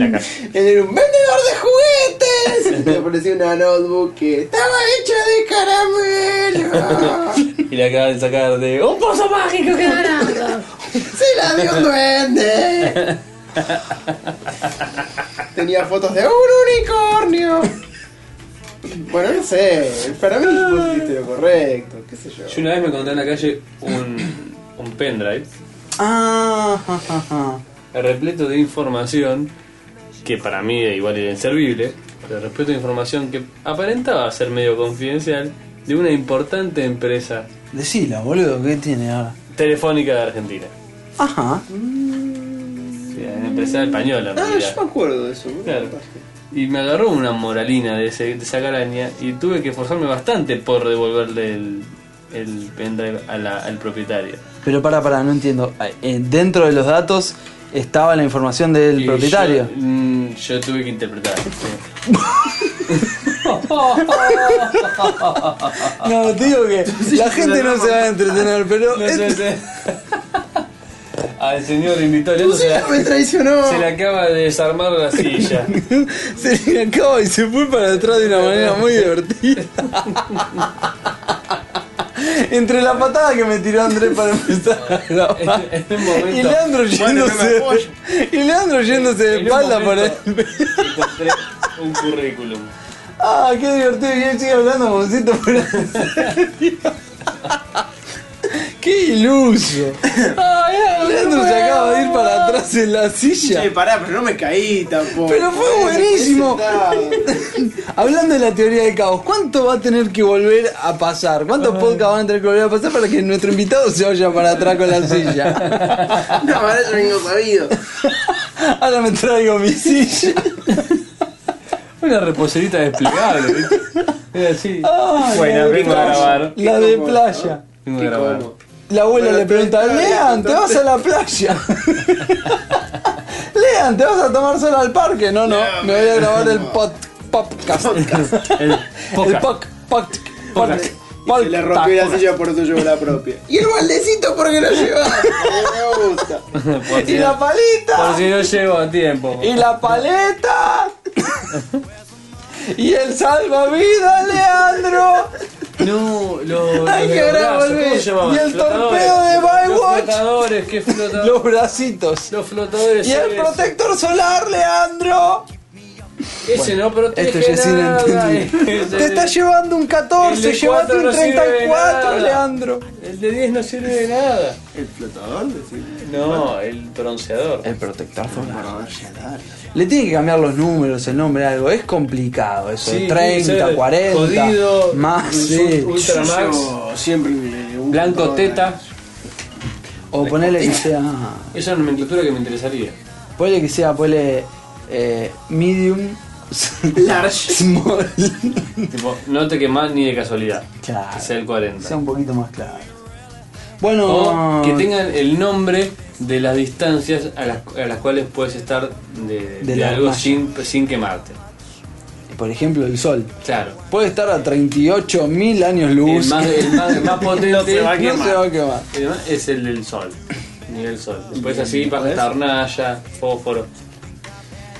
S2: la calle.
S4: Él era un vendedor de juguetes. Y te apareció una notebook que estaba hecha de caramelo.
S2: Y le acaban de sacar de un pozo mágico que gana.
S4: ¡Se la dio un duende! Tenía fotos de un unicornio. Bueno, no sé, para mí vos hiciste lo correcto, qué sé yo.
S2: Yo una vez me encontré en la calle un, un pendrive
S1: Ah, ja, ja, ja.
S2: repleto de información que para mí igual era inservible, pero repleto de información que aparentaba ser medio confidencial de una importante empresa
S1: Decila, boludo, ¿qué tiene ahora?
S2: telefónica de Argentina.
S1: Ajá.
S2: Sí, una empresa española. en
S4: Ah,
S2: realidad.
S4: yo me acuerdo de eso. vos me
S2: Claro.
S4: contaste.
S2: Y me agarró una moralina de, ese- de esa caraña y tuve que esforzarme bastante por devolverle el, el pendrive a la- al propietario.
S1: Pero para, para, no entiendo. Ah, eh, Dentro de los datos estaba la información del
S2: Y
S1: propietario.
S2: Yo, mm, yo tuve que interpretar.
S1: No, te digo que la gente no se va a entretener, pero. este esto-
S2: al señor invitó al otro, se, la,
S4: Me traicionó.
S2: se le acaba de desarmar la silla.
S1: Se le acaba y se fue para atrás de una manera muy divertida. Entre la patada que me tiró Andrés para empezar a grabar.
S2: En Este, un
S1: Y
S2: momento
S1: Leandro
S4: Bueno, no me
S1: yéndose,
S4: apoyo.
S1: y Leandro yéndose de
S2: En un
S1: espalda para
S2: momento- encontré un currículum.
S1: Ah, qué divertido. Y él sigue hablando como si esto fuera en serio. Qué iluso. Leandro se acaba de ir para atrás en la silla.
S4: Che, pará, pero no me caí tampoco.
S1: Pero fue
S4: Eh,
S1: buenísimo.
S4: me quedé sentado.
S1: Hablando de la teoría del caos, ¿cuánto va a tener que volver a pasar? ¿Cuántos podcasts van a tener que volver a pasar para que nuestro invitado se vaya para atrás con la silla?
S4: No, ahora yo vengo sabido.
S1: Ahora me traigo mi silla.
S2: Una reposerita desplegable, ¿viste? Era así.
S1: Ay, la
S2: bueno,
S1: de
S2: vengo a
S1: playa.
S2: grabar.
S1: La
S4: Qué
S1: de
S4: cómodo,
S1: playa.
S2: Vengo a
S4: Qué
S2: grabar.
S4: cómodo.
S1: La abuela
S4: Pero
S1: le pregunta,
S4: te- te-
S1: Lean, ¿te vas a la playa? Lean, ¿te vas a tomar sol al parque? No, no, me voy a grabar el pot, podcast.
S2: El
S1: El
S2: podcast.
S1: poc, poc, poc,
S4: Y se le rompió la
S1: podcast.
S4: silla por eso llevó la propia. Y el baldecito porque lo llevaba. Me gusta.
S2: Por si,
S1: Y la
S2: por
S1: palita.
S2: si no llego a tiempo.
S1: Y la paleta. Y el salvavidas, Leandro.
S2: No, los.
S1: Hay
S2: los
S1: que
S2: brazos,
S1: ahora volver.
S2: ¿cómo se llamaban?
S1: Y el
S2: Flotadores.
S1: torpedo de Baywatch.
S2: Los flotadores, qué flotadores.
S1: Los bracitos.
S2: Los flotadores.
S1: Y el
S2: eso.
S1: protector solar, Leandro.
S2: Ese este no Este
S1: Esto
S2: protege.
S1: Este ya es
S2: nada. eh.
S1: inentendible.
S2: Ese-
S1: Te estás llevando un
S2: El
S1: 14,
S2: de
S1: llevate
S2: cuatro
S1: un
S2: no sirve de
S1: 34,
S2: nada.
S1: Leandro.
S2: El de 10 no sirve de nada.
S4: El flotador, decís.
S2: No, el bronceador.
S1: El protector solar.
S4: Para llegar.
S1: Le tiene que cambiar los números, el nombre, algo. Es complicado eso.
S2: Sí,
S1: de
S2: tiene que
S1: 30,
S2: ser
S1: 40,
S2: jodido,
S1: más.
S2: un-
S1: sí.
S2: un- Ultramax.
S4: Yo Oh, siempre me gusta
S2: Blanco
S4: todo,
S2: teta.
S1: O ponerle que sea. ah,
S2: Esa es la nomenclatura que me interesaría.
S1: Ponele que sea, ponele. eh, medium.
S4: Large.
S1: Small.
S2: Tipo, no te quemás ni de casualidad.
S1: Claro.
S2: Que sea el
S1: Que
S2: 40.
S1: sea un poquito más claro. Bueno.
S2: O que tengan el nombre de las distancias a las, a las cuales puedes estar de,
S1: De
S2: de
S1: la
S2: algo
S1: malla.
S2: sin, sin quemarte.
S1: Por ejemplo, el sol.
S2: Claro.
S1: Puede estar a 38.000 años
S2: El
S1: luz.
S2: más, el más- el más potente
S1: No se va a quemar.
S2: el más- es el del sol. nivel sol. Después así pasa Tarnaya, fósforo.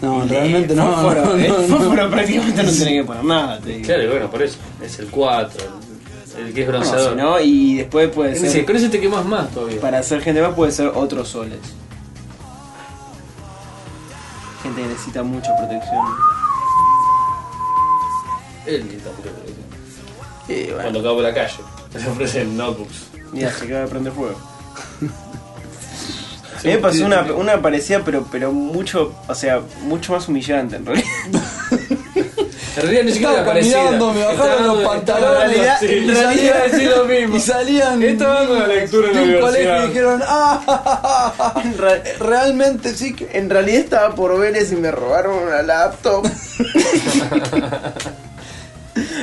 S1: No, realmente
S4: Eh,
S1: no.
S4: Fósforo,
S1: no,
S4: eh,
S1: no, no.
S4: fósforo prácticamente no tenés que poner nada, te digo.
S2: Claro, y bueno, por eso. Es el 4, el que es
S4: No,
S2: bronceador.
S4: si no, y después puede
S2: Ese-
S4: ser.
S2: con ese te quemas más todavía.
S4: Para hacer gente más puede ser otros soles. Gente que necesita mucha protección.
S2: Él que tampoco lo dice.
S1: Y bueno,
S2: Cuando cago por la calle, les ofrecen notebooks.
S4: Mira, se acaba de prender fuego. A mí me pasó una, una parecida, pero, pero mucho, o sea, mucho más humillante en realidad.
S2: En realidad ni siquiera
S1: Estaba
S2: era parecida.
S1: caminando, me bajaron
S2: Estaba-
S1: los pantalones.
S2: estaba-
S1: Sí,
S2: En
S1: y
S2: realidad,
S1: salía-
S2: iba a decir lo mismo.
S1: Y salían
S2: Estaba dando una lectura en la
S1: de un colegio
S2: universidad.
S1: y dijeron, ah,
S4: En ra-
S1: realmente sí que...
S4: En realidad estaba por Vélez y me robaron una laptop.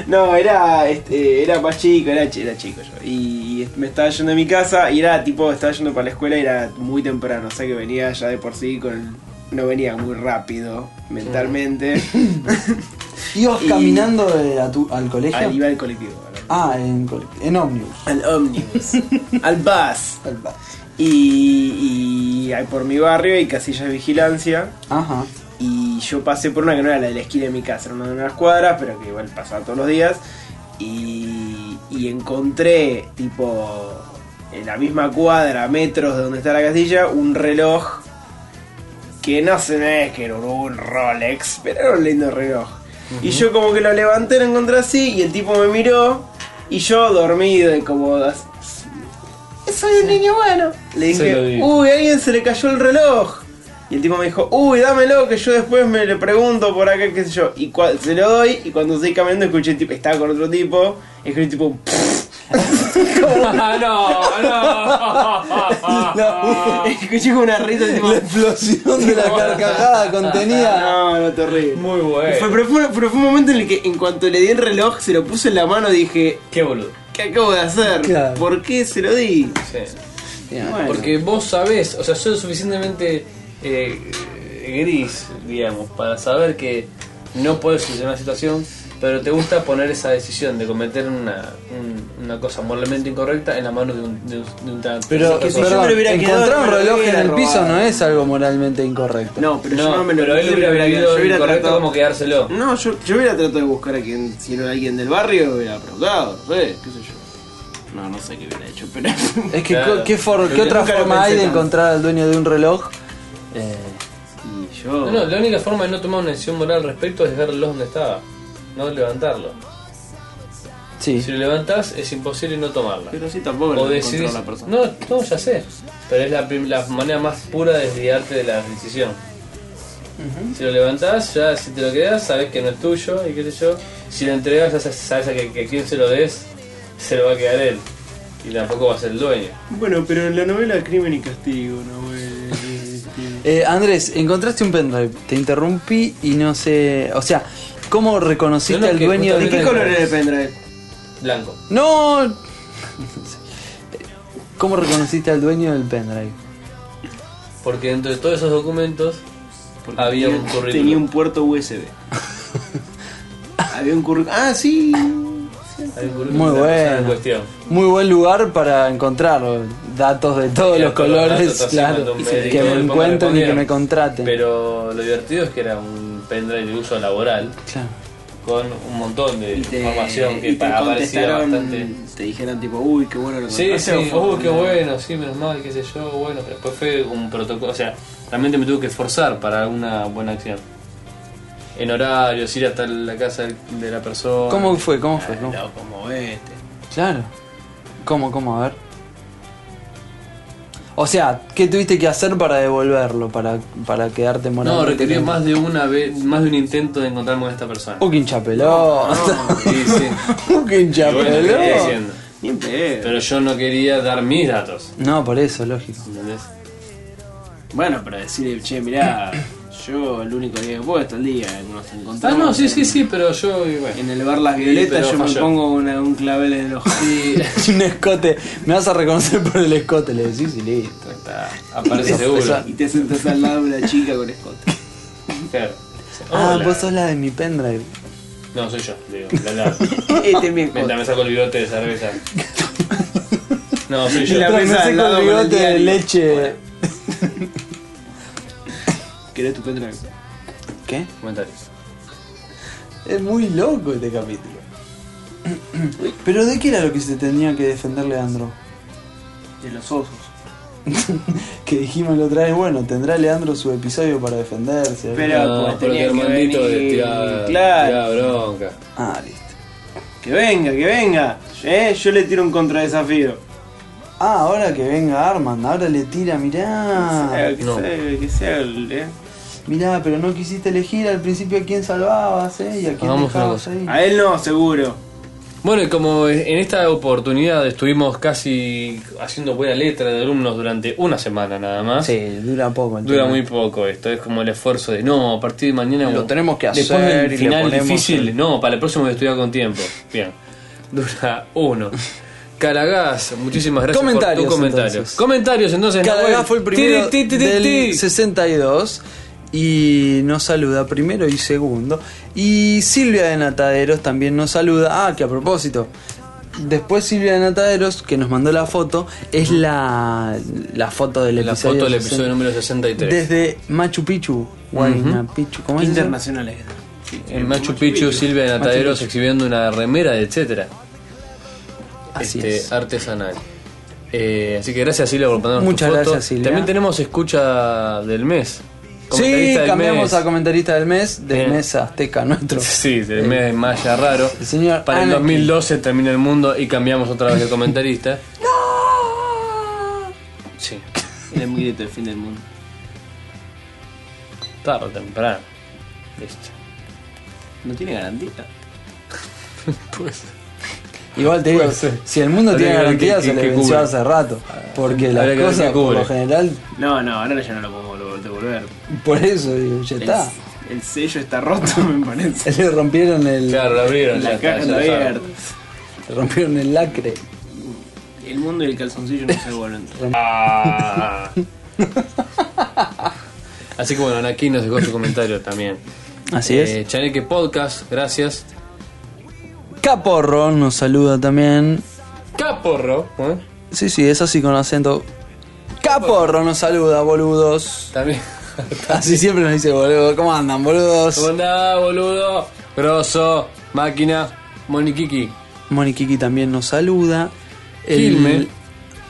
S4: no, era, este, era más chico, era, chi- era chico yo. Y, y me estaba yendo de mi casa y era tipo, estaba yendo para la escuela y era muy temprano. O sea que venía ya de por sí con... No venía muy rápido mentalmente.
S1: ¿Ibas
S4: Y-
S1: caminando de- a tu- al colegio?
S4: al, iba al colectivo. al-
S1: Ah, en, cole- en ómnibus.
S4: Al ómnibus. al bus.
S1: Al ba-
S4: Y, y ahí por mi barrio hay casillas de vigilancia.
S1: Ajá.
S4: Y yo pasé por una que no era la de la esquina de mi casa, era una de unas cuadras, pero que igual pasaba todos los días. Y, y encontré, tipo, en la misma cuadra, a metros de donde está la casilla, un reloj que no sé, no es que era un Rolex, pero era un lindo reloj. Y yo como que lo levanté, lo encontré así, y el tipo me miró, y yo dormido y como... as- Soy un niño bueno. Le
S2: Se lo
S4: dije,
S2: dije.
S4: uy, a alguien se le cayó el reloj. Y el tipo me dijo, uy, dámelo, que yo después me le pregunto por acá, qué sé yo. Y cua- se lo doy, y cuando estoy caminando escuché, tipo, estaba con otro tipo, escuché tipo... un
S2: Ah,
S4: Ah,
S2: no, no.
S4: escuché como una risa tipo... "Ah,
S1: La explosión de la carcajada contenía...
S4: No, no, terrible.
S2: Muy
S4: Fue,
S2: bueno.
S4: pero, fue, pero fue un momento en el que en cuanto le di el reloj, se lo puse en la mano y dije,
S2: Qué boludo.
S4: ¿qué acabo de hacer?
S1: Claro.
S4: ¿Por qué se lo di?
S2: Sí.
S1: Bien.
S4: Bueno.
S2: Porque vos sabés, o sea, soy suficientemente eh, gris, digamos, para saber que no puedes solucionar la situación, pero te gusta poner esa decisión de cometer una, un- una cosa moralmente incorrecta en la mano de un, de un, de un tan-
S1: Pero,
S2: tercera
S4: yo
S1: perdón,
S4: me lo hubiera quedado,
S1: encontrar un
S4: me lo
S1: reloj en
S4: hubiera
S1: el piso
S4: robado.
S1: no es algo moralmente incorrecto.
S4: No, pero yo
S2: No,
S4: no me lo
S2: pero él
S4: yo
S2: hubiera vivido
S4: yo hubiera
S2: incorrecto
S4: tratado-
S2: como quedárselo.
S4: No, yo, yo hubiera tratado de buscar a quien, si era alguien del barrio, hubiera preguntado, no sé, qué sé yo. No, no sé qué hubiera hecho, pero...
S1: Es que
S2: Claro.
S1: co- ¿qué, for-
S2: Yo
S1: qué otra
S4: nunca lo
S1: forma
S4: pensé
S1: hay de
S4: tanto.
S1: encontrar al dueño de un reloj? Eh,
S4: y yo...
S2: No, no, la única forma de no tomar una decisión moral al respecto es dejar el reloj donde estaba, no levantarlo.
S1: sí.
S2: Si lo levantás es imposible no tomarla.
S4: Pero sí tampoco
S2: O
S4: lo
S2: decidís...
S4: encontró la persona.
S2: No, no, ya sé. Pero es la, prim- la manera más pura de desviarte de la decisión. Si lo levantás, ya si te lo quedas, sabes que no es tuyo y qué sé yo. Si lo entregas, ya sabes a que, que quien se lo des, se lo va a quedar él. Y tampoco va a ser el dueño.
S4: Bueno, pero en la novela Crimen y Castigo, no, eh, este,
S1: Eh, Andrés, encontraste un pendrive. Te interrumpí y no sé. O sea, ¿cómo reconociste
S2: No, no,
S1: al
S2: que
S1: dueño
S2: justamente-
S1: del reloj?
S4: ¿De qué color era el pendrive?
S2: Blanco.
S1: No. ¿Cómo reconociste al dueño del pendrive?
S2: Porque dentro de todos esos documentos
S4: Porque
S2: había
S4: tenía-
S2: un currículum.
S4: Tenía un puerto USB. había un currículum. Ah, sí.
S2: Hay un currículum
S1: Muy
S2: de la persona
S1: bueno.
S2: en cuestión.
S1: Muy buen lugar para encontrar datos de todos
S2: Sí,
S1: los
S2: todos los
S1: colores,
S2: datos,
S1: claro,
S2: así, mando un
S1: que
S2: mail,
S1: me encuentren
S2: pongo,
S1: y que
S2: respondieron.
S1: me contraten.
S2: Pero lo divertido es que era un pendrive de uso laboral
S1: Claro.
S2: con un montón de
S4: Y te,
S2: Eh, información que
S4: y te
S2: pa- parecía
S4: contestaron,
S2: bastante.
S4: Te dijeron tipo, uy, qué bueno lo
S2: Sí, sí,
S4: encontraste, o
S2: oh,
S4: fue
S2: qué
S4: una-
S2: bueno, sí, menos mal, qué sé yo, bueno, pero después fue un protocolo, o sea, realmente me tuve que esforzar para una buena acción. En horarios, ir hasta la casa del- de la persona.
S1: ¿Cómo fue? ¿Cómo fue?
S4: Ah,
S1: ¿Cómo?
S4: no, como este.
S1: Claro. ¿Cómo, cómo? A ver. O sea, ¿qué tuviste que hacer para devolverlo? Para, para quedarte morado.
S2: No, requirió más de una vez, más de un intento de encontrarme con esta persona.
S1: Un quinchapelón.
S2: Sí, sí.
S1: Un
S2: Y bueno, ¿qué estoy
S1: quinchapelón.
S2: diciendo?
S4: Ni en pedo.
S2: Pero yo no quería dar mis datos,
S1: No, por eso, lógico.
S2: ¿entendés?
S4: Bueno, pero decirle, che, mirá, yo el único día que puedo está el día, eh, nos
S2: Ah,
S4: encontramos.
S2: no, sí,
S4: en-
S2: sí, sí, pero yo, y bueno.
S4: En el bar Las
S2: Sí,
S4: Violetas
S2: pero
S4: yo me
S2: falló.
S4: pongo una- un clavel en el ojo.
S1: Un escote. Me vas a reconocer por el escote, le decís y listo.
S2: Está- Aparece seguro.
S1: Esa-
S4: y te sentas al lado de una chica con escote.
S2: Claro.
S1: Ah,
S2: Hola.
S1: vos sos la de mi pendrive.
S2: No, soy yo, le digo, la- la-
S4: este es mi
S2: Mientras
S4: escote.
S2: me saco el bigote de cerveza.
S6: No, soy
S4: Y
S6: yo.
S4: la- mesa
S1: Travesé
S4: al
S1: con el
S4: lado con el
S1: bigote de
S4: diario.
S1: leche.
S4: ¿Querés tu Patreon?
S1: ¿Qué?
S6: Comentarios.
S1: Es muy loco este capítulo. Pero ¿de qué era lo que se tenía que defender Leandro?
S4: De los osos.
S1: Que dijimos la otra vez, bueno, tendrá Leandro su episodio para defenderse.
S4: Pero pues,
S6: porque
S4: tenía que
S6: Armandito
S4: venir.
S6: tiraba
S4: Claro.
S6: tiraba bronca.
S1: Ah, listo.
S4: Que venga, que venga. Eh, yo le tiro un contradesafío.
S1: Ah, ahora que venga Armand, ahora le tira, mirá.
S4: Eh, que
S6: no.
S4: sea, que sea el, eh.
S1: Mirá, pero no quisiste elegir al principio a quién salvabas, ¿eh? Y a quién
S6: Hagamos una
S1: dejabas
S6: cosa.
S1: ahí.
S4: A él no, seguro.
S6: Bueno, y como en esta oportunidad estuvimos casi haciendo buena letra de alumnos durante una semana nada más.
S1: dura poco. el
S6: Dura
S1: tema.
S6: muy poco esto, es como el esfuerzo de no, a partir de mañana
S7: Lo tenemos que
S6: después
S7: hacer
S6: del
S7: y le
S6: final
S7: ponemos
S6: difícil,
S7: el-
S6: no, para el próximo voy a estudiar con tiempo. Bien. Dura uno. Caragás, muchísimas gracias
S1: Comentarios,
S6: por tus comentarios.
S1: entonces.
S6: Comentarios entonces.
S1: Cada
S6: Nahuel.
S1: fue el primero
S6: Tiri, ti, ti, ti, ti.
S1: del 62 y nos saluda primero y segundo. Y Silvia de Nataderos también nos saluda. Ah, que a propósito. Después Silvia de Nataderos, que nos mandó la foto, es la, la foto del
S6: La
S1: episodio.
S6: foto del
S1: 60.
S6: episodio número 63.
S1: Desde Machu Picchu, Huayna Picchu, ¿cómo es eso?
S4: Internacionales.
S6: En Machu Picchu, Silvia de Nataderos exhibiendo una remera, de etcétera.
S1: Así
S6: este,
S1: es.
S6: Artesanal. Eh, así que gracias Silvia por ponernos
S1: Muchas
S6: tu foto.
S1: gracias, Silvia.
S6: También tenemos escucha del mes.
S1: Sí,
S6: Comentarista del
S1: cambiamos
S6: mes.
S1: a comentarista del mes, del
S6: Bien.
S1: mes azteca nuestro.
S6: Sí, del mes de Maya raro.
S1: El señor
S6: Para el
S1: Anakin.
S6: 2012 termina el mundo y cambiamos otra vez de comentarista. ¡No! Sí,
S4: Era muy grito el fin del mundo.
S6: tarde o temprano. Listo.
S4: No tiene garantía.
S6: Pues,
S1: Igual te digo,
S6: Puede ser.
S1: si el mundo
S6: Habría
S1: tiene
S6: que ver
S1: garantía
S6: qué-
S1: se
S6: qué-
S1: le
S6: qué
S1: venció
S6: cubre. Ah,
S1: hace rato. Porque
S6: Habría
S1: las
S6: que ver qué
S1: cosas por lo
S6: cubre.
S1: general,
S4: No, no, ahora ya no lo podemos devolver.
S1: por eso digo, ya
S4: El,
S1: está.
S4: el sello está roto, me parece.
S1: Le rompieron el.
S6: claro, lo abrieron. ya
S4: La
S6: está,
S4: caja
S6: ya
S4: está
S6: lo saben.
S4: abierta.
S1: Le rompieron el lacre.
S4: El mundo y el calzoncillo no se vuelven.
S6: Ah. Así que bueno, aquí nos dejó su comentario también.
S1: Así
S6: Eh, Chaneque Podcast, gracias.
S1: es. Caporro nos saluda también.
S6: Caporro, ¿eh?
S1: Sí, sí, es así con acento. Caporro nos saluda, boludos.
S6: También.
S1: Así siempre nos dice, boludo. ¿Cómo andan,
S6: ¿Cómo
S1: boludos?
S6: andás, boludo? Grosso, máquina, Moniquiqui.
S1: Moniquiqui también nos saluda. El-
S6: Filme,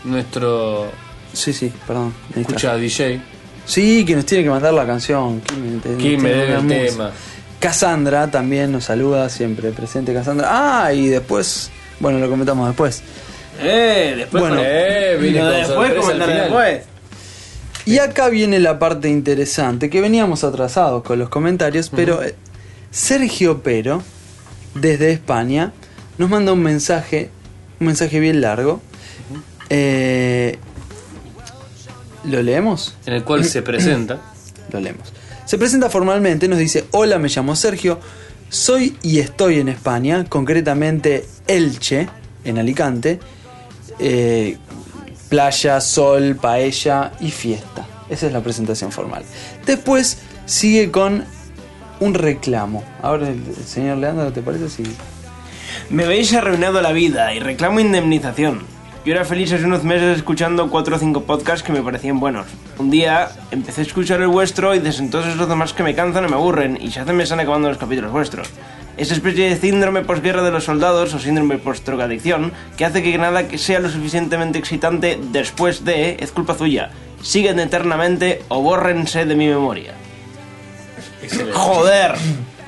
S6: nuestro
S1: Sí, sí, perdón. me distraje.
S6: escucha DJ,
S1: Sí, que nos tiene que mandar la canción. Quilmes, te- nos tiene
S6: Quilmes,
S1: que
S6: debe
S1: mandar
S6: el
S1: música.
S6: tema.
S1: Cassandra también nos saluda, siempre presente Cassandra. Ah, y después, bueno, lo comentamos después.
S4: Eh, después
S1: Bueno,
S4: con-
S6: eh, vine
S4: Lo
S6: con
S4: de después,
S6: sorpresa al
S4: comentar
S6: final.
S4: después.
S1: Y acá viene la parte interesante, que veníamos atrasados con los comentarios, pero eh, Sergio Pero, desde España, nos manda un mensaje, un mensaje bien largo. Eh, ¿Lo leemos?
S6: en el cual se presenta.
S1: Lo leemos. Se presenta formalmente, nos dice, hola, me llamo Sergio, soy y estoy en España, concretamente Elche, en Alicante. Eh, playa, sol, paella y fiesta. Esa es la presentación formal. Después sigue con un reclamo. Ahora, el el señor Leandro, ¿te parece? Sí.
S4: Me veis arruinado la vida y reclamo indemnización. Yo era feliz hace unos meses escuchando cuatro o cinco podcasts que me parecían buenos. Un día empecé a escuchar el vuestro y desde entonces los demás que me cansan y me aburren y ya se me están acabando los capítulos vuestros. Esa especie de síndrome posguerra de los soldados o síndrome post-drogadicción que hace que nada que sea lo suficientemente excitante después de es culpa suya. Siguen eternamente o bórrense de mi memoria. ¡Joder!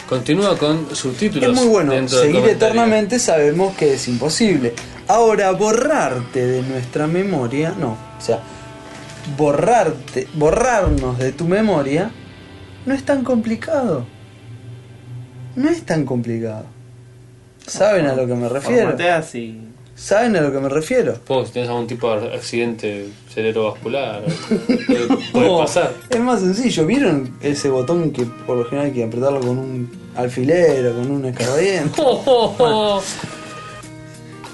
S6: Continúa con subtítulos.
S1: Es muy bueno.
S6: dentro del
S1: Seguir
S6: comentario.
S1: eternamente sabemos que es imposible. Ahora, borrarte de nuestra memoria, no. O sea, borrarte, borrarnos de tu memoria no es tan complicado. No es tan complicado. ¿Saben a lo que me refiero?
S4: Formateas y-
S1: ¿Saben a lo que me refiero?
S6: Vos, si tenés algún tipo de accidente cerebrovascular, puede, puede
S1: No,
S6: pasar.
S1: Es más sencillo. ¿Vieron ese botón que por lo general hay que apretarlo con un alfiler o con un escarbadiente?
S6: Oh, oh, oh.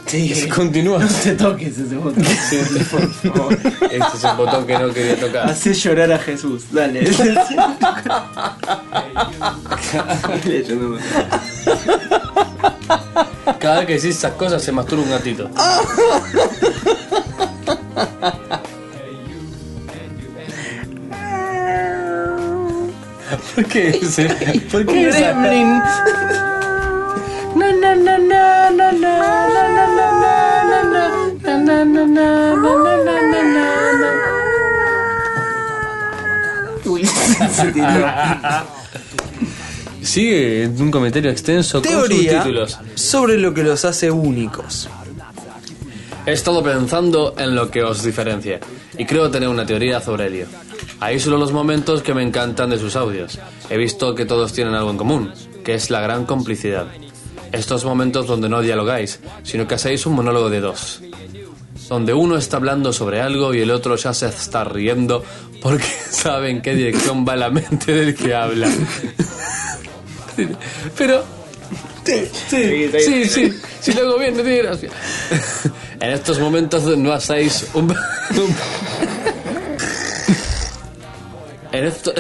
S1: Sí.
S6: Continúa.
S4: No te toques ese botón. por favor.
S6: Este es el botón que no quería tocar.
S4: Hace llorar a Jesús. Dale. Leyendo.
S6: Cada vez que decís esas cosas se masturba un gatito.
S8: ¿Por qué ese? ¿Por qué esa? Sigue en un comentario extenso
S1: Teoría
S6: con subtítulos.
S1: sobre lo que los hace únicos.
S6: He estado pensando en lo que os diferencia y creo tener una teoría sobre ello. Ahí solo los momentos que me encantan de sus audios. He visto que todos tienen algo en común, que es la gran complicidad. Estos momentos donde no dialogáis, sino que hacéis un monólogo de dos. Donde uno está hablando sobre algo y el otro ya se está riendo porque sabe en qué dirección va la mente del que habla. Pero Sí, sí, sí. Si lo hago bien, no tiene gracia. En estos momentos no hacéis un. un- En esto-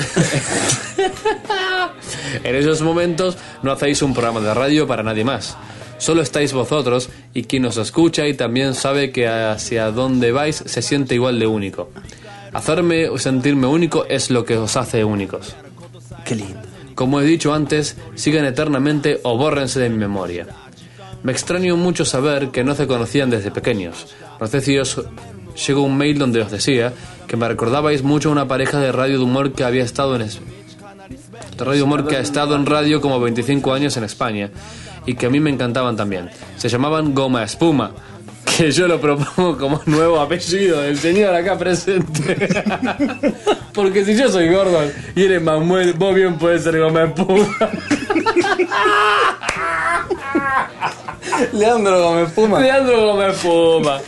S6: en esos momentos no hacéis un programa de radio para nadie más. Solo estáis vosotros y quien os escucha y también sabe que hacia dónde vais se siente igual de único. Hacerme o sentirme único es lo que os hace únicos.
S1: Qué lindo.
S6: Como he dicho antes, sigan eternamente o bórrense de mi memoria. Me extraño mucho saber que no se conocían desde pequeños. No sé si os llegó un mail donde os decía que me recordabais mucho a una pareja de radio de humor que había estado en es- de radio de humor que ha estado en radio como 25 años en España y que a mí me encantaban también. Se llamaban Goma Espuma, que yo lo propongo como nuevo apellido del señor acá presente. Porque si yo soy Gordon y eres Manuel, vos bien puedes ser Goma Espuma.
S1: Leandro Gómez Puma.
S6: Leandro Goma Espuma.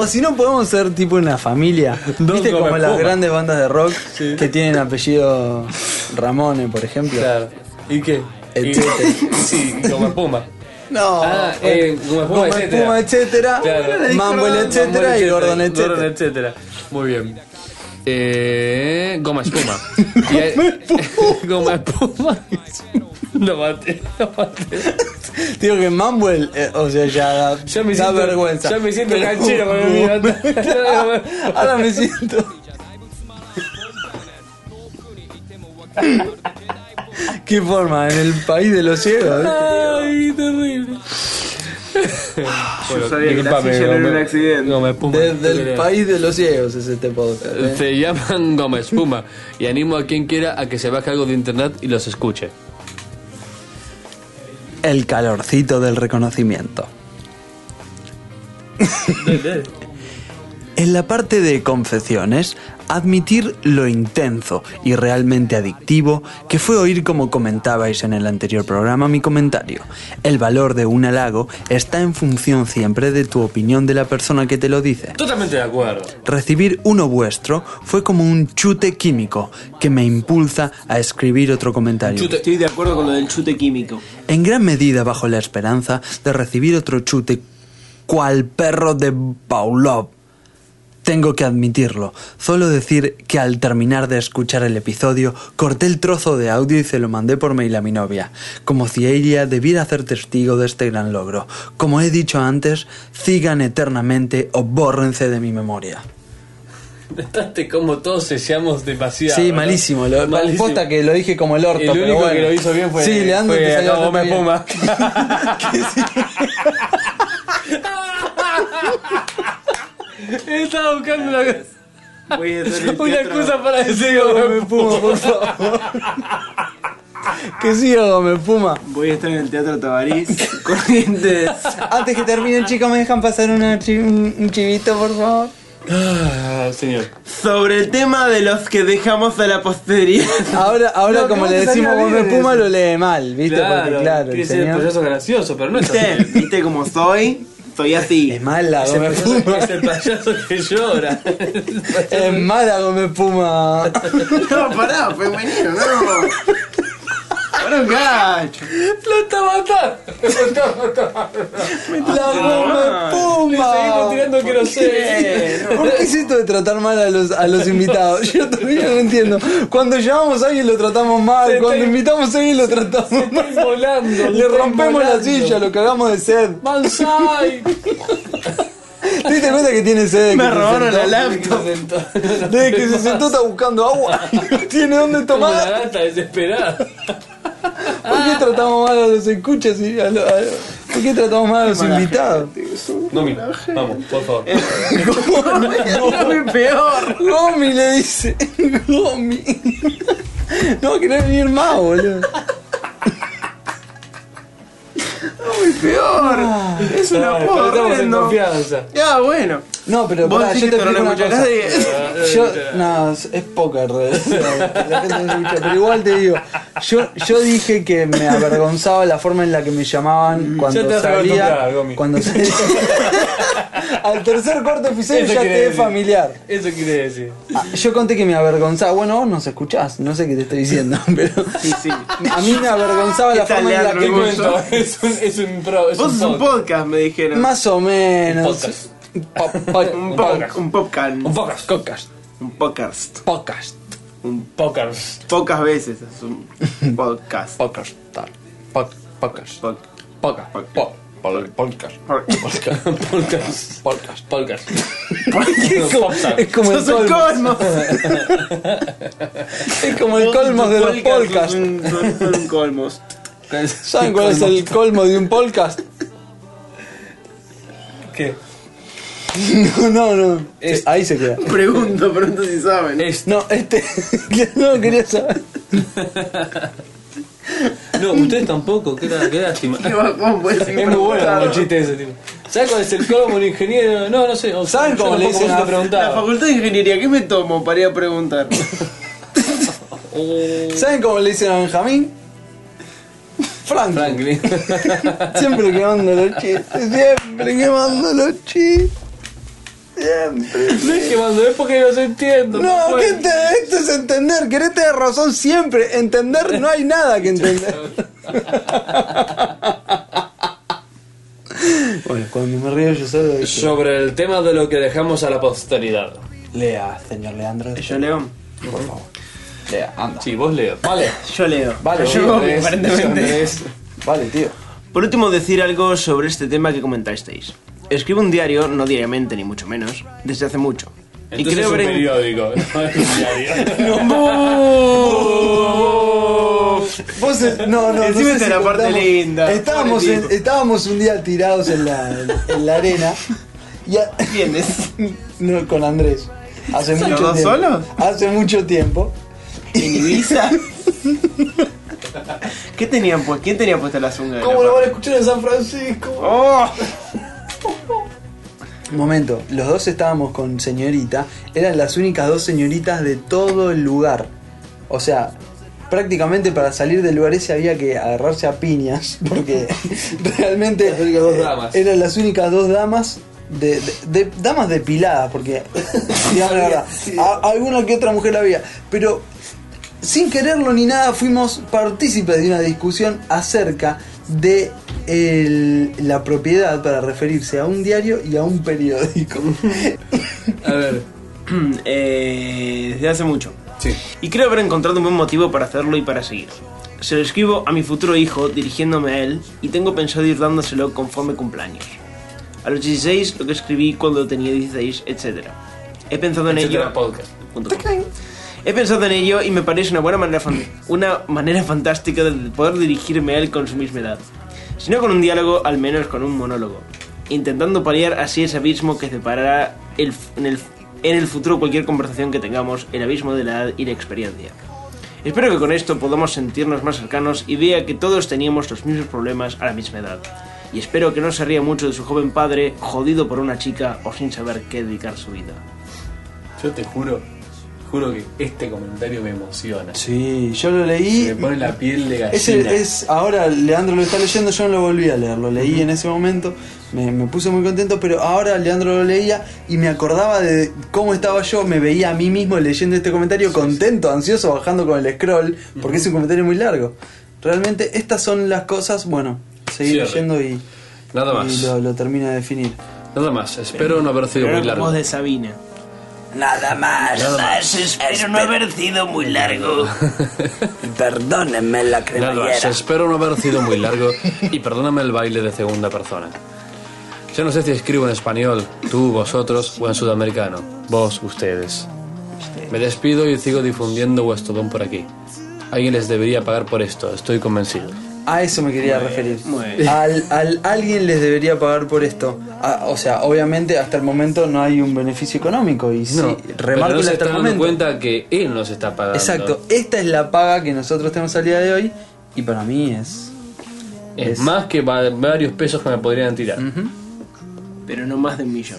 S1: O si no, podemos ser tipo una familia.
S6: Dos
S1: ¿Viste como
S6: Gómez
S1: las
S6: Puma.
S1: grandes bandas de rock que tienen apellido Ramone, por ejemplo?
S6: Claro. ¿Y qué?
S1: Eh, Etcétera.
S6: Y- sí, Goma Espuma.
S1: No.
S6: Ah, eh, Gómez Puma,
S1: Gómez
S6: etcétera.
S1: Puma, etcétera.
S6: Claro.
S1: Mambo, etcétera. Y Gordon,
S6: Gordon,
S1: etcétera.
S6: etcétera. Muy bien. Eh, goma espuma. Y hay- goma espuma. Lo maté, lo maté.
S1: Digo que Mambuel, eh, o sea, ya da,
S6: Ya me
S1: da
S6: siento,
S1: vergüenza.
S6: Ya me siento
S1: Pero-
S6: canchero con el mío.
S1: Ahora me siento. Qué forma, en el país de los ciegos. ¿eh?
S6: Ay, terrible.
S4: Yo sabía que la silla no era un accidente.
S6: Goma espuma.
S1: Desde el país de los ciegos es este podcast. ¿eh?
S6: Se llaman Goma Espuma y animo a quien quiera a que se baje algo de internet y los escuche.
S1: El calorcito del reconocimiento. en la parte de confesiones, admitir lo intenso y realmente adictivo que fue oír como comentabais en el anterior programa mi comentario. El valor de un halago está en función siempre de tu opinión de la persona que te lo dice.
S6: Totalmente de acuerdo.
S1: Recibir uno vuestro fue como un chute químico que me impulsa a escribir otro comentario.
S4: Estoy de acuerdo con lo del chute químico.
S1: En gran medida bajo la esperanza de recibir otro chute cual perro de Paulov. Tengo que admitirlo, solo decir que al terminar de escuchar el episodio corté el trozo de audio y se lo mandé por mail a mi novia, como si ella debiera ser testigo de este gran logro. Como he dicho antes, sigan eternamente o bórrense de mi memoria.
S6: Notaste como todos sellamos demasiado.
S1: Sí,
S6: ¿no?
S1: malísimo. Lo,
S6: Malísimo.
S1: posta que lo dije como el orto.
S6: El único
S1: pero bueno.
S6: que lo hizo bien fue.
S1: Sí, Leandro
S6: fue
S1: te salió
S6: acá, Gómez
S1: bastante bien.
S6: Puma. Estaba buscando una,
S4: Voy a hacer el
S6: una
S4: teatro.
S6: excusa para decir Gómez Puma.
S1: por favor. que siga Gómez Puma.
S4: Voy a estar en el Teatro Tabarís, Corrientes.
S1: Antes que terminen, chicos, ¿me dejan pasar una chi- un un chivito, por favor?
S6: Ah, señor.
S4: Sobre el tema de los que dejamos a la posteridad.
S1: Ahora, ahora
S4: No,
S1: como
S4: ¿cómo
S1: le
S4: te
S1: decimos
S4: salió
S1: Gómez
S4: bien
S1: Puma,
S4: eso?
S1: lo lee mal, ¿viste? Porque claro, el
S6: quiere ser el
S1: señor...
S6: payaso gracioso, pero no es así.
S4: ¿Viste? ¿Viste cómo soy? Soy así.
S1: Es mala
S6: Es el
S1: Gómez
S6: payaso-
S1: Puma.
S6: es el payaso que llora.
S1: Es mala Gómez Puma.
S4: No, pará, fue buenísimo, no. Para un cacho.
S6: ¡Lo está matando! ¡Lo está matando!
S1: ¡La Gómez
S6: Le seguimos
S1: Puma!
S6: tirando que no sé.
S1: ¿Por qué es esto de tratar mal a los, a los invitados? Yo todavía no entiendo. Cuando llamamos a alguien lo tratamos mal,
S6: Se
S1: cuando
S6: está-
S1: invitamos a alguien lo tratamos mal.
S6: Estoy volando.
S1: Le rompemos la silla,
S6: lo
S1: lo cagamos de sed.
S6: ¡Banzai!
S1: ¿Te diste cuenta que tiene sed?
S4: Me robaron la laptop.
S1: Desde que se sentó está buscando agua y no tiene dónde
S2: Como
S1: tomar.
S2: la gata desesperada.
S1: ¿Por qué tratamos mal a los escuchas y a lo- a lo- ¿Por qué tratamos mal a los invitados?
S2: Gomi, vamos, por favor.
S4: Fue peor.
S1: Gomi le dice. Gomi. No va a querer venir más, boludo.
S4: Peor. Es un
S2: Dale, pero
S4: apodo
S2: estamos en
S4: horrendo.
S2: confianza.
S4: Ya, bueno.
S1: No, pero
S4: Vos
S1: pará,
S4: decís
S1: yo
S4: que
S1: te
S4: esto no lo
S1: explico una
S4: escucharás
S1: cosa.
S4: de.
S1: Yo, no, es es poca en realidad. La gente no escucha, pero igual te digo, yo, yo dije que me avergonzaba la forma en la que me
S4: Mm,
S1: llamaban
S2: Ya
S1: cuando
S2: te vas a
S1: salía.
S2: acostumbrar, Gomi.
S1: Cuando salía. Al tercer cuarto episodio
S2: Eso
S1: ya
S2: quiere
S1: te es
S2: decir.
S1: familiar.
S2: Eso quiere decir.
S1: Ah, Yo conté que me avergonzaba. Bueno, vos nos escuchás, no sé qué te estoy diciendo, pero.
S4: Sí, sí.
S1: A mí me avergonzaba la
S4: ¿Qué tal,
S1: forma en la
S4: Leandro?
S1: que.
S2: Te cuento, es un, es un pro. Es
S4: Vos
S2: un
S4: sos un
S2: podcast.
S4: podcast, me dijeron.
S1: Más o
S2: podcast.
S1: menos. Po- po-
S4: Un podcast. Un podcast.
S2: Un podcast. Podcast.
S4: Un podcast.
S1: Podcast.
S4: Un-
S2: Podcast.
S4: Pocas veces es un podcast.
S1: Podcast. tal. Pod- Podcast.
S4: Poc-
S1: Podcast.
S4: Podcast.
S1: Po- po- Podcast.
S2: Podcast.
S1: Podcast.
S2: Podcast.
S1: Es como, es como el
S4: ¡Sos el
S1: colmo,
S4: colmo!
S1: es como el colmo de los
S4: Podcast,
S1: podcasts.
S4: son- Son son colmos.
S1: ¿Saben cuál es el colmo de un podcast?
S2: ¿Qué?
S1: No, no, no.
S2: Es-
S1: Ahí se queda.
S4: Pregunto, pregunto si saben.
S2: Es-
S1: No, este. No, quería saber.
S2: no, ustedes tampoco. Qué, la- qué lástima.
S4: Qué bajón, pues,
S2: Es muy bueno el chiste ese tipo. ¿Sabes cuál es el colmo un ingeniero? No, no sé. o-
S1: ¿Saben
S2: yo
S1: cómo le
S2: tampoco
S1: dicen
S2: te
S1: a-
S4: La
S2: preguntaba.
S4: facultad de ingeniería, ¿qué me tomo para ir a preguntar? Eh.
S1: ¿Saben cómo le dicen a Benjamín? Franklin.
S2: Franklin.
S1: Siempre quemando los chistes. Siempre quemando los chistes. Siempre.
S2: No es que mando, es porque los entiendo.
S1: No,
S2: puedo.
S1: ¿qué te- esto es entender. Querés tener razón siempre. Entender no hay nada que entender. bueno, cuando me río yo solo. digo,
S2: Sobre el tema de lo que dejamos a la posteridad.
S1: Lea, señor Leandro.
S4: Yo leo.
S1: Por favor. Lea, anda.
S2: Sí, vos leas.
S1: Vale,
S4: Yo leo.
S1: Vale,
S4: yo
S1: bien,
S2: Andrés,
S4: aparentemente.
S2: Andrés.
S1: vale, tío.
S4: Por último, decir algo sobre este tema que comentasteis. Escribo un diario, no diariamente ni mucho menos, desde hace mucho.
S2: Entonces es un
S4: haber en-
S2: periódico. No es un diario.
S1: Vos, eh, no, no,
S4: Encima
S1: no
S4: está la parte
S1: contamos.
S4: linda,
S1: Estábamos,
S4: pobre
S1: en-
S4: tipo.
S1: estábamos un día tirados en la, en la arena. Y a-
S4: ¿Entiendes?
S1: no, con Andrés. Hace mucho
S4: dos
S1: tiempo.
S4: solos?
S1: Hace mucho tiempo.
S4: ¿En Ibiza? ¿Qué tenían pues? ¿Quién tenía puesta la zunga? de
S1: ¿Cómo
S4: la
S1: lo van a
S4: parte?
S1: escuchar en San Francisco?
S4: ¡Oh!
S1: Momento, los dos estábamos con señorita, eran las únicas dos señoritas de todo el lugar. O sea, prácticamente para salir del lugar ese había que agarrarse a piñas, porque realmente
S2: Las únicas dos
S1: eh,
S2: damas.
S1: eran las únicas dos damas. De, de- de- damas depiladas, porque digamos la verdad, a- alguna que otra mujer había, pero sin quererlo ni nada, fuimos partícipes de una discusión acerca de el- la propiedad para referirse a un diario y a un periódico.
S2: A ver.
S4: Eh, desde hace mucho.
S2: Sí.
S4: Y creo haber encontrado un buen motivo para hacerlo y para seguir. Se lo escribo a mi futuro hijo dirigiéndome a él y tengo pensado ir dándoselo conforme cumpleaños. A los 16 lo que escribí cuando tenía 16, etc. He pensado en
S2: Etcétera,
S4: ello...
S2: podcast.
S4: Punto com. He pensado en ello y me parece una buena manera, fan- una manera fantástica de poder dirigirme a él con su misma edad. Si no con un diálogo, al menos con un monólogo. Intentando paliar así ese abismo que separará el f- en, el, f- en el futuro cualquier conversación que tengamos, el abismo de la edad y la experiencia. Espero que con esto podamos sentirnos más cercanos y vea que todos teníamos los mismos problemas a la misma edad. Y espero que no se ría mucho de su joven padre, jodido por una chica o sin saber qué dedicar su vida.
S2: Yo te juro, juro que este comentario me emociona.
S1: Sí, yo lo leí.
S2: Me pone la piel de gallina.
S1: Es, el- es- ahora Leandro lo está leyendo, yo no lo volví a leer, lo leí en ese momento, me, me puse muy contento, pero ahora Leandro lo leía y me acordaba de cómo estaba yo, me veía a mí mismo leyendo este comentario contento, ansioso, bajando con el scroll, porque es un comentario muy largo. Realmente estas son las cosas, bueno, seguí
S2: Cierre.
S1: leyendo y,
S2: Nada
S1: y
S2: más.
S1: lo, lo termino de definir.
S2: Nada más. Espero no haber sido
S4: Pero
S2: muy
S4: la
S2: largo.
S4: voz de Sabina.
S9: Nada más.
S2: Nada más.
S9: Espero no haber sido muy largo. Perdónenme la
S2: Nada más.
S9: cremallera.
S2: Espero no haber sido muy largo y perdóname el baile de segunda persona.
S6: Yo no sé si escribo en español, tú, vosotros, o en sudamericano. Vos, ustedes. Me despido y sigo difundiendo vuestro don por aquí. Alguien les debería pagar por esto, estoy convencido.
S1: A eso me quería referir.
S4: muy bien.
S1: Al, al- alguien les debería pagar por esto. Ah, o sea, obviamente hasta el momento no hay un beneficio económico. Y sí,
S6: No, pero
S1: remarco
S6: no
S1: hasta
S6: se está
S1: el
S6: dando
S1: momento.
S6: cuenta que él nos está pagando.
S1: Exacto, esta es la paga que nosotros tenemos al día de hoy. Y para mí es.
S6: Es,
S1: Es-
S6: más que va- varios pesos que me podrían tirar.
S4: Pero no más de un millón.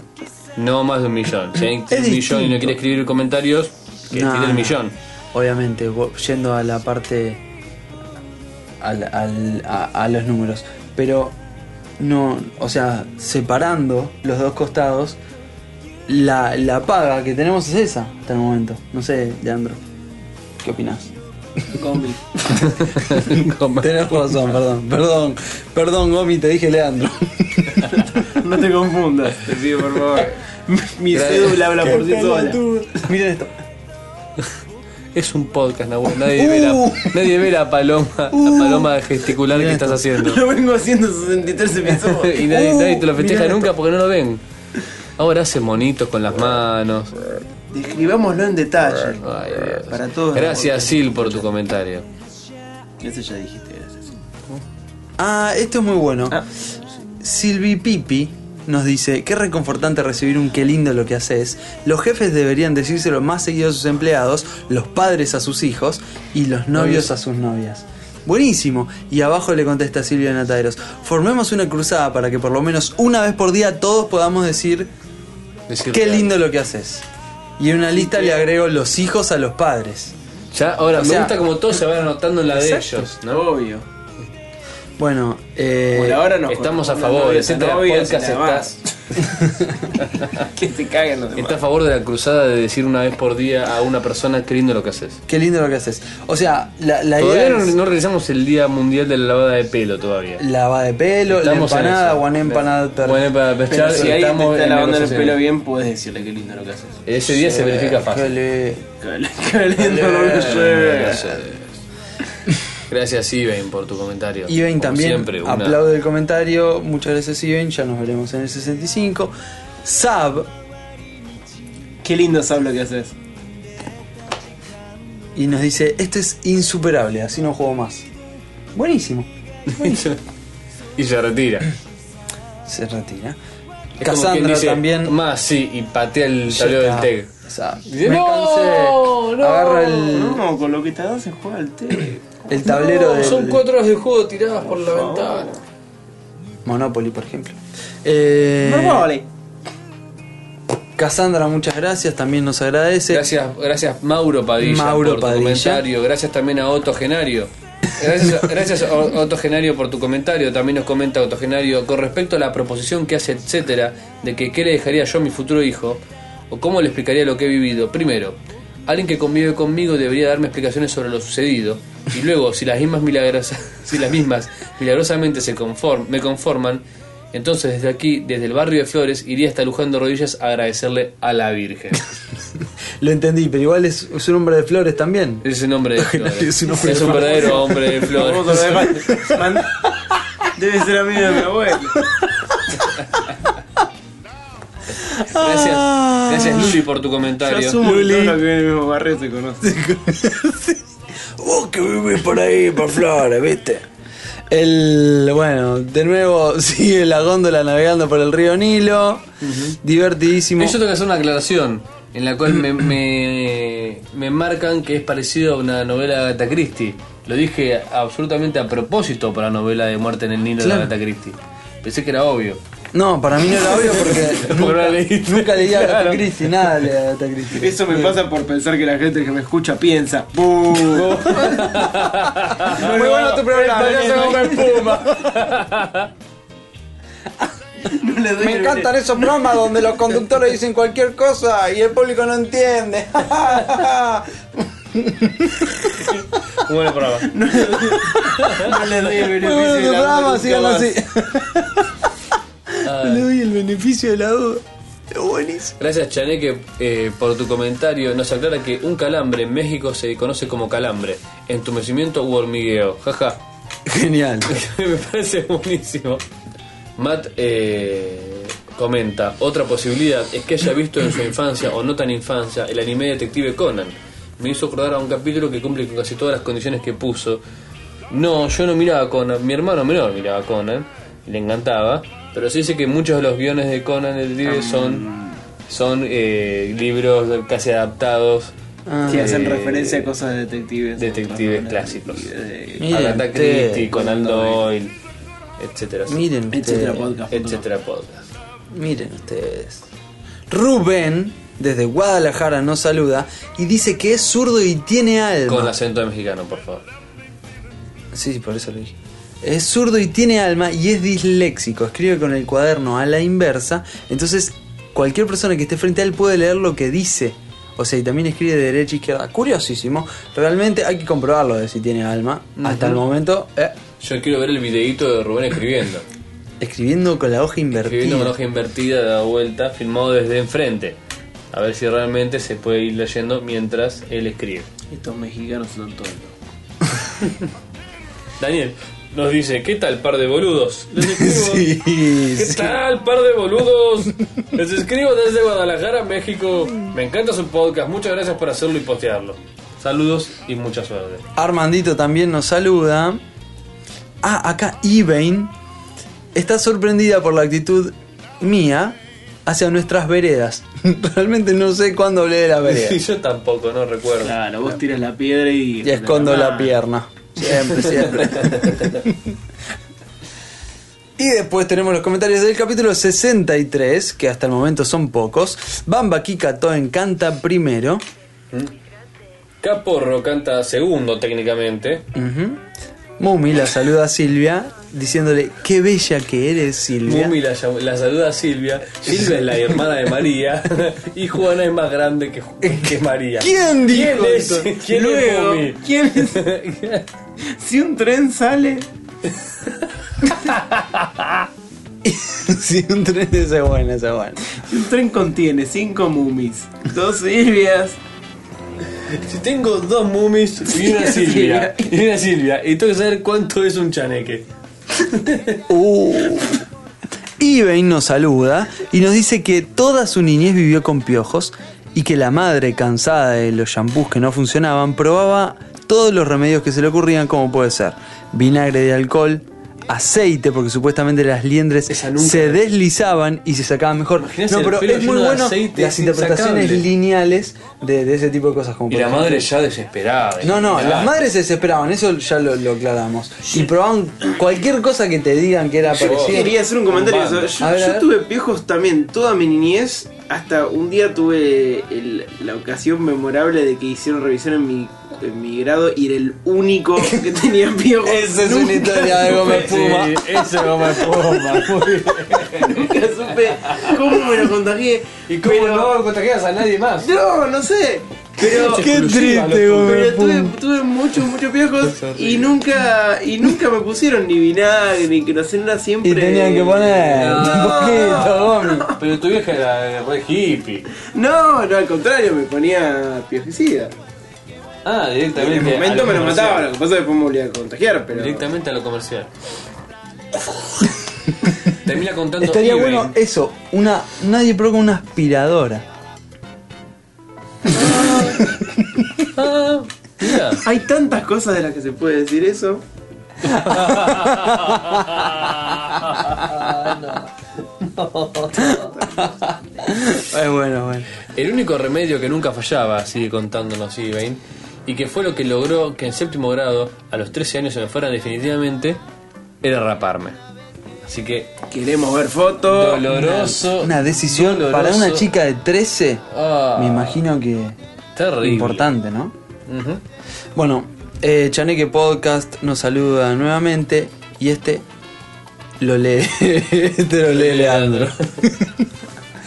S6: No más de un millón. Si hay
S1: Es
S6: un millón y
S1: distinto.
S6: no quiere escribir comentarios, que
S1: No,
S6: tire el
S1: no.
S6: millón.
S1: Obviamente, vo- yendo a la parte. al- al- a, a los números. Pero, no. O sea, separando los dos costados, la, la paga que tenemos es esa hasta el momento. No sé, Leandro, ¿qué opinas?
S4: Gomi.
S6: Como-
S1: Tenés razón, perdón, perdón, perdón, Gomi, te dije Leandro.
S4: No te confundas, te pido por favor. Mi- Mi cédula habla por sí sola.
S1: Miren esto.
S6: es un podcast, Nahuel. Nadie,
S1: Uh.
S6: ve, la, nadie ve la paloma, la paloma gesticular que estás haciendo.
S4: Lo vengo haciendo 63 episodios. Uh,
S6: y nadie, nadie te lo
S1: Uh. mirá
S6: festeja
S1: esto.
S6: nunca porque no lo ven. Ahora hace monitos con las manos.
S4: Describámoslo en detalle.
S6: Ay, Dios.
S4: Para todos.
S6: Gracias, Sil, por tu comentario.
S4: Eso ya dijiste, gracias.
S1: Ah, esto es muy bueno. Silvi Pipi nos dice, qué reconfortante recibir un qué lindo lo que haces. Los jefes deberían decírselo más seguido a sus empleados, los padres a sus hijos y los novios a sus novias. Buenísimo. Y abajo le contesta Silvia Nataderos, formemos una cruzada para que por lo menos una vez por día todos podamos decir,
S6: Decirle
S1: qué
S6: algo.
S1: lindo lo que haces. Y en una lista le agrego los hijos a los padres.
S6: Ya, ahora,
S1: O
S6: me
S1: sea-
S6: gusta como todos se van anotando en la de
S1: Exacto.
S6: ellos, ¿no?
S4: Obvio.
S1: Bueno, eh,
S4: Por ahora nos
S6: estamos a
S4: corresponde
S6: favor,
S4: novias,
S6: etcétera,
S4: novias y
S6: podcast
S4: nada más. que se caguen los
S6: Está a
S4: demás.
S6: favor de la cruzada de decir una vez por día a una persona qué lindo lo que haces.
S1: qué lindo lo que haces. O sea, la, la idea
S6: Todavía no,
S1: es-
S6: no realizamos el Día Mundial de la Lavada de Pelo todavía.
S1: Lavada de pelo,
S6: Estamos
S1: la
S6: en
S1: empanada,
S6: eso.
S1: one empanada per-
S6: Bueno, para
S4: Pero
S6: pechar,
S4: si alguien te
S6: estamos
S4: está
S6: en
S4: lavando el
S6: negociaciones.
S4: pelo bien, puedes decirle qué lindo lo que haces.
S6: Ese día se verifica
S1: Que
S6: fácil.
S1: le-
S4: Qué lindo lo que haces.
S6: Gracias, Ivain, por tu comentario.
S1: Ivain
S6: Como
S1: también
S6: siempre, una-
S1: aplaude el comentario. Muchas gracias, Ivain. Ya nos veremos en el 65. Sab,
S4: Qué lindo sabes lo que haces.
S1: y nos dice: Esto es insuperable, así no juego más. Buenísimo.
S6: y se retira.
S1: Se retira.
S6: Es como quien
S1: Cassandra
S6: dice,
S1: también.
S6: Más, sí, y patea el
S1: Ya
S6: tablero del
S1: está.
S6: TEG.
S1: Sab.
S6: Dice,
S1: Me
S6: "No,
S1: cansé".
S6: no,
S1: Agarra el,
S4: No, con lo que te dan se juega el té.
S1: el tablero del.
S6: horas de juego tiradas por la ventana.
S1: Monopoly, por ejemplo. Eh,
S4: vale.
S1: Cassandra, muchas gracias. También nos agradece.
S6: Gracias, gracias Mauro Padilla
S1: Mauro
S6: por
S1: Padilla.
S6: tu comentario. Gracias también a Otto Genario. Gracias, gracias a Otto Genario por tu comentario. También nos comenta Otto Genario con respecto a la proposición que hace, etcétera, de que qué le dejaría yo a mi futuro hijo o cómo le explicaría lo que he vivido. Primero, alguien que convive conmigo debería darme explicaciones sobre lo sucedido y luego, si las mismas milagrosas, si las mismas milagrosamente se conform- me conforman, entonces desde aquí, desde el barrio de Flores, iría hasta Luján de Rodillas a agradecerle a la Virgen.
S1: Lo entendí, pero igual es, es un hombre de flores también.
S6: Es un hombre de flores.
S1: Es
S6: es
S1: un
S6: un,
S1: hombre de flores.
S6: verdadero hombre de flores.
S4: Vamos a ver. Man- Debe ser amigo de mi abuelo.
S6: Gracias,
S1: Ah.
S6: gracias Luli por tu
S4: Yo
S6: comentario.
S4: asumo que todos los que viven en el mismo barrio se conocen.
S9: Vos que vivís por ahí, por Flores, viste.
S1: El, bueno, de nuevo sigue la góndola navegando por el río Nilo. Divertidísimo.
S6: Yo tengo que hacer una aclaración en la cual me, me, me marcan que es parecido a una novela de Agatha Christie. Lo dije absolutamente a propósito para la novela de Muerte en el Nilo
S1: Claro.
S6: de Agatha Christie. Pensé que era obvio.
S1: No, para mí no era obvio porque
S6: Porque no la leíste.
S1: nunca leí a Agatha
S6: Claro.
S1: Christie, nada leí a Agatha Christie.
S4: Eso me pasa por pensar que la gente que me escucha piensa. "Bu".
S1: Muy bueno tu programa.
S4: No le doy
S1: Me
S4: el
S1: encantan esos programas donde los conductores dicen cualquier cosa y el público no entiende.
S6: Bueno, brava.
S4: beneficio- No le doy el
S1: Muy bueno tu
S4: beneficio. de la duda
S1: programa,
S4: nunca
S1: sigan
S4: más.
S1: así. Le doy el beneficio de la duda. Buenísimo.
S6: Gracias Chaneque eh, por tu comentario. Nos aclara que un calambre en México se conoce como calambre, entumecimiento u hormigueo. Jaja.
S1: Genial.
S6: Me parece buenísimo. Matt eh, comenta, otra posibilidad es que haya visto en su infancia o no tan infancia el anime Detective Conan. Me hizo acordar a un capítulo que cumple con casi todas las condiciones que puso. No, yo no miraba Conan, mi hermano menor miraba Conan, y le encantaba, pero sí sé que muchos de los guiones de Conan el Detective son, son eh, libros casi adaptados.
S4: Sí, hacen
S6: eh,
S4: referencia a cosas de detectives.
S6: detectives
S4: Otras
S6: clásicos.
S4: novelas, de-
S1: Miren
S6: Agatha
S1: ustedes,
S6: Christie, Conan Doyle, etcétera,
S1: Miren
S4: Etcétera,
S1: ustedes.
S4: podcast.
S6: etcétera podcast.
S1: Miren ustedes. Rubén, desde Guadalajara, nos saluda y dice que es zurdo y tiene alma.
S6: Con acento de mexicano, por favor.
S1: Sí, sí, por eso lo dije. Es zurdo y tiene alma y es disléxico. Escribe con el cuaderno a la inversa. Entonces, cualquier persona que esté frente a él puede leer lo que dice. O sea, y también escribe de derecha a izquierda. Curiosísimo. Realmente hay que comprobarlo de si tiene alma. Hasta el momento, eh,
S6: Yo quiero ver el videíto de Rubén escribiendo.
S1: escribiendo con la hoja
S6: escribiendo con
S1: invertida.
S6: hoja invertida, da vuelta, filmado desde enfrente. A ver si realmente se puede ir leyendo mientras él escribe.
S4: Estos mexicanos son todos.
S6: Daniel nos dice, ¿qué tal par de boludos? Les escribo,
S1: Sí,
S6: ¿Qué
S1: sí.
S6: tal par de boludos? Les escribo desde Guadalajara, México. Me encanta su podcast. Muchas gracias por hacerlo y postearlo. Saludos y mucha suerte.
S1: Armandito también nos saluda. Ah, acá Ivain está sorprendida por la actitud mía hacia nuestras veredas. Realmente no sé cuándo hablé de la vereda.
S6: Y yo tampoco, no recuerdo.
S4: Claro, vos tiras la piedra y.
S1: Y escondo la pierna. Siempre, siempre. Y después tenemos los comentarios del capítulo 63, que hasta el momento son pocos. Bamba Kika Toen canta primero.
S6: Caporro canta segundo técnicamente.
S1: Ujú. Mumi la saluda a Silvia diciéndole, qué bella que eres Silvia.
S6: Mumi la, llam- la saluda a Silvia. Silvia es la hermana de María. Y Juana es más grande que, Ju- que María.
S1: ¿Quién dijo
S6: es-
S1: eso?
S6: ¿Quién
S4: Luego,
S6: es Mumi?
S4: ¿quién es? si un tren sale.
S1: sí, un tren ese es bueno, ese es bueno.
S4: Si un tren contiene cinco mumis, dos silvias.
S6: Si tengo dos Mumis y una Silvia. Y una Silvia. Y tengo que saber cuánto es un chaneque.
S1: Ibein Uh. nos saluda y nos dice que toda su niñez vivió con piojos y que la madre, cansada de los shampoos que no funcionaban, probaba todos los remedios que se le ocurrían, como puede ser vinagre de alcohol, aceite, porque supuestamente las liendres
S6: Esa nunca-
S1: se deslizaban y se sacaban mejor.
S6: Imaginás
S1: no,
S6: el
S1: pero
S6: pelo
S1: es
S6: lleno
S1: muy
S6: de
S1: bueno
S6: aceite,
S1: las
S6: es
S1: interpretaciones
S6: insacable.
S1: lineales de, de ese tipo de cosas. Como
S6: Y
S1: por
S6: la
S1: ejemplo-
S6: madre ya desesperada.
S1: no, no,
S6: Claro.
S1: las madres se desesperaban, eso ya lo, lo aclaramos. Y probaban cualquier cosa que te digan que era
S4: Quería
S1: parecida.
S4: hacer un comentario. sobre eso. Yo,
S1: A ver, a
S4: yo
S1: ver.
S4: tuve piojos también toda mi niñez. Hasta un día tuve el- la ocasión memorable de que hicieron revisión en mi, en mi grado y era el único que tenía piojos.
S1: Esa es una historia de Gómez Puma.
S6: Sí, eso no me puma. muy bien.
S4: Nunca supe cómo me lo contagié.
S6: ¿Y cómo
S4: pero-
S6: no contagias a nadie más?
S4: No, no sé. Pero,
S1: Qué triste,
S4: pero tuve,
S1: Gómez
S4: tuve muchos, muchos piojos y nunca, y nunca me pusieron ni vinagre, ni que no sé, nada siempre.
S1: Y tenían que poner un poquito, Gómez.
S6: Pero tu vieja era eh, re hippie.
S4: No, no, al contrario, me ponía piojicida.
S6: Ah,
S4: En
S6: directamente.
S4: el
S6: a
S4: momento me lo
S6: comercial.
S4: mataban, lo que pasa es que después me volví a contagiar, pero.
S6: Directamente a lo comercial. Termina contando.
S1: Estaría
S6: eBay.
S1: bueno eso, una. Nadie probó con una aspiradora.
S6: Ah, mira.
S4: Hay tantas cosas de las que se puede decir eso.
S1: Es bueno, bueno.
S6: El único remedio que nunca fallaba, sigue contándonos Ibain, y que fue lo que logró que en séptimo grado, a los 13 años se me fuera Ah, definitivamente, era raparme. Así que,
S4: Queremos ver fotos.
S6: doloroso.
S1: Una decisión
S6: doloroso,
S1: para una chica de 13,
S6: Ah.
S1: me imagino que.
S6: Terrible.
S1: Importante, ¿no?
S6: Ujú.
S1: Bueno, eh, Chaneque Podcast nos saluda nuevamente y este lo lee. este lo lee Leandro.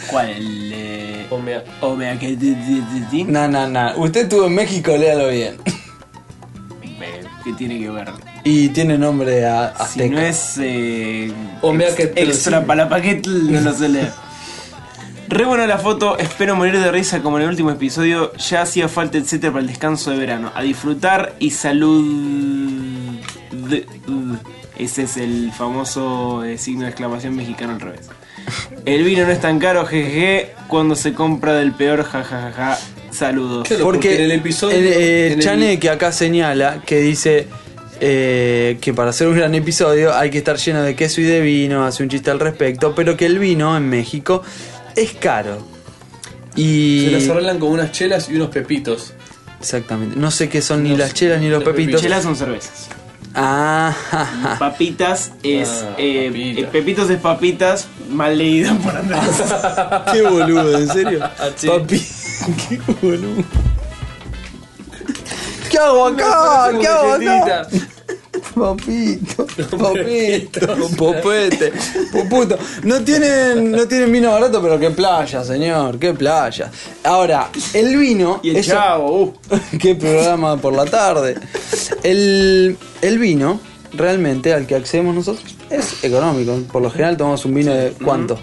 S4: ¿Cuál? El, eh,
S6: Ponme a-
S4: Omega que ti- ti- ti- ti?
S1: No, no, no. Usted estuvo en México, léalo bien.
S4: Eh, ¿Qué tiene que ver?
S1: Y tiene nombre a- azteca.
S4: Si no es. Eh,
S6: Omega
S4: ex-
S6: Oh, que te-
S4: extra para paquete, no lo sé leer. Re buena la foto, espero morir de risa como en el último episodio. Ya hacía falta, etcétera, para el descanso de verano. A disfrutar y salud. uh, Ese es el famoso eh, signo de exclamación mexicano al revés. El vino no es tan caro, jeje, cuando se compra del peor, jajajaja. Saludos.
S6: Claro, porque, en el episodio.
S1: el, eh,
S6: en el-
S1: Chane que acá señala que dice eh, que para hacer un gran episodio hay que estar lleno de queso y de vino, hace un chiste al respecto, pero que el vino en México es caro. Y
S6: Se las arreglan con unas chelas y unos pepitos.
S1: exactamente, no sé qué son ni las chelas ni los
S6: los
S1: pepitos.
S4: Chelas son cervezas.
S1: Ah, ja, ja.
S4: Papitas es.
S6: Ah,
S4: eh,
S6: papitas.
S4: eh, Pepitos es papitas, mal leído por Andrés.
S1: qué boludo, en serio.
S4: Ah,
S6: sí.
S1: Papi, qué boludo. ¿Qué hago acá? ¿Qué hago acá?
S6: Galletitas.
S1: Papito, papito, popete, puputo. No tienen, no tienen vino barato, pero qué playa, señor, qué playa. Ahora, el vino.
S4: Y el
S1: eso-
S4: chavo, uh.
S1: qué programa por la tarde. El, el vino, realmente, al que accedemos nosotros, es económico. Por lo general tomamos un vino de cuánto?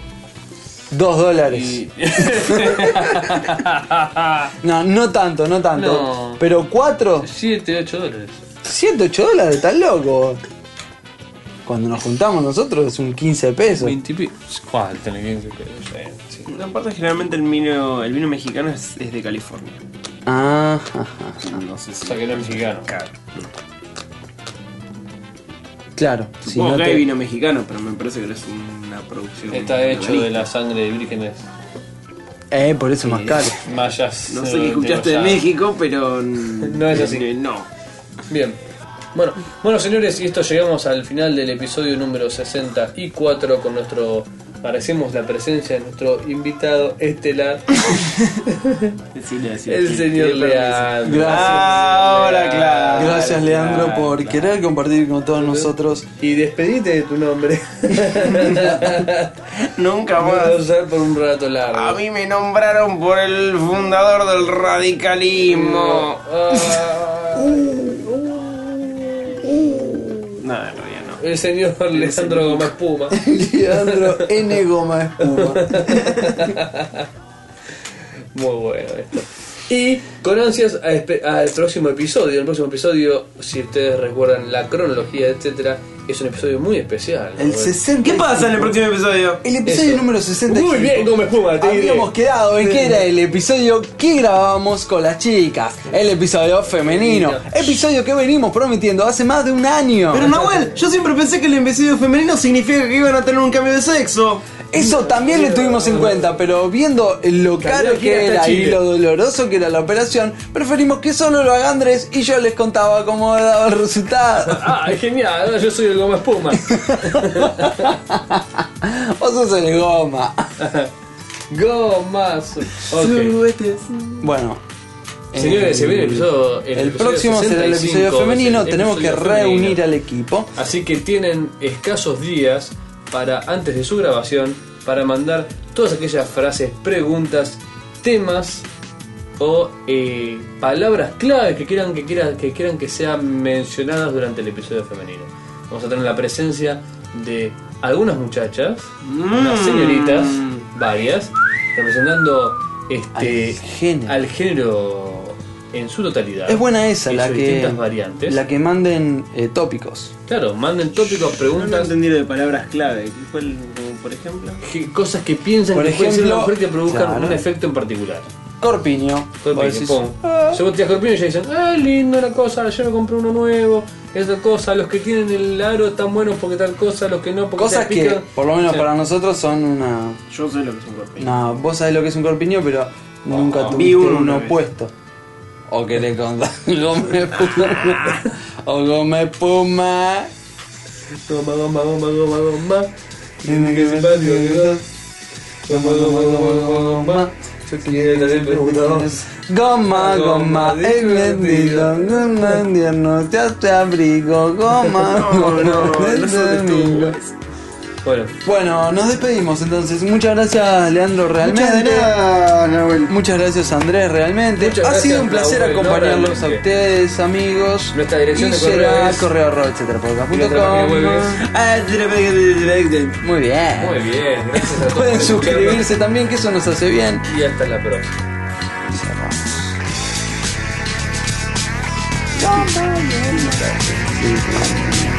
S1: Dos dólares. No, no tanto, no tanto.
S6: No.
S1: Pero cuatro,
S6: 7, 8 dólares.
S1: 108 dólares, estás loco. Cuando nos juntamos nosotros es un 15 pesos.
S6: 20 pisos. ¿Cuál? Tenés bien que- que- sí.
S4: No, Aparte, generalmente el vino, el vino mexicano es, es de California.
S1: Ah, ja, ja.
S4: No sé
S6: O
S4: si.
S6: sea que no es mexicano.
S4: Claro.
S1: claro. Si
S4: Supongo
S1: no
S4: que
S1: te-
S4: hay vino mexicano, pero me parece que no es una producción.
S6: Está hecho de
S4: nacionalista.
S6: la sangre de vírgenes
S1: Eh, por eso es más caro.
S6: mayas. eh,
S4: No sé qué escuchaste de
S6: Maya.
S4: México, pero. No
S6: es así.
S4: No.
S6: Bien. Bueno, bueno señores, y esto llegamos al final del episodio número 64 con nuestro. Agradecemos la presencia de nuestro invitado estelar,
S4: Decile, decile,
S6: el
S4: decile.
S6: señor
S4: Tiene permiso.
S6: Leandro.
S1: Gracias.
S4: Ahora, Ah, claro.
S1: Gracias Leandro por querer compartir con todos nosotros.
S6: Y despedite de tu nombre.
S4: Nunca
S6: Vamos a
S4: más.
S6: usar por un rato largo.
S4: A mí me nombraron por el fundador del radicalismo.
S6: Ah.
S4: No, en realidad no.
S6: el señor Leandro Gómez Puma.
S1: Leandro N. Goma Espuma.
S6: Muy bueno esto. Y con ansias a espe- al próximo episodio. El próximo episodio, si ustedes recuerdan la cronología, etcétera, es un episodio muy especial.
S1: El
S6: ¿no?
S1: 60.
S4: ¿Qué pasa en el próximo episodio?
S1: El episodio
S6: Eso.
S1: número 60.
S6: Muy bien, Gómez Puma, te diré.
S1: Habíamos quedado en que era el episodio que grabábamos con las chicas. El episodio femenino. Episodio que venimos prometiendo hace más de un año.
S4: Pero Nahuel, yo siempre pensé que el imbécil femenino significa que iban a tener un cambio de sexo.
S1: Eso también lo tuvimos en cuenta, pero viendo lo caro
S6: que ir
S1: que
S6: hasta
S1: era y
S6: Chile.
S1: lo doloroso que era la operación, preferimos que solo lo haga Andrés y yo les contaba cómo daba el resultado.
S6: Ah, genial, yo soy el Gómez Puma.
S1: Vos sos el goma.
S6: Gomas. Ok.
S1: Bueno.
S6: Señores, se viene el episodio. El,
S1: El
S6: episodio
S1: próximo será el
S6: 65,
S1: episodio femenino,
S6: es el
S1: tenemos que
S6: episodio
S1: reunir
S6: femenino.
S1: al equipo.
S6: Así que tienen escasos días para antes de su grabación para mandar todas aquellas frases, preguntas, temas o eh, palabras clave que quieran que quieran que quieran que sean mencionadas durante el episodio femenino. Vamos a tener la presencia de algunas muchachas, unas
S1: Mm.
S6: señoritas, varias, representando este
S1: Al género.
S6: al género en su totalidad.
S1: Es buena esa,
S6: y
S1: la
S6: sus
S1: que,
S6: distintas variantes.
S1: la que manden eh, tópicos.
S6: Claro, manden tópicos,
S4: No lo
S6: preguntas,
S4: entendí lo de palabras clave. ¿Cuál, como por ejemplo?
S6: que- cosas que piensan
S1: Por
S6: que pueden ser
S1: ejemplo,
S6: una mujer que produzcan
S1: claro.
S6: un efecto en particular.
S1: Corpiño.
S6: Corpiño,
S1: Vos decís, "Ah".
S6: pum. Si vos tirás corpiño y ya dicen, ah, lindo la cosa, yo me compré uno nuevo, esa cosa, los que tienen el aro están buenos porque tal cosa, los que no porque
S1: Cosas
S6: te
S1: que,
S6: pican".
S1: por lo menos para nosotros, son una.
S4: Yo sé lo que es un cuerpo.
S1: No, vos sabés lo que es un corpiño, pero nunca tuviste
S4: Vi uno
S1: uno,
S4: una vez.
S1: puesto. O que le contar Gómez Puma. o Gómez Puma.
S6: Toma, goma, goma, goma, goma.
S1: Tiene
S6: Qué simpático que sos. Toma, goma, goma, goma, goma. Yo quería también preguntar.
S1: Goma, goma, el vendido, goma, invierno, te hace abrigo, goma,
S4: No, no,
S1: goma,
S4: no
S1: es
S4: son
S1: domingo.
S4: estos.
S6: Bueno,
S1: Bueno, nos despedimos entonces. Muchas gracias, Leandro, realmente.
S4: nada, Nahuel.
S1: Muchas gracias Andrés, realmente.
S6: Muchas
S1: ha
S6: gracias,
S1: sido un placer
S6: Raúl,
S1: acompañarlos
S6: enormemente.
S1: a ustedes, amigos.
S6: Nuestra dirección
S1: y
S6: de correo
S1: será
S6: es-
S1: correo arroba, etcétera, podcast
S6: Y nuestra
S1: punto com. Ah,
S6: página web
S1: Muy bien.
S6: muy bien,
S1: Pueden
S6: gracias a todos. por escucharnos
S1: suscribirse también, que eso nos hace bien.
S6: Y hasta la próxima.
S1: Sí, claro.